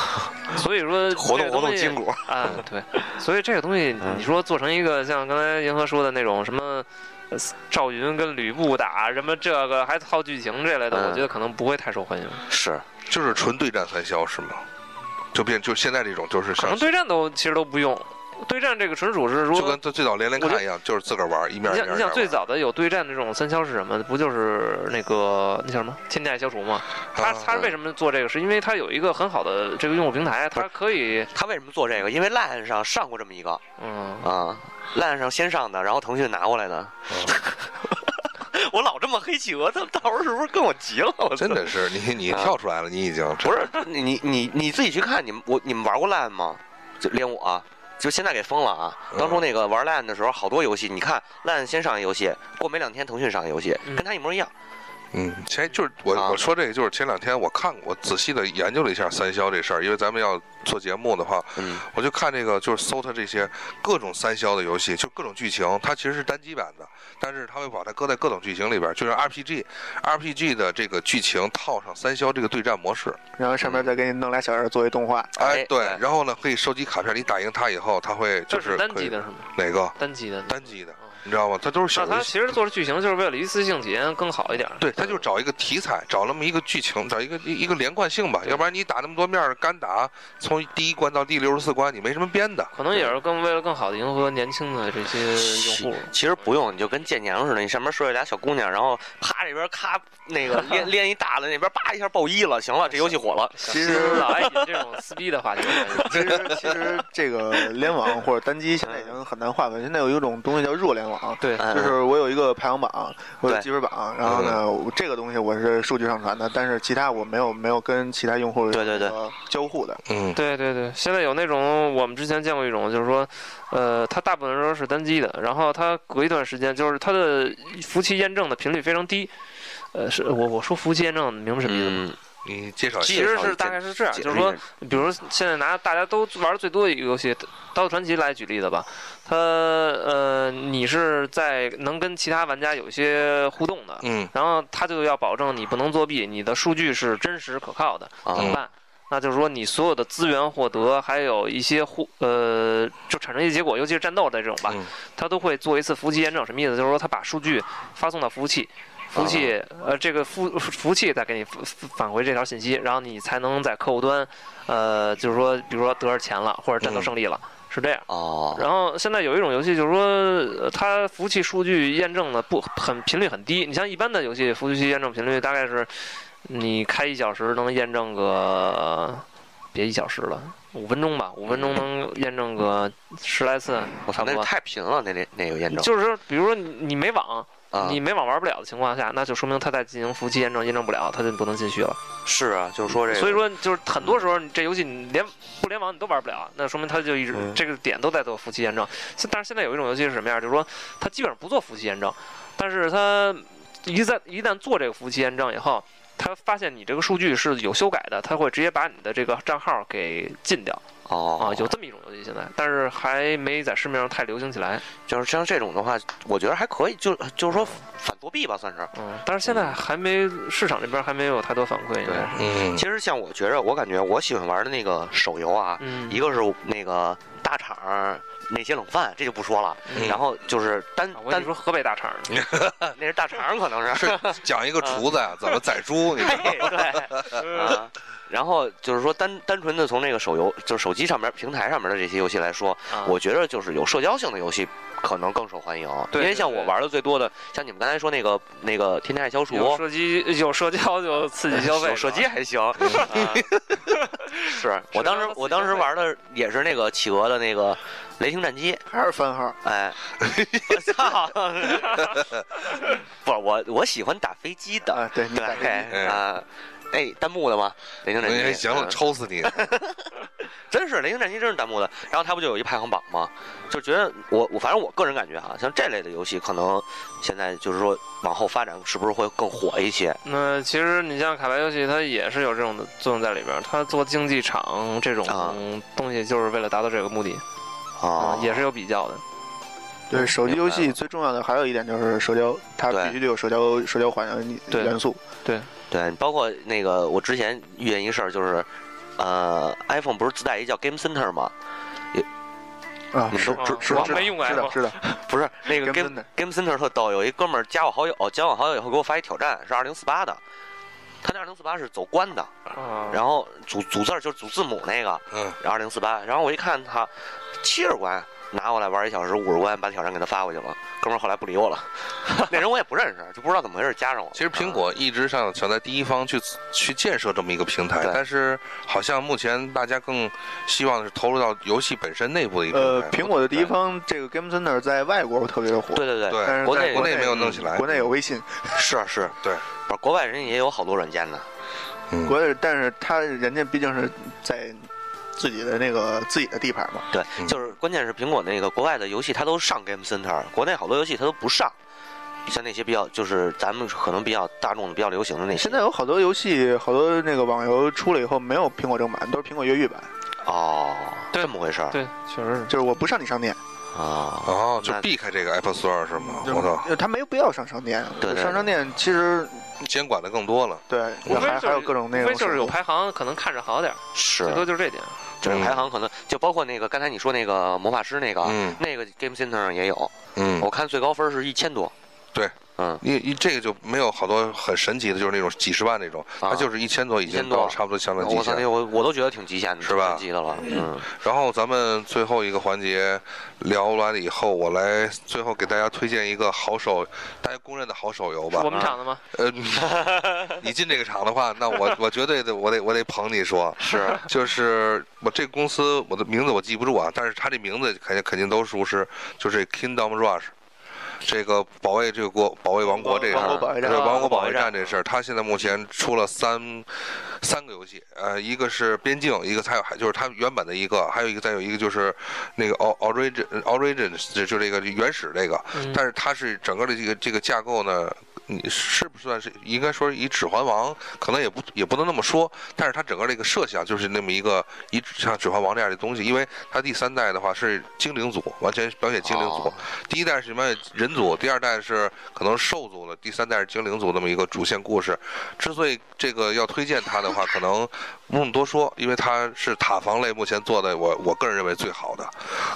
Speaker 3: 所以说
Speaker 1: 活动
Speaker 3: 这个
Speaker 1: 活
Speaker 3: 东
Speaker 1: 动
Speaker 3: 西
Speaker 1: 筋骨，
Speaker 3: 啊，对，所以这个东西
Speaker 1: 嗯
Speaker 3: 你说做成一个像刚才银河说的那种什么。呃赵云跟吕布打什么这个还套剧情这类的，
Speaker 1: 嗯
Speaker 3: 我觉得可能不会太受欢迎，
Speaker 1: 是
Speaker 2: 就是纯对战三消是吗？就变就现在这种就是
Speaker 3: 可
Speaker 2: 像
Speaker 3: 能对战都其实都不用。对战这个纯属是说，
Speaker 2: 就跟最最早连连看一样，就是自个儿玩儿一面
Speaker 3: 你
Speaker 2: 一面一
Speaker 3: 想，
Speaker 2: 面玩
Speaker 3: 你想
Speaker 2: 儿。
Speaker 3: 最早的有对战的这种三消是什么？不就是那个那叫什么《天地爱消除》吗？他
Speaker 2: 啊
Speaker 3: 他为什么做这个？是因为他有一个很好的这个用户平台，他可以
Speaker 1: 他为什么做这个？因为 LAN 上上过这么一个
Speaker 3: 嗯，
Speaker 1: 啊，LAN 上先上的，然后腾讯拿过来的。 我老这么黑企鹅，他们到时候是不是跟我急了？我操
Speaker 2: 真的是你你
Speaker 1: 啊
Speaker 2: 跳出来了，你已经
Speaker 1: 不是你你你你自己去看，你们我你们玩过 LAN 吗？就连我啊、就现在给封了啊！
Speaker 2: 嗯
Speaker 1: 当初那个玩 LAN 的时候，好多游戏，你看 LAN 先上一游戏，过没两天腾讯上一游戏，
Speaker 3: 嗯
Speaker 1: 跟它一模一样。
Speaker 2: 嗯，前就是我、
Speaker 1: 啊
Speaker 2: 我说这个，就是前两天我看我仔细的研究了一下三消这事儿，因为咱们要做节目的话，
Speaker 1: 嗯，
Speaker 2: 我就看这个就是搜它这些各种三消的游戏，就各种剧情，它其实是单机版的，但是它会把它搁在各种剧情里边，就是 RPG RPG 的这个剧情套上三消这个对战模式，
Speaker 4: 然后上面再给你弄俩小人作为动画，
Speaker 1: 哎
Speaker 2: 哎对
Speaker 1: 对，
Speaker 2: 然后呢可以收集卡片，你打赢它以后，它会就
Speaker 3: 这
Speaker 2: 是
Speaker 3: 单
Speaker 2: 可以
Speaker 3: 机的是吗？
Speaker 2: 哪个
Speaker 3: 单机的。
Speaker 2: 单机的，你知道吗？它都是小
Speaker 3: 那他
Speaker 2: 游戏。
Speaker 3: 其实做的剧情就是为了一次性体验更好一点。
Speaker 2: 对，他就
Speaker 3: 嗯
Speaker 2: 找一个题材，找那么一个剧情，找一个一一个连贯性吧，
Speaker 3: 对
Speaker 2: 要不然你打那么多面儿干打，从第一关到第六十四关，你没什么编的。
Speaker 3: 可能也是更为了更好的迎合年轻的这些用户。
Speaker 1: 其实不用，你就跟建娘似的，你上面睡着俩小姑娘，然后啪这边咔那 个练练一大的，那边叭一下爆一了，行了，这游戏火了。
Speaker 3: 其实老爱引这种撕逼的话题。
Speaker 4: 其实其实这个联网或者单机现在已经很难划分，现在有一种东西叫弱联网。
Speaker 3: 对，
Speaker 1: 嗯
Speaker 4: 就是我有一个排行榜，我有
Speaker 1: 对嗯
Speaker 4: 积分榜，然后呢，我这个东西我是数据上传的，但是其他我没有没有跟其他用户
Speaker 1: 对对对
Speaker 4: 呃交互的，
Speaker 2: 嗯，
Speaker 3: 对对对，现在有那种我们之前见过一种，就是说，呃，它大部分时候是单机的，然后它隔一段时间，就是它的服务器验证的频率非常低。呃，是我我说服务器验证，你明白什么意思吗？
Speaker 1: 嗯，
Speaker 2: 你介绍一
Speaker 1: 其
Speaker 2: 下。
Speaker 3: 其实
Speaker 1: 介绍一
Speaker 3: 是
Speaker 1: 下
Speaker 3: 大概是这样，
Speaker 1: 解
Speaker 3: 嗯就是
Speaker 1: 释一
Speaker 3: 说
Speaker 1: 下，
Speaker 3: 比如现在拿大家都玩的最多的一个游戏《刀子传奇》来举例子吧，它呃，你是在能跟其他玩家有一些互动的，
Speaker 2: 嗯，
Speaker 3: 然后他就要保证你不能作弊，你的数据是真实可靠的，
Speaker 1: 啊
Speaker 3: 怎么办？那就是说，你所有的资源获得，还有一些互呃，就产生一些结果，尤其是战斗的这种吧
Speaker 2: 嗯，
Speaker 3: 它都会做一次服务器验证。什么意思？就是说，它把数据发送到服务器，
Speaker 2: 啊
Speaker 3: 服务器呃，这个服服务器再给你返返回这条信息，然后你才能在客户端，呃，就是说，比如说得着钱了，或者战斗
Speaker 2: 嗯
Speaker 3: 胜利了，是这样。
Speaker 1: 哦，
Speaker 3: 然后现在有一种游戏，就是说呃它服务器数据验证的不很频率很低。你像一般的游戏，服务器验证频率大概是你开一小时能验证个，别一小时了，五分钟吧，五分钟能验证个十来次，
Speaker 1: 我操，
Speaker 3: 差不
Speaker 1: 那
Speaker 3: 多。
Speaker 1: 太频了，那那那个验证
Speaker 3: 就是说，比如说你你没网，
Speaker 1: 嗯啊
Speaker 3: 你，没网玩不了的情况下，那就说明它在进行服务器验证，验证不了，它就不能进去了。
Speaker 1: 是啊，就是说这个，
Speaker 3: 所以说，就是很多时候你这游戏你连不联网你都玩不了，那说明它就一直、
Speaker 1: 嗯
Speaker 3: 这个点都在做服务器验证。现但是现在有一种游戏是什么样？就是说它基本上不做服务器验证，但是它一旦一旦做这个服务器验证以后，它发现你这个数据是有修改的，它会直接把你的这个账号给禁掉啊
Speaker 1: 哦。
Speaker 3: 有这么一种游戏现在，但是还没在市面上太流行起来。
Speaker 1: 就是像这种的话，我觉得还可以，就就是说反作弊吧，算是。
Speaker 3: 嗯，但是现在还没市场这边还没有太多反馈。应该是
Speaker 2: 嗯，
Speaker 1: 其实像我觉着，我感觉我喜欢玩的那个手游啊，
Speaker 3: 嗯，
Speaker 1: 一个是那个大厂儿那些冷饭，这就不说了，
Speaker 3: 嗯
Speaker 1: 然后就是单
Speaker 3: 啊我跟
Speaker 1: 单
Speaker 3: 你说河北大厂的。
Speaker 1: 那是大肠儿可能是，
Speaker 2: 是讲一个厨子
Speaker 3: 嗯
Speaker 2: 呀，怎么宰 猪，你知道吗
Speaker 1: 嘿对，啊，然后就是说单单纯的从那个手游，就是手机上面平台上面的这些游戏来说，
Speaker 3: 啊
Speaker 1: 我觉得就是有社交性的游戏可能更受欢迎，
Speaker 3: 对
Speaker 1: 因为
Speaker 3: 对
Speaker 1: 像
Speaker 3: 对
Speaker 1: 我玩的最多的，像你们刚才说那个那个《天天爱消除》，
Speaker 3: 有射击， 有社交就刺激 消费，
Speaker 1: 有射击还行，
Speaker 3: 啊
Speaker 1: 是我当时我当时玩的也是那个企鹅的那个雷霆战机，
Speaker 4: 还是番号。
Speaker 1: 哎，我操！不是我我喜欢打飞机
Speaker 3: 哎
Speaker 1: 的，
Speaker 4: 啊，对你
Speaker 1: 对
Speaker 4: 打飞
Speaker 2: 机
Speaker 3: 嗯
Speaker 1: 啊，哎，弹幕的吗？雷霆战
Speaker 2: 哎
Speaker 1: 机，
Speaker 2: 行了，
Speaker 1: 嗯
Speaker 2: 抽死 你！
Speaker 1: 真是雷霆战机真是弹幕的。然后他不就有一排行榜吗？就觉得我我反正我个人感觉啊，像这类的游戏可能现在就是说往后发展是不是会更火一些？
Speaker 3: 那其实你像卡牌游戏，它也是有这种的作用在里边儿。它做竞技场这种
Speaker 1: 啊
Speaker 3: 东西，就是为了达到这个目的
Speaker 1: 啊，
Speaker 3: 也是有比较的。
Speaker 4: 对手机
Speaker 1: 明白
Speaker 4: 游戏
Speaker 1: 了
Speaker 4: 最重要的还有一点就是社交，它
Speaker 1: 对
Speaker 4: 必须得有社交社交环
Speaker 3: 对
Speaker 4: 元素。
Speaker 1: 对，包括那个我之前遇见一事儿，就是呃，iPhone 不是自带一叫 Game Center 吗？
Speaker 4: 啊
Speaker 1: 你，们
Speaker 4: 是
Speaker 1: 都知
Speaker 3: 嗯
Speaker 1: 知
Speaker 3: 我
Speaker 1: 道
Speaker 3: 没用
Speaker 4: 知
Speaker 3: iPhone
Speaker 4: 道。知道，
Speaker 1: 不是那个
Speaker 4: Game
Speaker 1: Game
Speaker 4: Center
Speaker 1: Game Center 特逗，有一哥们儿加我好友，加我好友以后给我发一挑战，是二零四八的。他那二零四八是走关的，
Speaker 3: 啊
Speaker 1: 然后组组字儿就是组字母那个，
Speaker 2: 嗯，
Speaker 1: 然后二零四八，然后我一看他七十关拿过来玩一小时五十关，把挑战给他发过去了。哥们儿后来不理我了， 那人我也不认识，就不知道怎么回事加上我了。
Speaker 2: 其实苹果一直想想在第一方去去建设这么一个平台
Speaker 1: 对，
Speaker 2: 但是好像目前大家更希望是投入到游戏本身内部的一个
Speaker 4: 呃，
Speaker 2: 平台。
Speaker 4: 苹果的第一方这个 Game Center 在外国特别的火，
Speaker 1: 啊对对对，
Speaker 2: 对
Speaker 4: 但是
Speaker 1: 国
Speaker 4: 在
Speaker 1: 内
Speaker 2: 国内没有
Speaker 4: 嗯
Speaker 2: 弄起来
Speaker 4: 国内有微信，
Speaker 2: 是啊是，对，
Speaker 1: 不是国外人也有好多软件呢。
Speaker 2: 嗯
Speaker 4: 国内但是他人家毕竟是在自己的那个自己的地盘嘛，
Speaker 1: 对，
Speaker 2: 嗯
Speaker 1: 就是关键是苹果那个国外的游戏它都上 Game Center，国内好多游戏它都不上，像那些比较就是咱们可能比较大众的比较流行的那些。
Speaker 4: 现在有好多游戏，好多那个网游出了以后没有苹果正版，都是苹果越狱版，
Speaker 1: 哦，
Speaker 3: 对
Speaker 1: 这么回事儿
Speaker 3: 对，确实是。
Speaker 4: 就是我不上你商店，
Speaker 1: 啊。
Speaker 2: 哦，就
Speaker 1: 那
Speaker 2: 避开这个 Apple Store 是吗？我操，
Speaker 4: 呃他没有必要上商店，
Speaker 1: 对对
Speaker 4: 上商店其实
Speaker 2: 监管的更多了。
Speaker 4: 对，
Speaker 3: 无非
Speaker 4: 还
Speaker 3: 就是
Speaker 4: 还有各种那
Speaker 3: 无
Speaker 4: 种
Speaker 3: 非就是有
Speaker 4: 手
Speaker 3: 排行，可能看着好点儿，
Speaker 1: 是啊
Speaker 3: 最，多就是这点。
Speaker 1: 就是排行可能就包括那个刚才你说那个魔法师那个，
Speaker 2: 嗯
Speaker 1: 那个 Game Center 上也有，
Speaker 2: 嗯
Speaker 1: 我，看最高分是一千多。
Speaker 2: 对，
Speaker 1: 嗯，
Speaker 2: 你你这个就没有好多很神奇的，就是那种几十万那种，
Speaker 1: 啊
Speaker 2: 它就是一千多已
Speaker 1: 一千
Speaker 2: 经
Speaker 1: 多
Speaker 2: 到差不多相当极
Speaker 1: 我操，
Speaker 2: 限
Speaker 1: 那。我我都觉得挺极限的，
Speaker 2: 是
Speaker 1: 挺
Speaker 2: 吧
Speaker 1: 神奇的了，嗯，
Speaker 2: 然后咱们最后一个环节聊完了以后，我来最后给大家推荐一个好手，大家公认的好手游
Speaker 3: 是
Speaker 2: 吧
Speaker 3: 我。们厂的吗？
Speaker 2: 呃，你 你进这个厂的话，那我我绝对得我得我得捧你说，
Speaker 1: 是
Speaker 2: 就是我这个公司我的名字我记不住啊，但是他这名字肯定肯定都熟识，就是 Kingdom Rush。这个保卫这个国保卫王国这事
Speaker 4: 王
Speaker 2: 儿
Speaker 4: 国，保卫战
Speaker 2: 对王
Speaker 1: 王国
Speaker 2: 国保
Speaker 1: 保
Speaker 2: 卫
Speaker 1: 卫
Speaker 2: 战
Speaker 1: 战
Speaker 2: 这事儿，他现在目前出了三三个游戏，呃，一个是边境，一个还有海，就是他原本的一个，还有一个再有一个就是那个 O- Origin Origin，就就这个原始这个，
Speaker 3: 嗯
Speaker 2: 但是它是整个的这个这个架构呢，你是不算是应该说以《指环王》可能也不也不能那么说，但是它整个这个设想就是那么一个以像《指环王》这样的东西，因为它第三代的话是精灵族，完全描写精灵族，
Speaker 1: 哦
Speaker 2: 第一代是什么人族，第二代是可能兽族了，第三代是精灵族这么一个主线故事。之所以这个要推荐它的话，可能不用多说，因为它是塔防类目前做的我我个人认为最好的，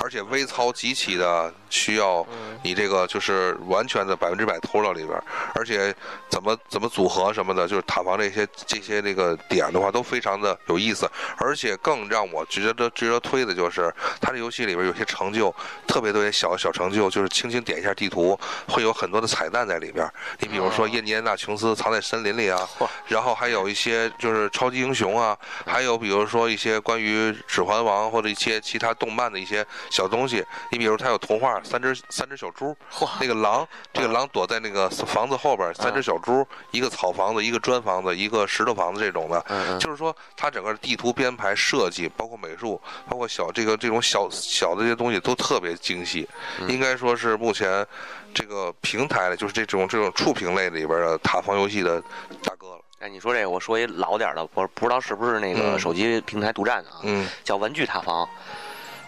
Speaker 2: 而且微操极其的需要
Speaker 3: 嗯
Speaker 2: 你这个就是完全的百分之百投入到里边儿，而且怎么怎么组合什么的，就是塔防这些这些那个点的话都非常的有意思，而且更让我觉得值得推的就是它这游戏里边有些成就，特别多些小小成就，就是轻轻点一下地图，会有很多的彩蛋在里边儿。你比如说
Speaker 3: 哦
Speaker 2: 叶尼安娜琼斯藏在森林里啊，然后还有一些就是超级英雄啊，还有比如说一些关于《指环王》或者一些其他动漫的一些小东西。你比如它有童话《三只三只小猪》，那个狼，这个狼躲在那个房子后边儿，三只小猪，一个草房子，一个砖房子，一个石头房子这种的。
Speaker 1: 嗯嗯，
Speaker 2: 就是说，它整个地图编排设计，包括美术，包括小这个这种小小的这些东西都特别精细，
Speaker 1: 嗯
Speaker 2: 应该说是目前这个平台的，就是这种这种触屏类里边的塔防游戏的大哥了。
Speaker 1: 哎，你说这个，我说一老点儿的，我不知道是不是那
Speaker 2: 嗯
Speaker 1: 个手机平台独占的啊，
Speaker 2: 嗯，
Speaker 1: 叫玩具塔防，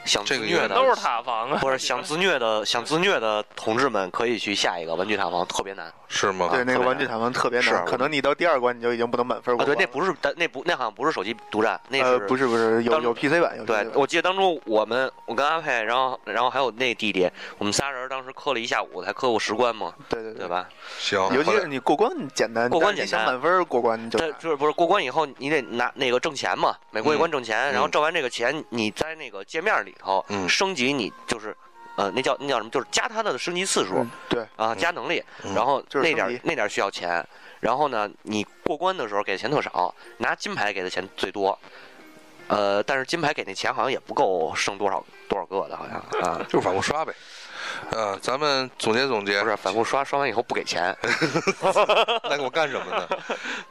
Speaker 1: 想自
Speaker 2: 这个
Speaker 1: 虐
Speaker 2: 原
Speaker 1: 的
Speaker 2: 来
Speaker 3: 都是塔防啊。
Speaker 1: 不是想自虐的想自虐的同志们可以去下一个玩具塔防，特别难啊！
Speaker 2: 是吗？
Speaker 4: 对，那
Speaker 1: 特
Speaker 4: 个
Speaker 1: 别
Speaker 4: 玩具
Speaker 1: 难
Speaker 4: 塔防特别
Speaker 1: 是啊
Speaker 4: 难，可能你到第二关你就已经不能满分过
Speaker 1: 对，
Speaker 4: 关了。
Speaker 1: 那不是但那不那好像不是手机独占，那是
Speaker 4: 呃不是不是有
Speaker 1: 当
Speaker 4: 有 PC 版有 PC
Speaker 1: 对
Speaker 4: 版，
Speaker 1: 我记得当初我们我跟阿佩，然后然后还有那弟弟，我们仨人当时磕了一下午，才磕过十关嘛，
Speaker 4: 对对
Speaker 1: 对吧？
Speaker 2: 行，
Speaker 4: 尤其
Speaker 2: 回来
Speaker 4: 是你过关简单，
Speaker 1: 过关
Speaker 4: 但是你
Speaker 1: 简单
Speaker 4: 想满分过关就
Speaker 1: 这
Speaker 4: 难
Speaker 1: 就是不是过关以后你得拿那个挣钱嘛，每过一关挣钱，
Speaker 2: 嗯
Speaker 1: 然后挣完这个钱，你在那个界面里头
Speaker 2: 嗯
Speaker 1: 升级，你就是呃那叫那叫什么，就是加它的升级次数
Speaker 4: 嗯对，
Speaker 1: 啊，加能力，
Speaker 2: 嗯
Speaker 1: 然后
Speaker 4: 就是
Speaker 1: 那点
Speaker 4: 升级
Speaker 1: 儿那点儿需要钱，然后呢你过关的时候给的钱特少，拿金牌给的钱最多。呃，但是金牌给那钱好像也不够升多少多少个的，好像啊，
Speaker 2: 就是反复刷呗。呃，咱们总结总结
Speaker 1: 不，是反复刷，刷完以后不给钱。
Speaker 2: 那给我干什么呢？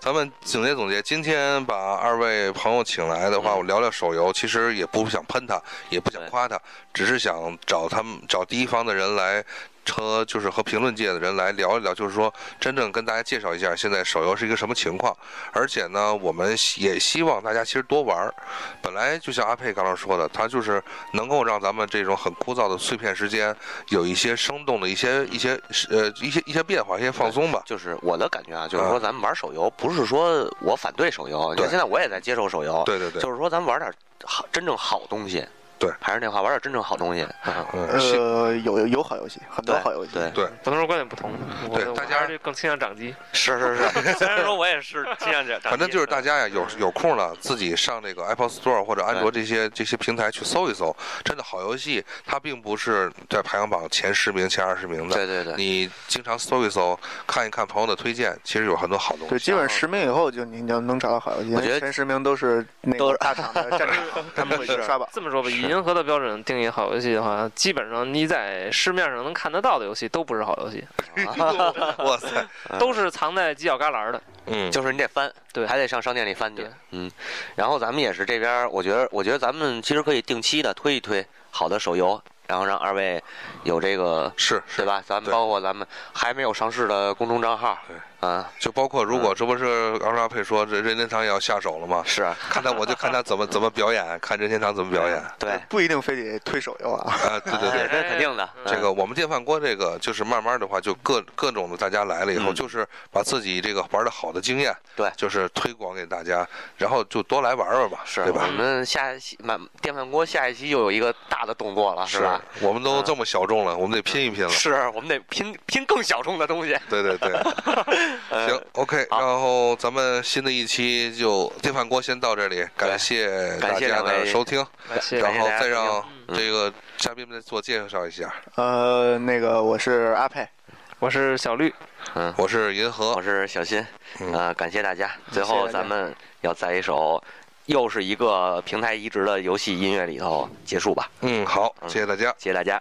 Speaker 2: 咱们总结总结，今天把二位朋友请来的话，
Speaker 1: 嗯
Speaker 2: 我聊聊手游，其实也不想喷他，也不想
Speaker 1: 对
Speaker 2: 夸他，只是想找他们找第一方的人来。和就是和评论界的人来聊一聊，就是说真正跟大家介绍一下现在手游是一个什么情况。而且呢，我们也希望大家其实多玩儿。本来就像阿佩刚刚说的，它就是能够让咱们这种很枯燥的碎片时间有一些生动的一些一些呃一些一些变化，一些放松吧。
Speaker 1: 就是我的感觉啊，就是说咱们玩手游，不是说我反对手游，你
Speaker 2: 嗯对
Speaker 1: 看现在我也在接受手游，
Speaker 2: 对对对，
Speaker 1: 就是说咱们玩点好真正好东西。
Speaker 2: 对
Speaker 1: 还是那话，玩点真正好东西。嗯
Speaker 2: 嗯，希
Speaker 4: 呃，有有好游戏，很 多
Speaker 1: 对
Speaker 4: 好游戏。
Speaker 1: 对
Speaker 2: 对
Speaker 3: 不能说观点不同，我
Speaker 2: 对
Speaker 3: 我
Speaker 2: 大家
Speaker 3: 还是更倾向掌机。
Speaker 1: 是是 是，虽然说我也是这样讲，
Speaker 2: 反正就是大家呀，有有空了自己上这个 Apple Store 或者安卓这些这些平台去搜一搜，真的好游戏，它并不是在排行榜前十名、前二十名的。
Speaker 1: 对对对，
Speaker 2: 你经常搜一搜，看一看朋友的推荐，其实有很多好东
Speaker 4: 对，
Speaker 2: 西。
Speaker 4: 基本上十名以后就你你就能找到好游戏，因
Speaker 1: 我觉
Speaker 4: 为
Speaker 1: 得
Speaker 4: 前十名都是那
Speaker 1: 都
Speaker 4: 个
Speaker 1: 是
Speaker 4: 大厂的 战场，他们会去刷榜。
Speaker 3: 这么说吧，以银河的标准定义好游戏的话，基本上你在市面上能看得到的游戏都不是好游戏，
Speaker 2: 啊 哇塞，
Speaker 3: 都是藏在犄角旮旯的。
Speaker 2: 嗯，
Speaker 1: 就是你得翻，
Speaker 3: 对
Speaker 1: 还得上商店里翻去
Speaker 3: 对。
Speaker 1: 嗯，然后咱们也是这边儿，我觉得，我觉得咱们其实可以定期的推一推好的手游，然后让二位有这个，
Speaker 2: 是
Speaker 1: 对
Speaker 2: 是，
Speaker 1: 吧？咱们
Speaker 2: 对
Speaker 1: 包括咱们还没有上市的公众账号，
Speaker 2: 对，
Speaker 1: 啊，
Speaker 2: 就包括如果这不是刚刚佩说这任天堂也要下手了吗？
Speaker 1: 是，啊
Speaker 2: 看他我就看他怎么怎么表演，看任天堂怎么 表演。
Speaker 1: 对，
Speaker 4: 不一定非得推手游啊。
Speaker 2: 啊，对对对
Speaker 1: 哎，这是肯定的。
Speaker 2: 这个我们电饭锅这个就是慢慢的话，就各各种的大家来了以后，
Speaker 1: 嗯
Speaker 2: 就是把自己这个玩的好的经验，
Speaker 1: 对
Speaker 2: 就是推广给大家，然后就多来玩玩吧，
Speaker 1: 是
Speaker 2: 对
Speaker 1: 我
Speaker 2: 吧？
Speaker 1: 们下一期满电饭锅下一期又有一个大的动作了，是吧？嗯
Speaker 2: 我们都这么小众了，我们得拼一拼了。
Speaker 1: 是我们得拼拼更小众的东西。
Speaker 2: 对对对，
Speaker 1: 嗯
Speaker 2: 行，OK，
Speaker 1: 好
Speaker 2: 然后咱们新的一期就电饭锅先到这里，感谢
Speaker 1: 感
Speaker 2: 大
Speaker 1: 谢
Speaker 2: 家
Speaker 1: 两
Speaker 2: 的
Speaker 1: 位
Speaker 2: 收听，
Speaker 3: 感谢
Speaker 2: 然后
Speaker 1: 大家
Speaker 2: 再让
Speaker 1: 嗯
Speaker 2: 这个嘉宾们再做介绍一下，
Speaker 4: 呃，那个我是阿佩，
Speaker 3: 我是小绿，
Speaker 1: 嗯，
Speaker 2: 我是银河
Speaker 1: 我，是小新，
Speaker 2: 嗯
Speaker 1: 啊，感谢大家。最
Speaker 4: 谢
Speaker 1: 后
Speaker 4: 谢大
Speaker 1: 咱
Speaker 4: 家
Speaker 1: 们要在一首又是一个平台移植的游戏音乐里头结束吧，
Speaker 2: 嗯，好，
Speaker 1: 嗯
Speaker 2: 谢谢大家。
Speaker 1: 谢谢大家。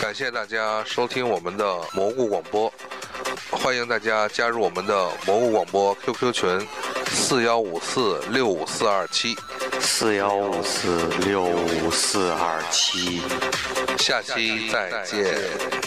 Speaker 2: 感谢大家收听我们的蘑菇广播，欢迎大家加入我们的蘑菇广播 QQ 群四幺五四六五四二七，
Speaker 1: 四幺五四六五四二七。
Speaker 2: 下期再见。